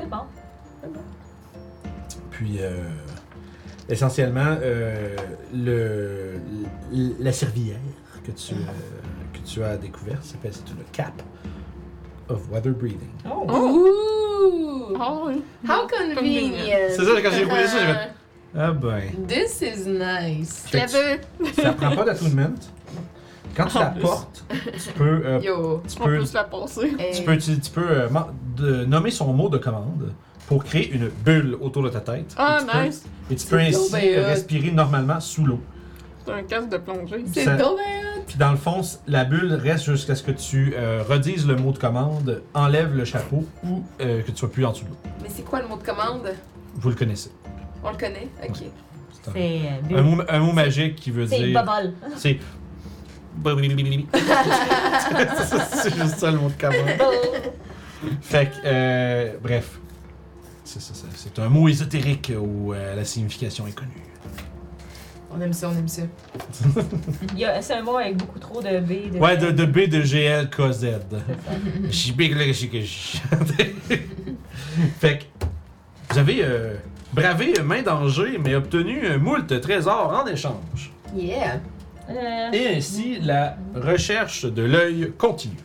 C'est bon.
Puis, euh, essentiellement, euh, le, l- la servière que tu, euh, que tu as découverte s'appelle c'est le cap of weather breathing.
Oh!
Ooh!
Ah oui.
How convenient!
Oh. C'est ça, quand
Euh,
j'ai écouté ça, j'ai fait- Ah ben.
This is nice.
Je l'avais.
Ça prend pas d'attunement. Quand tu
En
la
plus.
portes, tu peux. euh,
Yo. Eh,
tu
On
peux
peut se
(laughs)
la penser.
Hey.
Tu peux, tu, tu peux euh, man- de- nommer son mot de commande pour créer une bulle autour de ta tête.
Ah,
Et tu peux-
nice. ben,
et tu peux
C'est
ainsi
donc bien hot.
respirer normalement sous l'eau.
C'est un casque de plongée.
C'est
ça-
dommage! bien.
Puis dans le fond, c- la bulle reste jusqu'à ce que tu euh, redises le mot de commande, enlève le chapeau ou euh, que tu sois plus en dessous de l'eau.
Mais c'est quoi le mot de commande?
Vous le connaissez.
On le connaît? Ok.
C'est un-
C'est. euh,
un, mot, un mot magique qui veut
C'est
dire.
bubble.
C'est. (laughs) c'est juste ça le mot de commande. Fait que, euh, bref. C'est ça, ça- c'est un mot ésotérique où euh, la signification est connue.
On aime ça, on aime ça.
Il y a- C'est un mot avec beaucoup trop de B. De
Ouais, de, de B de GL KZ.
C'est ça.
J'ai big là, j'ai que j'ai- (laughs) Fait que, vous avez euh, bravé main danger, mais obtenu un moult trésor en échange.
Yeah!
Euh,
Et ainsi, la recherche de l'œil continue.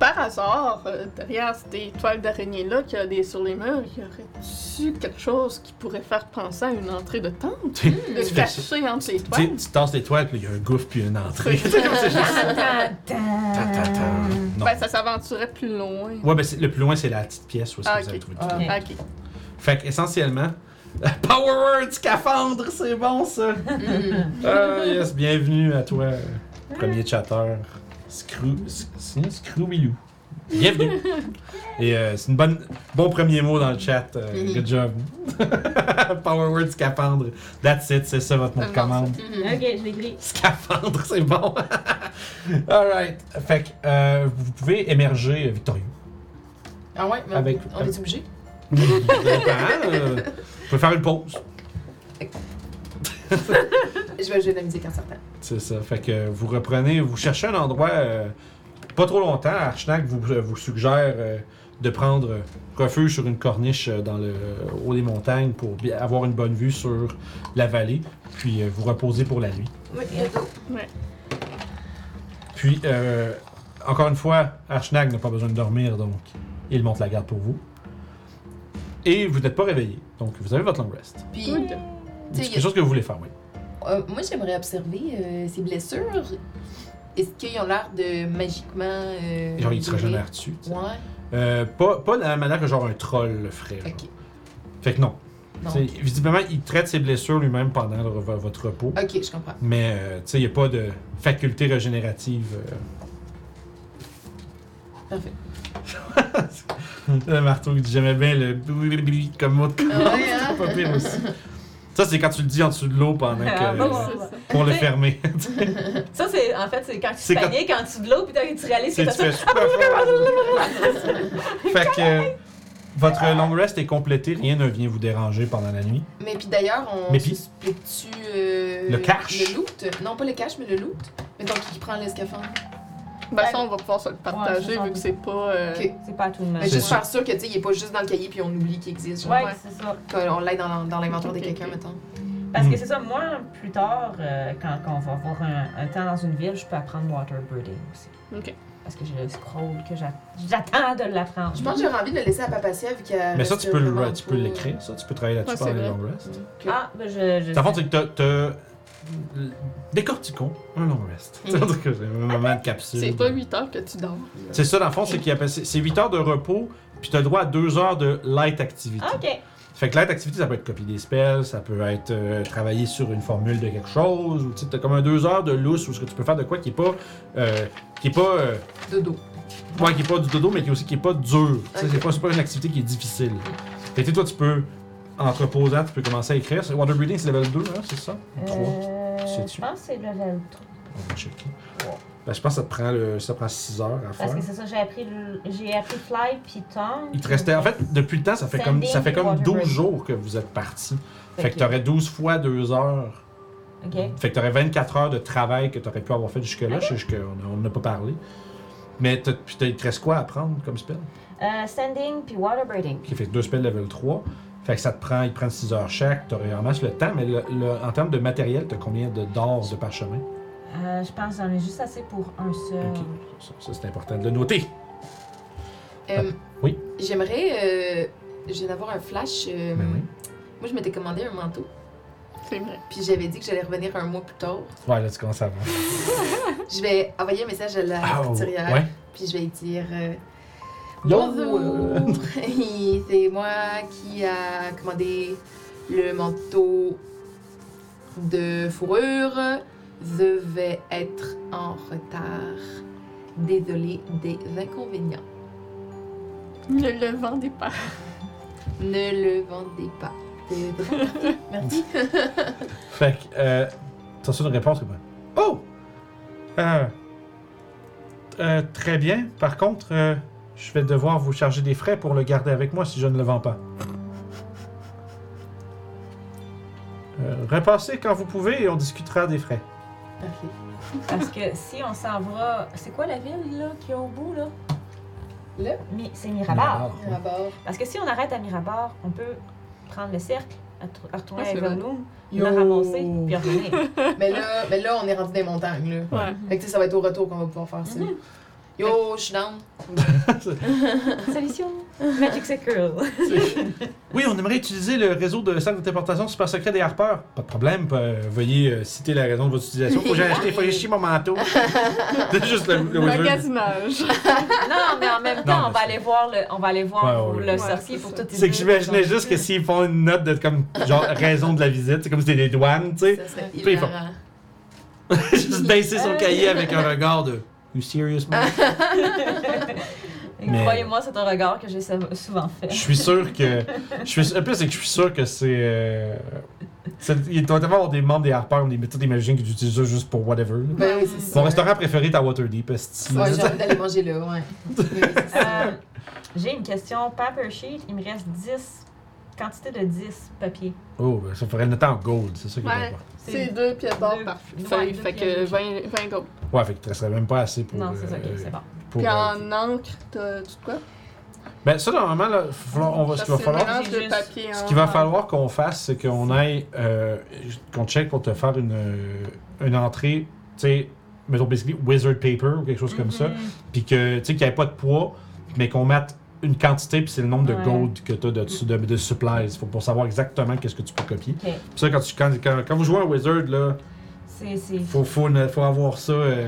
Par hasard, euh, derrière ces toiles d'araignée-là qu'il y a des sur les murs, y aurait-tu quelque chose qui pourrait faire penser à une entrée de tente?
Tu
De
fais ça.
cacher entre les
Tu sais,
toiles?
tu tasses les toiles, puis il y a un gouffre, puis une entrée. C'est comme (laughs) c'est juste-
Euh,
Ta, ta, ta. Non.
Ben, ça s'aventurait plus loin.
Ouais, ben c'est- le plus loin, c'est la petite pièce où est-ce que
Ah,
vous avez
ok.
trouvé tout
Ah,
le
Ah, ok.
Fait qu'essentiellement, (laughs) Power Word, scaphandre, c'est bon ça!
Mm-hmm.
Ah yes, bienvenue à toi, premier chatter. Screw, Screw- Screwilou. Bienvenue! Et euh, c'est une bonne, bon premier mot dans le chat. euh,
Mhm.
good job. (laughs) Power Word, scaphandre. That's it, c'est ça votre mot de commande.
Mm-hmm.
Ok, je l'écris.
Scaphandre, c'est bon. (laughs) Alright. Fait que euh, vous pouvez émerger euh, victorieux.
Ah ouais, mais on-
Avec-
on est obligé.
Ça dépend, euh, vous pouvez faire une pause.
Je vais jouer de la musique en sortant.
C'est ça. Fait que vous reprenez, vous cherchez un endroit euh, pas trop longtemps. Archnac vous, vous suggère euh, de prendre refuge sur une corniche euh, dans le haut des montagnes pour bi- avoir une bonne vue sur la vallée, puis euh, vous reposer pour la nuit.
Oui, let's go.
Puis, euh, encore une fois, Archnag n'a pas besoin de dormir, donc il monte la garde pour vous. Et vous n'êtes pas réveillé, donc vous avez votre long rest.
Puis,
Good.
tu
C'est
sais,
quelque chose que vous voulez faire, oui.
euh, moi, j'aimerais observer euh, ses blessures. Est-ce qu'ils ont l'air de magiquement. euh,
Genre, il se
guérir?
régénère dessus. tu sais.
Ouais,
Euh, pas, pas de la manière que genre un troll le ferait. genre.
ok.
Fait que non.
Non.
T'sais, Visiblement, il traite ses blessures lui-même pendant le- votre repos.
Ok, je comprends.
Mais, euh, tu sais, il n'y a pas de faculté régénérative.
Parfait.
euh. (laughs) le marteau qui dit jamais bien le comme mot de commande.
Ouais, hein?
(laughs) C'est pas pire aussi. Ça, c'est quand tu le dis en dessous de l'eau pendant que.
Ah, bon,
c'est ça.
pour le fermer. (laughs)
Ça, c'est en fait, c'est quand tu
C'est quand-
paniques en dessous de l'eau, puis t'as- tu réalises
C'est
que t'as
tu
ça.
fais super fort. fait que euh, votre long rest est complété, rien ne vient vous déranger pendant la nuit.
Mais puis d'ailleurs, on
Mais
se
puis-
split-tu, euh,
Le cash?
Le loot? Non, pas le cash, mais le loot. Mais donc, qui prend le scaphandre?
Ah,
Ben, ça, on va pouvoir se le
Ouais,
partager
ça,
vu que c'est pas. euh,
Ok.
C'est pas à tout le monde.
Mais juste
ça.
faire sûr que, tu sais, il est pas juste dans le cahier puis on oublie qu'il existe. Genre,
Ouais, c'est ça.
Qu'on l'aide dans, dans l'inventaire de
Ok,
quelqu'un,
ok.
mettons.
Parce
Mm.
que c'est ça, moi, plus tard, euh, quand, quand on va avoir un, un temps dans une ville, je peux apprendre waterbird aussi.
Ok.
Parce que j'ai le scroll que j'a- j'attends de l'apprendre.
Je pense que j'aurais envie de le laisser à Papacia vu qu'elle.
Mais ça, tu
reste
peux,
vraiment
le, tu peux
pas-
l'écrire, ça, tu peux travailler là-dessus
Ouais,
pendant
c'est
le
vrai.
long rest.
Ah, ben je. je
Dans le fond, c'est que t'as- t'as. Décortiquons un long rest. (laughs) C'est un truc que j'ai un moment de capsule.
Mm. C'est pas 8 heures que tu dors.
C'est ça, dans le fond, c'est qu'il appelle- c'est- C'est 8 heures de repos, puis t'as droit à 2 heures de light activity.
Ah,
Ah.
Ok.
Fait que light activity, ça peut être copier des spells, ça peut être euh, travailler sur une formule de quelque chose, ou tu sais, t'as comme un 2 heures de lousse où ce que tu peux faire de quoi qui est pas. euh, qui est pas. euh,
Dodo.
Ouais, qui est pas du dodo, mais qui est aussi qui est pas dur. Tu sais,
Ok.
C'est pas, c'est pas une activité qui est difficile. Fait que tu sais, toi, tu peux, en te reposant, tu peux commencer à écrire. C'est- Waterbreeding, c'est level 2, hein, c'est ça? Ou 3.
Euh,
C'est-tu?
je pense que c'est le level 3.
On va checker. Ben, je pense que ça te prend, le, ça prend 6 heures à
Parce
faire.
que c'est ça, j'ai appris, le- j'ai appris Fly, puis Tongue.
Il te restait, en fait, depuis le temps, ça fait comme, ça fait comme 12 jours que vous êtes parti. Fait que t'aurais 12 fois 2 heures.
Ok.
Fait que t'aurais 24 heures de travail que t'aurais pu avoir fait jusque-là. Je sais qu'on n'a pas parlé. Mais t'as- puis t'as- il te reste quoi à prendre comme spell?
Euh, standing, puis Waterbreeding.
qui fait deux spells level 3. Fait que ça te prend, ils prennent 6 heures chaque, t'aurais en masse le temps, mais le- le- en termes de matériel, t'as combien de d'or de parchemin?
Euh, je pense que j'en ai juste assez pour un seul.
Ok. Ça, ça, c'est important de le noter.
Mm-hmm. Euh,
Ah, Oui.
J'aimerais. euh, je viens d'avoir un flash. euh,
Ben oui.
Moi, je m'étais commandé un manteau.
C'est vrai.
Puis j'avais dit que j'allais revenir un mois plus tard.
Ouais, là, tu commences à voir.
Je vais envoyer un message à la
Ah,
couturière.
ouais.
Puis je vais dire. euh,
Yo!
Bonjour! (laughs) C'est moi qui a commandé le manteau de fourrure. Je vais être en retard. Désolée des inconvénients.
Ne le vendez pas.
Ne le vendez pas. C'est vraiment Merci.
Fait que, euh, t'as reçu une réponse ou pas? Oh! Euh, euh, très bien. Par contre, euh, je vais devoir vous charger des frais pour le garder avec moi si je ne le vends pas. Euh, repassez quand vous pouvez et on discutera des frais.
Parfait.
Parce que si on s'en va. C'est quoi la ville, là, qui est au bout, là
Là?
Mi- C'est Mirabar.
Ah.
À bord.
Parce que si on arrête à Mirabar, on peut prendre le cercle, à tr- à retourner
Ah,
à
c'est vrai.
Everloom, le
Yo.
ramasser, puis revenir.
Mais là, mais là, on est rendu des montagnes. Là.
Ouais.
Fait que tu sais, ça va être au retour qu'on va pouvoir faire ça.
Mhm.
Yo, je suis down.
(laughs) Solution! Magic Circle!
Oui, on aimerait utiliser le réseau de sacs de téléportation super secret des Harpeurs. Pas de problème, euh, veuillez euh, citer la raison de votre utilisation. Faut que j'aille acheter, faut que j'aille chier mon manteau. C'est juste le, le wizard.
Magasinage.
non, mais en même
Non,
temps, on, va
mais
aller voir le, on va aller voir
Ouais, ouais,
le
ouais.
sorcier
Ouais,
pour
c'est
toutes les
C'est que j'imaginais juste que s'ils font une note de comme, genre, raison de la visite, c'est comme si c'était des douanes, tu sais.
Ça serait
Puis ils font-
hilarant.
juste baisser son cahier avec un regard de. You serious, man? Mais-
Croyez-moi, c'est un regard que j'ai sou- souvent fait.
Je suis sûr que. Je suis, le plus, c'est que je suis sûr que c'est. euh, c'est- il doit y avoir des membres des Harpeurs, des, tous des magiciens qui utilisent ça juste pour whatever. là.
Ben oui, c'est ça.
Mon restaurant préféré est à Waterdeep, esti.
Ouais, j'ai envie d'aller manger là, ouais. Oui, c'est ça.
Euh, j'ai une question. Paper sheet, il me reste 10. Quantité de 10 papiers.
Oh, ben, ça ferait le temps en gold, c'est ça qui est
Ouais.
important.
C'est deux pièces d'or
Deux-
par
ouais,
feuille,
deux
fait
pièces
que
d'or.
20, 20 gold.
Ouais, fait que tu serais même pas assez pour.
Non, c'est ça,
euh,
ok, c'est bon.
pour,
Puis
euh,
en encre, t'as tu quoi?
Ben, ça, normalement, là, faut falloir- on va, ce qu'il va
Parce que
falloir.
c'est un mélange de
Juste-
papier
Ce
en
qu'il va
encre.
falloir qu'on fasse, c'est qu'on aille, euh, qu'on check pour te faire une, euh, une entrée, tu sais, mettons basically wizard paper ou quelque chose comme ça,
Mhm.
Mm-hmm.
puis que, tu sais, qu'il n'y ait pas de poids, mais qu'on mette une quantité, puis c'est le nombre de
Ouais.
gold que tu as de, de, de supplies, faut pour savoir exactement qu'est-ce que tu peux copier.
Ok.
Puis ça, quand, tu, quand, quand, quand vous jouez un wizard, là,
C'est. c'est-
faut, faut, ne- faut avoir ça, euh,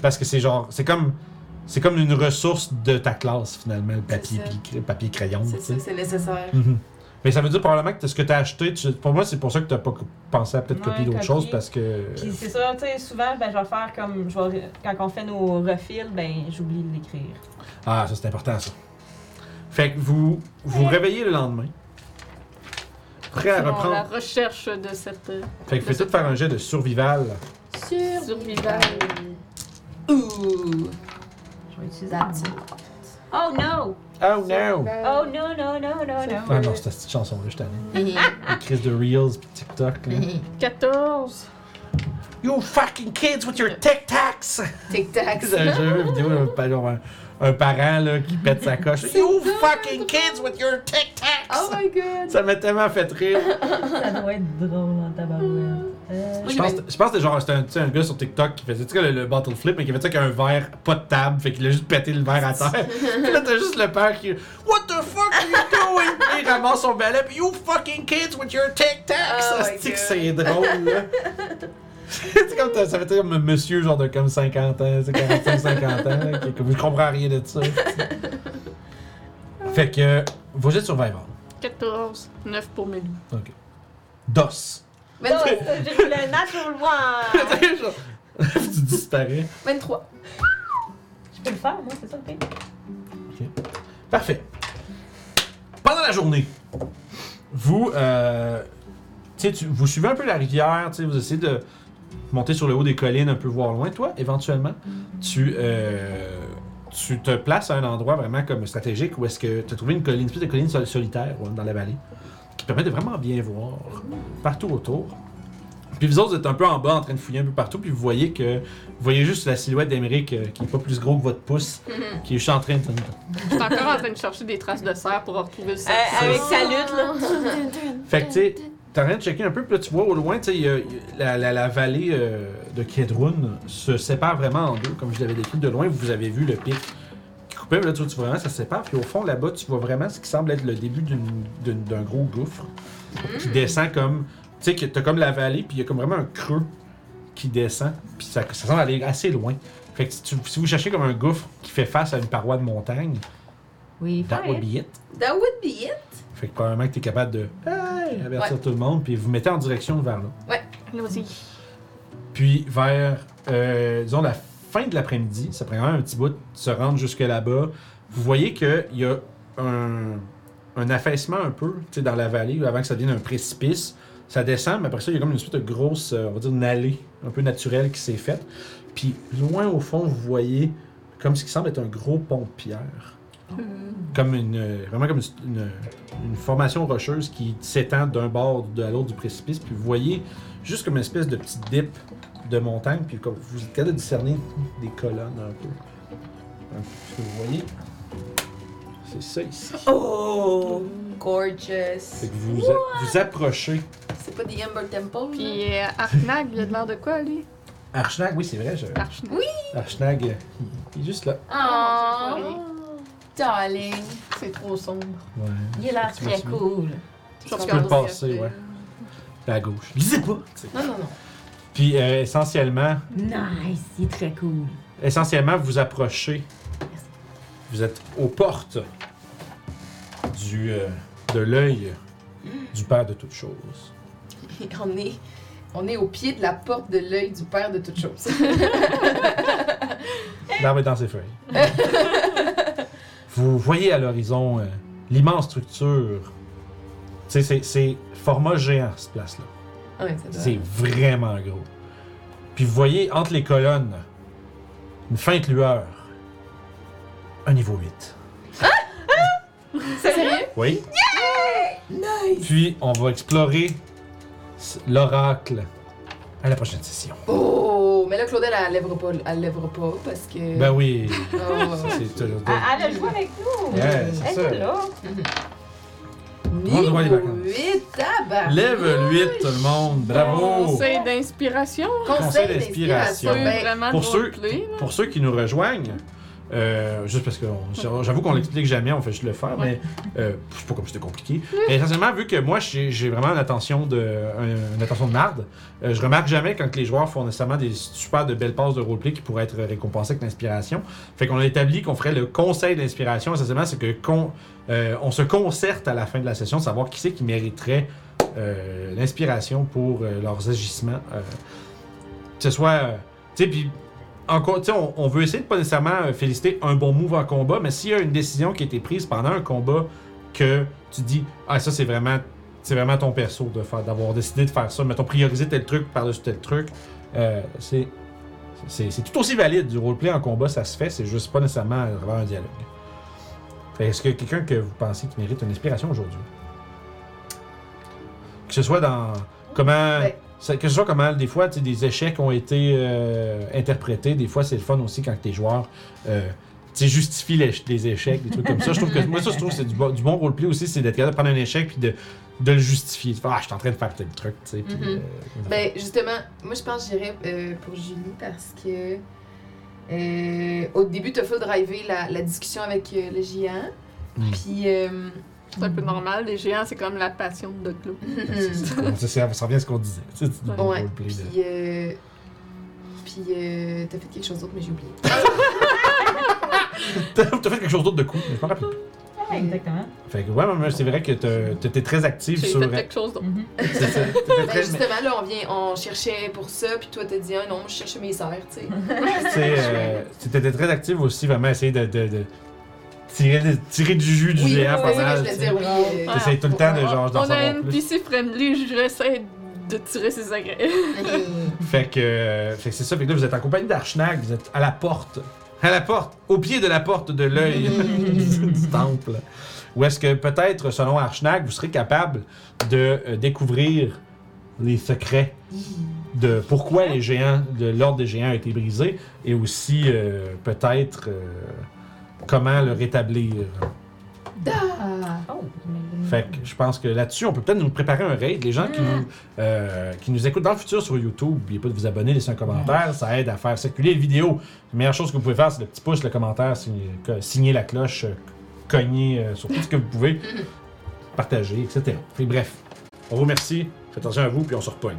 parce que c'est genre, c'est comme, c'est comme une ressource de ta classe, finalement, le papier,
ça.
puis le cra- papier crayon,
C'est
tu sais.
ça, c'est nécessaire.
Mhm. Mais ça veut dire probablement que ce que tu as acheté, tu- pour moi, c'est pour ça que tu pas co- pensé à peut-être
Ouais,
copier d'autres
copier.
choses parce que.
Puis c'est ça, tu sais, souvent, ben, je vais faire comme. Je vais- quand on fait nos refils, ben, j'oublie de l'écrire.
Ah, ça c'est important ça. Fait que vous vous réveillez le lendemain, prêt à
Selon La
reprendre.
recherche de cette euh,
Fait que vous faites tout faire un jet de survival.
survivale.
Ouh!
Je vais utiliser.
That's it. (laughs)
Oh no!
Oh no!
Oh no, no, no, no, no!
Ah non, c'est cette petite chanson-là, je t'en ai. Une crise de Reels pis TikTok.
(laughs)
Là.
14.
You fucking kids with your tic-tacs!
Tic-tac.
C'est un jeu vidéo, un, pa- genre un, un parent là, qui pète sa coche. You fucking kids with your tic-tacs!
Ah
Oh my god!
Ça m'a tellement fait rire.
Ça doit être drôle en tabarouette. Euh,
Je pense, je pense que c'était genre c'était un, tu sais, un gars sur TikTok qui faisait tu sais, le, le bottle flip mais qui avait ça avec un verre pas de table fait qu'il a juste pété le verre à
(laughs)
terre. puis là t'as juste le père qui What the fuck are you
(laughs)
doing? Puis il ramasse son balai puis You fucking kids with your tic tacs.
Oh my
c'est que
God.
c'est drôle
(laughs)
là. c'est comme t'as- ça fait comme un monsieur genre de comme 50 ans, tu sais, 45 50 ans là, qui est comme je comprends rien de ça. fait que vos jets de survival.
14. 9 pour mes loups.
OK. DOS. (laughs)
23.
J'ai eu le natural one!
Genre, (laughs) tu disparais.
23.
Je peux le faire, moi, c'est ça le pire.
Parfait. Pendant la journée, vous, euh, tu sais, tu- vous suivez un peu la rivière, tu sais, vous essayez de monter sur le haut des collines, un peu voir loin. Toi, éventuellement, tu, euh, tu te places à un endroit vraiment comme stratégique où est-ce que tu as trouvé une colline, une espèce de colline sol- solitaire ouais, dans la vallée qui permet de vraiment bien voir partout autour. Puis vous autres, vous êtes un peu en bas en train de fouiller un peu partout, puis vous voyez que vous voyez juste la silhouette d'Emeric euh, qui est pas plus gros que votre pouce, qui est juste en train de
Je suis encore en train de chercher des traces de serre pour retrouver le
Euh,
cerf.
Oh.
avec sa lutte, là.
Fait que, tu sais, t'es en train de checker un peu, puis là, tu vois au loin, tu sais, il y a- il y a la, la- la vallée euh, de Kedrun se sépare vraiment en deux, comme je l'avais décrit de loin. Vous avez vu le pic qui coupait, mais là, tu vois tu vois vraiment, ça se sépare. Puis au fond, là-bas, tu vois vraiment ce qui semble être le début d'une- d'une- d'un gros gouffre qui descend comme. Tu sais, que t'as comme la vallée, puis il y a comme vraiment un creux qui descend, puis ça, ça semble aller assez loin. Fait que si, tu- si vous cherchez comme un gouffre qui fait face à une paroi de montagne,
Oui,
that would
fine.
be it.
That would be it.
Fait que probablement que t'es capable de hey, avertir tout le monde, puis vous mettez en direction vers là.
Allons-y.
Puis vers, euh, disons, la fin de l'après-midi, ça prend vraiment un petit bout de se rendre jusque là-bas. Vous voyez qu'il y a un, un affaissement un peu, tu sais, dans la vallée, avant que ça devienne un précipice. Ça descend, mais après ça, il y a comme une espèce de grosse, euh, on va dire, une allée un peu naturelle qui s'est faite. Puis loin au fond, vous voyez comme ce qui semble être un gros pont de pierre. Comme une, euh, vraiment comme une, une- une formation rocheuse qui s'étend d'un bord de- à l'autre du précipice. Puis vous voyez juste comme une espèce de petite dip de montagne, puis comme vous êtes capable de discerner des colonnes un peu. Un peu ce que vous voyez. C'est ça ici.
Oh!
Fait
Gorgeous.
que vous vous approchez.
C'est pas The Amber Temple? là?
Puis euh, Arnag, il a de l'air de quoi, lui
Archnag, oui, c'est vrai. Je...
Archnag.
Archnag, euh, il est juste là.
mon
Oh,
Dieu,
darling. C'est trop sombre.
Ouais.
Il a l'air très cool.
Je
Tu
regarde
peux le
aussi
passer,
après.
ouais. C'est à gauche. Lisez pas! tu sais.
Non, non, (laughs) non.
Puis euh, essentiellement,
Nice, il est très cool.
essentiellement, vous approchez. Vous êtes aux portes du, euh, de l'œil du Père de toutes choses.
On est, on est au pied de la porte de l'œil du père de toutes choses.
L'arbre est dans ses feuilles.
(laughs)
vous voyez à l'horizon euh, l'immense structure. Tu sais, c'est- c'est format géant, cette place-là.
Ah ouais, ça doit-
C'est vraiment gros. Puis vous voyez entre les colonnes une feinte lueur. Un niveau 8.
Sérieux?
Oui. Puis on va explorer s- l'oracle à la prochaine session.
Oh, mais là, Claudel, elle lèvera pas, elle lèvera pas parce
Euh.
que.
Ben oui,
Oh, ouais.
c'est tout.
Elle, elle a joué avec nous.
Ouais, c'est
Ah. elle
ça.
est là.
On a le droit à des
Niveau
vacances.
8, tabarnak.
Level 8, tout le monde. Bravo.
Conseil d'inspiration,
Conseil
Conseil
d'inspiration.
d'inspiration.
c'est
Ben,
vraiment
Pour
de
ceux,
roleplay, là.
pour ceux qui nous rejoignent, euh, juste parce que on- j'avoue qu'on l'explique jamais, on fait juste le faire,
Ouais.
mais euh, c'est pas comme c'était compliqué. Mais essentiellement, vu que moi j'ai j'ai vraiment une attention de un- une attention de marde, euh, je remarque jamais quand que les joueurs font nécessairement des super de belles passes de roleplay qui pourraient être récompensées avec l'inspiration. Fait qu'on a établi qu'on ferait le conseil d'inspiration. Essentiellement, c'est que con- euh, on se concerte à la fin de la session, de savoir qui c'est qui mériterait euh, l'inspiration pour euh, leurs agissements. euh, que ce soit, euh, tu sais, puis encore, tu sais, on, on veut essayer de pas nécessairement euh, féliciter un bon move en combat, mais s'il y a une décision qui a été prise pendant un combat que tu dis, ah, ça c'est vraiment, c'est vraiment ton perso de faire, d'avoir décidé de faire ça, mettons prioriser tel truc par-dessus tel truc, euh, c'est, c'est, c'est tout aussi valide du roleplay en combat, ça se fait, c'est juste pas nécessairement à travers un dialogue. Fait, Est-ce que quelqu'un que vous pensez qui mérite une inspiration aujourd'hui? Que ce soit dans comment.
Ben,
Ça- que ce soit comment, des fois, tu sais, des échecs ont été euh, interprétés. Des fois, c'est le fun aussi quand tes joueurs euh, tu sais, justifient les, les échecs, des trucs comme ça. Je trouve que, moi, ça, je trouve que c'est du, bon, du bon roleplay aussi, c'est d'être capable de prendre un échec puis de, de le justifier. Tu fais, ah, je suis en train de faire tel truc, tu sais. puis,
Mhm.
euh,
Ben, justement, moi, je pense que j'irais euh, pour Julie parce que euh, au début, t'as full drivé la, la discussion avec euh, le géant.
Mm.
Puis. euh, (clears throat)
C'est un peu normal, les géants, c'est comme la passion de Claude.
c'est- c'est- c'est- c'est- Ça revient à ce qu'on disait. tu sais, c'est du bon
Hmm. ouais.
roleplay,
Puis.
là.
euh, puis, euh, t'as fait quelque chose d'autre, mais j'ai oublié.
T'as t'as fait quelque chose d'autre de cool, mais je m'en rappelle plus.
Ouais, exactement.
Fait que, ouais, mais c'est vrai que t'as- t'étais très active
J'ai
sur. euh,
fait quelque chose d'autre.
Mhm.
C'est
(laughs)
ça. T'étais
Ben,
très-
justement, là, on vient, on cherchait pour ça, puis toi, t'as dit, ah non, je cherche mes sœurs, tu sais.
Tu sais, euh, tu étais très active aussi, vraiment, à essayer de, de- de tirer, de- tirer du jus du
oui,
géant
oui,
ah, pas
oui,
mal,
je voulais
tu sais.
dire, oui. euh,
T'essayes tout le temps de genre d'en
On a
savoir
une
plus.
PC friendly, j'essaie de tirer ses agrès.
euh. (laughs)
Fait que, euh, fait que c'est ça, fait que là vous êtes en compagnie d'Archnag, vous êtes à la porte. À la porte, au pied de la porte de l'œil du du temple. Ou est-ce que peut-être, selon Archnag, vous serez capable de euh, découvrir les secrets de pourquoi les géants, de l'ordre des géants a été brisé, et aussi euh, peut-être euh, comment le rétablir.
Ah.
Oh, mais-
Fait que je pense que là-dessus, on peut peut-être nous préparer un raid. Les gens qui, nous, euh, qui nous écoutent dans le futur sur YouTube, n'oubliez pas de vous abonner, laisser un commentaire. Ça aide à faire circuler les vidéos. La meilleure chose que vous pouvez faire, c'est le petit pouce, le commentaire, signer, co- signer la cloche, euh, cogner euh, sur tout ce que vous pouvez, partager, etc. Fait que bref, on vous remercie. Faites attention à vous, puis on se repogne.